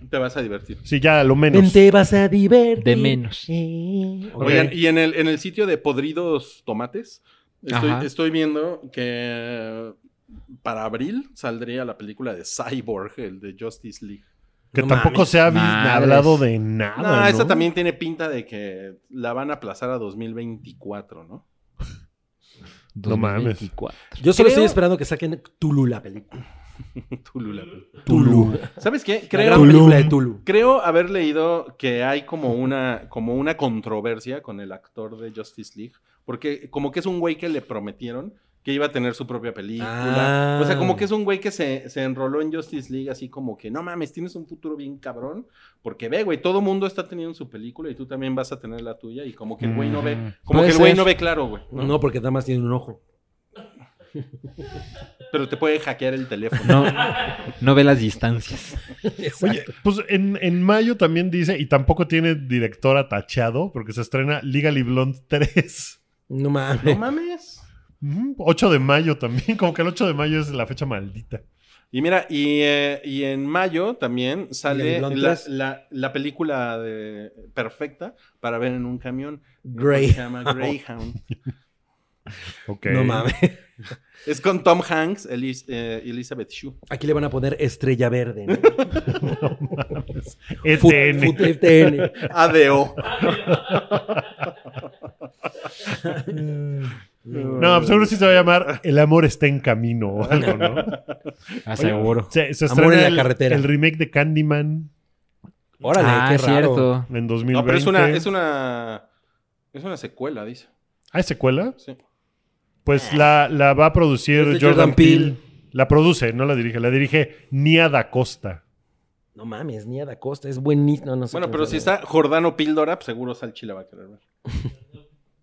D: Te vas a divertir.
B: Sí, ya lo menos.
E: vas a divertir.
C: De menos.
E: Eh.
B: Ok.
D: Oigan, y en el, en el sitio de Podridos Tomates, estoy,
C: Ajá.
D: estoy viendo que para abril saldría la película de Cyborg, el de Justice League.
B: Que
E: No
B: tampoco
E: mames.
B: se ha vi-
C: Madres.
B: hablado de
D: Ah,
B: nada. ¿no?
D: esa también tiene pinta de que la van a aplazar a 2024, ¿no?
B: No mames.
C: 2024.
E: Yo solo
D: Creo-
E: estoy esperando que saquen Tulu la película.
D: Tulula.
E: Tulu.
D: ¿Sabes qué?
E: La gran
D: Creo,
E: película de Tulu.
D: creo haber leído que hay como una, como una controversia con el actor de Justice League, porque como que es un güey que le prometieron que iba a tener su propia película.
E: Ah.
D: O sea, como que es un güey que se, se enroló en Justice League así como que, no mames, tienes un futuro bien cabrón, porque ve, güey, todo mundo está teniendo su película y tú también vas a tener la tuya y como que el güey no
B: Mm.
D: ve, como
E: Puede
D: que el güey
E: ser.
D: no ve claro, güey. ¿no?
E: No, porque nada más tiene un ojo.
D: Pero te puede hackear el teléfono.
C: No, no ve las distancias.
B: Oye, pues en, en mayo también dice, y tampoco tiene directora tachado, porque se estrena Legally Blonde 3.
E: No mames.
D: No mames.
B: Ujú, 8 de mayo también, como que el 8 de mayo es la fecha maldita.
D: Y mira, y, eh, y en mayo también
E: ¿Y
D: sale
E: el Blond
D: la,
E: tres?
D: la- la película de- perfecta para ver en un camión. eh,
E: Grey.
D: Se llama Greyhound.
B: Ok.
E: No mames.
D: es con Tom Hanks, Elis- eh, Elizabeth Shue.
E: Aquí le van a poner estrella verde. ¿no? Fut-
B: ETN.
E: fut- eh, FTN.
D: ADO.
B: No, pues, seguro sí se va a llamar El amor está en camino o algo, ¿no?
C: Ah, seguro.
B: Se, se
E: Amor
B: estrena
E: en la
B: el,
E: carretera.
B: el remake de Candyman
E: Órale,
C: ah,
E: qué
C: es
E: raro.
C: cierto.
B: en 2020.
D: No, pero es una, es una. Es una secuela, dice.
B: ¿Hay secuela?
D: Sí.
B: Pues
C: Eh.
B: la, la va a producir
E: Es de
B: Jordan,
E: Jordan
B: Peele.
E: Peele.
B: La produce, no la dirige. La dirige Nia Da Costa.
E: No mames, ni da Costa, es buenísimo. No, no sé
D: Bueno,
E: quién
D: pero
E: sea.
D: si está Jordano Píldora, pues seguro Salchi la va a querer ver.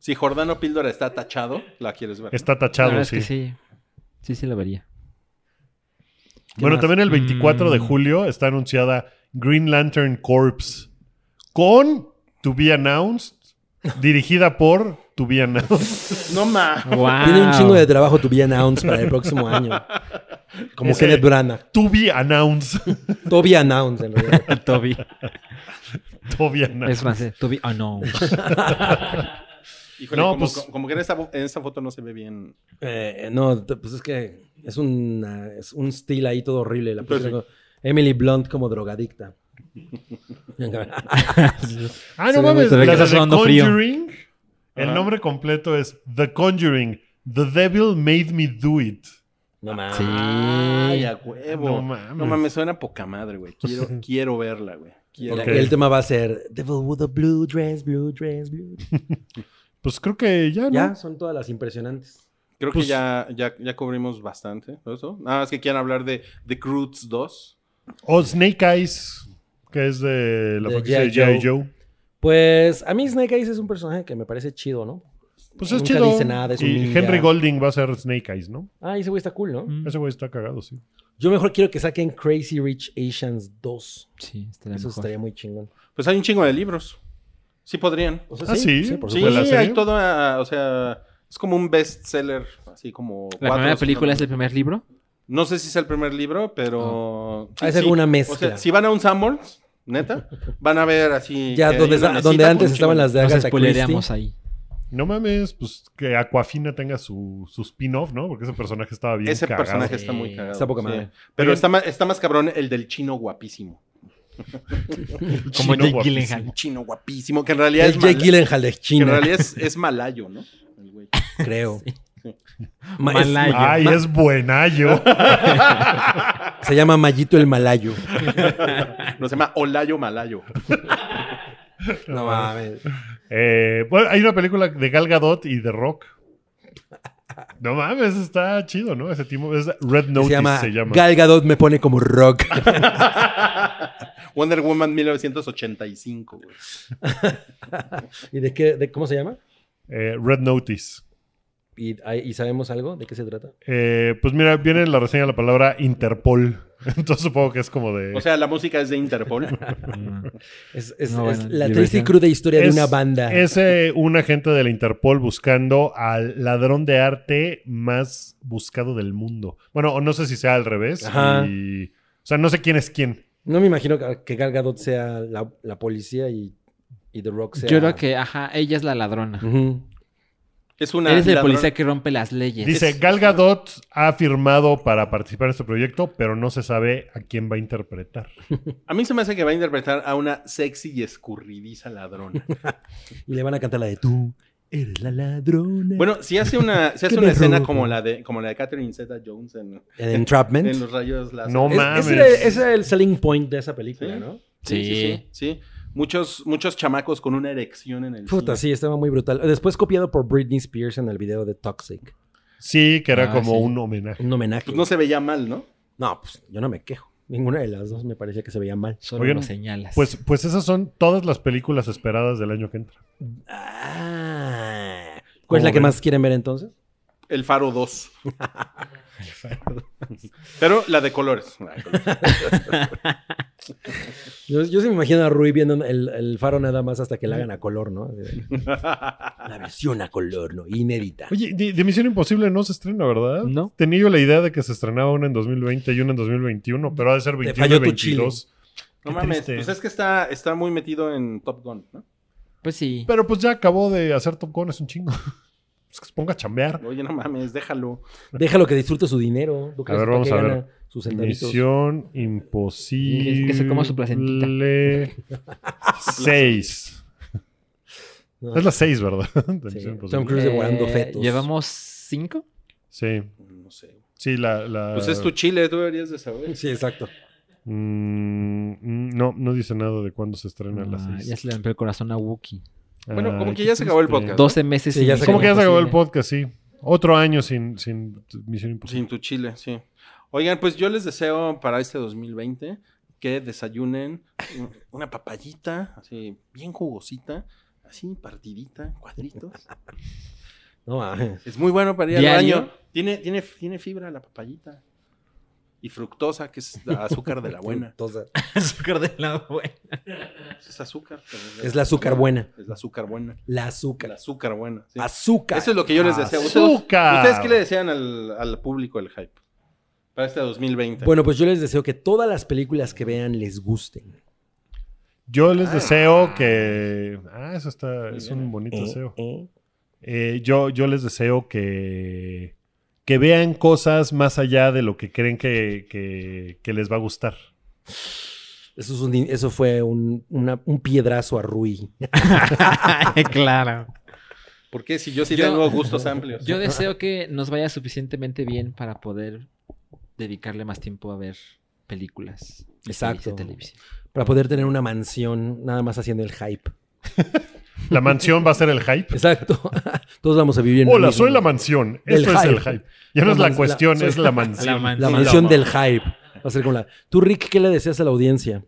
D: si Jordano Píldora está tachado, la quieres ver.
B: Está
C: La
B: tachado,
C: verdad es
B: sí.
C: que sí. Sí, sí lo vería.
B: Bueno,
E: más?
B: también el 24 de
C: Mm.
B: julio está anunciada Green Lantern Corps con To Be Announced, dirigida por To Be Announced.
D: No más.
C: Wow.
E: Tiene un chingo de trabajo tu Villa Announce para el próximo año. Como
B: Ese-
E: Kenneth Branagh.
B: To Be Announced.
E: Toby Announce, en realidad.
C: Toby.
B: To Be Announced.
C: Es francés. Toby. Ah, no.
D: Híjole,
B: No,
D: como,
B: pues-
D: como que en esta, en esta foto no se ve bien.
E: Eh, no, t- pues es que es, una- es un estilo ahí todo horrible. La
D: Pues sí.
E: pusieron- Emily Blunt como drogadicta.
B: Ah,
C: Se
B: no
C: ve-
B: mames.
C: se ve que
B: La de
C: está
B: The
C: sudando frío.
B: Conjuring. El
D: Ajá.
B: nombre completo es The Conjuring. The Devil Made Me Do It.
E: no mames.
C: Sí.
E: Ah,
D: Ay, a huevo.
B: No mames.
D: No mames, suena poca madre, güey. Quiero, quiero verla, güey. Quiero.
E: El,
B: Ok.
E: el tema va a ser Devil with a blue dress, blue dress, blue.
B: Pues creo que ya, ¿no?
E: Ya, son todas las impresionantes.
D: Creo
B: Pues-
D: que ya, ya, ya cubrimos bastante ¿no? eso. Nada más que quieran hablar de The Croods 2.
B: O Snake Eyes, que es de la
E: De
B: franquicia de
E: G.I.
B: G.I. Joe.
E: Pues a mí Snake Eyes es un personaje que me parece chido, ¿no?
B: Pues es
E: Nunca
B: chido.
E: dice nada, es un
B: y
E: ninja.
B: Henry Golding va a ser Snake Eyes, ¿no?
E: Ah, ese güey está cool,
C: Mm.
E: ¿no?
B: Ese güey está cagado, sí.
E: Yo mejor quiero que saquen Crazy Rich Asians 2.
C: Sí, estaría
E: Eso
C: mejor.
E: estaría muy chingón.
D: Pues hay un chingo de libros. Sí podrían.
E: O sea,
B: Ah, sí.
E: sí, por
D: Sí,
B: ¿De la serie?
D: hay todo, ah, o sea, es como un bestseller, así como...
C: La
D: cuatro o
C: primera
D: cinco
C: película
D: libros.
C: es el primer libro.
D: No sé si es el primer libro, pero...
E: Ah, es alguna mezcla.
D: O sea, si van a un Sanborns, neta, van a ver así...
E: Ya
D: que
E: donde,
D: hay una
E: sa-
D: mesita
E: donde
D: con
E: antes
D: un
E: estaban
D: chingo-
E: las de
C: Nos
E: Agatha Christie.
C: spoileríamos ahí.
B: No mames, pues que Aquafina tenga su, su spin-off, ¿no? Porque ese personaje estaba bien
D: Ese
B: cagado.
D: personaje
C: Sí.
D: está muy cagado.
E: Está poca
D: sí.
E: madre.
D: Pero
B: Oigan.
D: está más, está más cabrón el del chino guapísimo.
C: Como
B: Chino
C: Jake
B: guapísimo.
C: Gyllenhaal.
D: Chino guapísimo, que en realidad
E: El
D: es...
E: Jake
D: mala-
E: Gyllenhaal de
D: que en
E: China,
D: realidad es, es malayo, ¿no? El güey.
E: creo. Ma- es-
C: Malayo.
B: Ay, es buenayo.
E: se llama Mayito el Malayo.
D: No, se llama Olayo Malayo.
E: No mames.
B: Eh, bueno, hay una película de Gal Gadot y de Rock. No mames, está chido, ¿no? Ese tipo es Red Notice
E: Se llama,
B: se llama.
E: Gal Gadot me pone como rock.
D: Wonder Woman 1985, güey.
E: ¿Y de qué? De, ¿Cómo se llama?
B: Eh, Red Notice.
E: ¿Y, hay- ¿Y sabemos algo de qué se trata?
B: Eh, pues mira, viene en la reseña la palabra Interpol. Entonces supongo que es como de.
D: O sea, la música es de Interpol.
E: Mm. Es, es-
C: No,
E: es
C: bueno,
E: la
C: diversión.
E: triste y cruda historia de
B: Es-
E: una banda.
B: Es eh, un agente de la Interpol buscando al ladrón de arte más buscado del mundo. Bueno, o no sé si sea al revés.
E: Ajá.
B: y- o sea, no sé quién es quién.
E: No me imagino que- que Gal Gadot sea la, la policía y, y The Rock sea...
C: Yo creo que, ajá, ella es la ladrona.
E: Ujú.
D: Es una.
C: Eres el
D: ladrón-
C: policía que rompe las leyes.
B: Dice, Gal Gadot ha firmado para participar en este proyecto, pero no se sabe a quién va a interpretar.
D: A mí se me hace que va a interpretar a una sexy y escurridiza ladrona.
E: Y le van a cantar la de tú eres la ladrona.
D: Bueno, si hace una, si hace
E: Qué
D: una
E: me
D: escena
E: robo.
D: como la de, como la de Catherine Zeta Jones en,
E: En Entrapment.
D: en los rayos láser.
B: No
E: Es-
B: mames.
E: ese, era- ese era el selling point de esa película,
D: Sí.
E: ¿no?
D: Sí, sí, sí, sí. Muchos, muchos chamacos con una erección en el
E: Puta,
D: cine.
E: sí, estaba muy brutal. Después copiado por Britney Spears en el video de Toxic.
B: Sí, que era
C: Ah,
B: como
C: sí.
B: un homenaje.
E: Un homenaje.
D: Pues no se veía mal, ¿no?
E: No, pues yo no me quejo. Ninguna de las dos me parecía que se veía mal.
C: Solo
B: Oigan,
C: lo señalas.
B: Pues, pues esas son todas las películas esperadas del año que entra.
E: Ah.
B: ¿Cómo
E: ¿Cuál es la que
B: ven?
E: más quieren ver entonces?
D: El Faro 2. Pero la de colores. La de colores.
E: Yo, yo sí me imagino a Rui viendo el, el faro nada más hasta que la hagan a color, ¿no? La versión a color, ¿no? Inédita.
B: Oye, de, de Misión Imposible no se estrena, ¿verdad?
C: No.
B: Tenía yo la idea de que se estrenaba una en 2020 y una en 2021, pero ha de ser 21
E: falló
B: y
E: tu chile.
B: 22.
D: No
B: Qué
D: mames.
B: triste.
D: Pues es que está, está muy metido en Top Gun, ¿no?
C: Pues sí.
B: Pero pues ya acabó de hacer Top Gun, es un chingo. Pues que se ponga a chambear.
D: Oye, no mames, déjalo.
E: Déjalo que disfrute su dinero. ¿Tú crees?
B: ver,
E: ¿Para
B: vamos
E: qué
B: a ver.
E: gana Sus centavitos?
B: Misión Imposible.
C: Que se coma su placentita.
B: 6.
E: No.
B: Es la 6, ¿verdad? De
E: Sí.
B: Misión
E: Tom
B: Imposible.
E: Cruise devorando
C: Eh,
E: fetos.
C: Llevamos cinco.
B: Sí,
D: No sé.
B: sí, la. la-
D: Pues es tu chile, tú deberías de saber.
E: Ah. Sí, exacto.
B: Mm, mm, no, no dice nada de cuándo se estrena la Ah,
C: Ah,
B: 6.
C: ya se le rompió el corazón a Wookiee.
D: Bueno, como que ya se acabó el podcast.
C: 12 meses
E: Sí,
C: sin
E: ya se
C: Misión
B: Como que ya se acabó el
C: Imposible.
B: podcast, sí. Otro año sin, sin Misión
D: Sin
B: Imposible.
D: tu chile, sí. Oigan, pues yo les deseo para este 2020 que desayunen un- una papayita, así bien jugosita, así partidita, en cuadritos.
E: No, ah,
D: Es muy bueno para ir al
C: Diario.
D: baño. Tiene, tiene, tiene fibra la papayita. Y fructosa, que es la azúcar de la buena.
E: entonces,
C: Azúcar de la buena.
D: Es azúcar. pero
E: Es la azúcar buena.
D: Es la azúcar buena.
E: La
D: El
E: azúcar.
D: azúcar buena. sí.
E: Azúcar.
D: Eso es lo que yo les deseo. ¿Ustedes,
B: ¡Azúcar!
D: ¿ustedes qué le decían al, al público el hype? Para este 2020.
E: Bueno, pues yo les deseo que todas las películas que vean les gusten.
B: Yo les
D: Ah.
B: deseo que. Ah, eso está.
D: Muy
B: Es
D: bien,
B: un bonito deseo.
E: ¿Eh?
B: Eh, yo, yo les deseo que, que vean cosas más allá de lo que creen que, que- que les va a gustar.
E: Eso, es un- eso fue un, una- un piedrazo a Rui.
C: claro.
D: Porque si yo sí
C: Yo-
D: tengo gustos amplios.
C: Yo deseo que nos vaya suficientemente bien para poder dedicarle más tiempo a ver películas. y
E: Exacto.
C: series de televisión.
E: Para poder tener una mansión, nada más haciendo el hype.
B: La mansión va a ser el hype.
E: Exacto. Todos vamos a vivir en. lo
B: Hola,
E: mismo.
B: soy la mansión.
E: El
B: Esto es el
E: hype.
B: hype. Ya no
E: La
B: es la
E: mans-
B: cuestión,
E: la-
B: es la mansión.
E: La
D: Sí,
E: mansión
D: la-
E: del hype. Va a ser como la. Tú, Rick, ¿qué le deseas a la audiencia?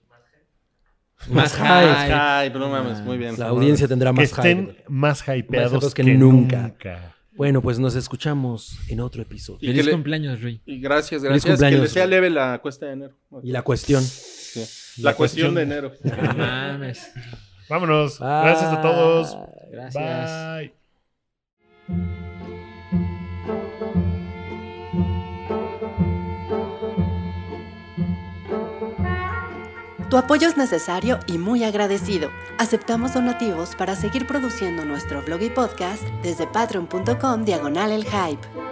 E: Más hype. Ah,
C: hype.
D: Ay, pero no mames, muy bien.
E: La audiencia tendrá
B: que
E: más
B: estén
E: hype.
B: más hypeados
E: hypeados
B: que,
E: que
B: nunca.
E: nunca. Bueno, pues nos escuchamos en otro episodio.
D: Y
C: Feliz
D: que le-
C: cumpleaños, Rui.
D: Y gracias,
E: Feliz
D: gracias. Que
E: cumpleaños.
D: le sea leve la cuesta de enero.
E: Y la cuestión.
D: Sí. La, cuestión, de enero.
C: No mames.
B: Vámonos. Gracias a todos.
C: Bye. Gracias.
B: Bye.
A: Tu apoyo es necesario y muy agradecido. Aceptamos donativos para seguir produciendo nuestro blog y podcast desde patreon.com diagonal el hype.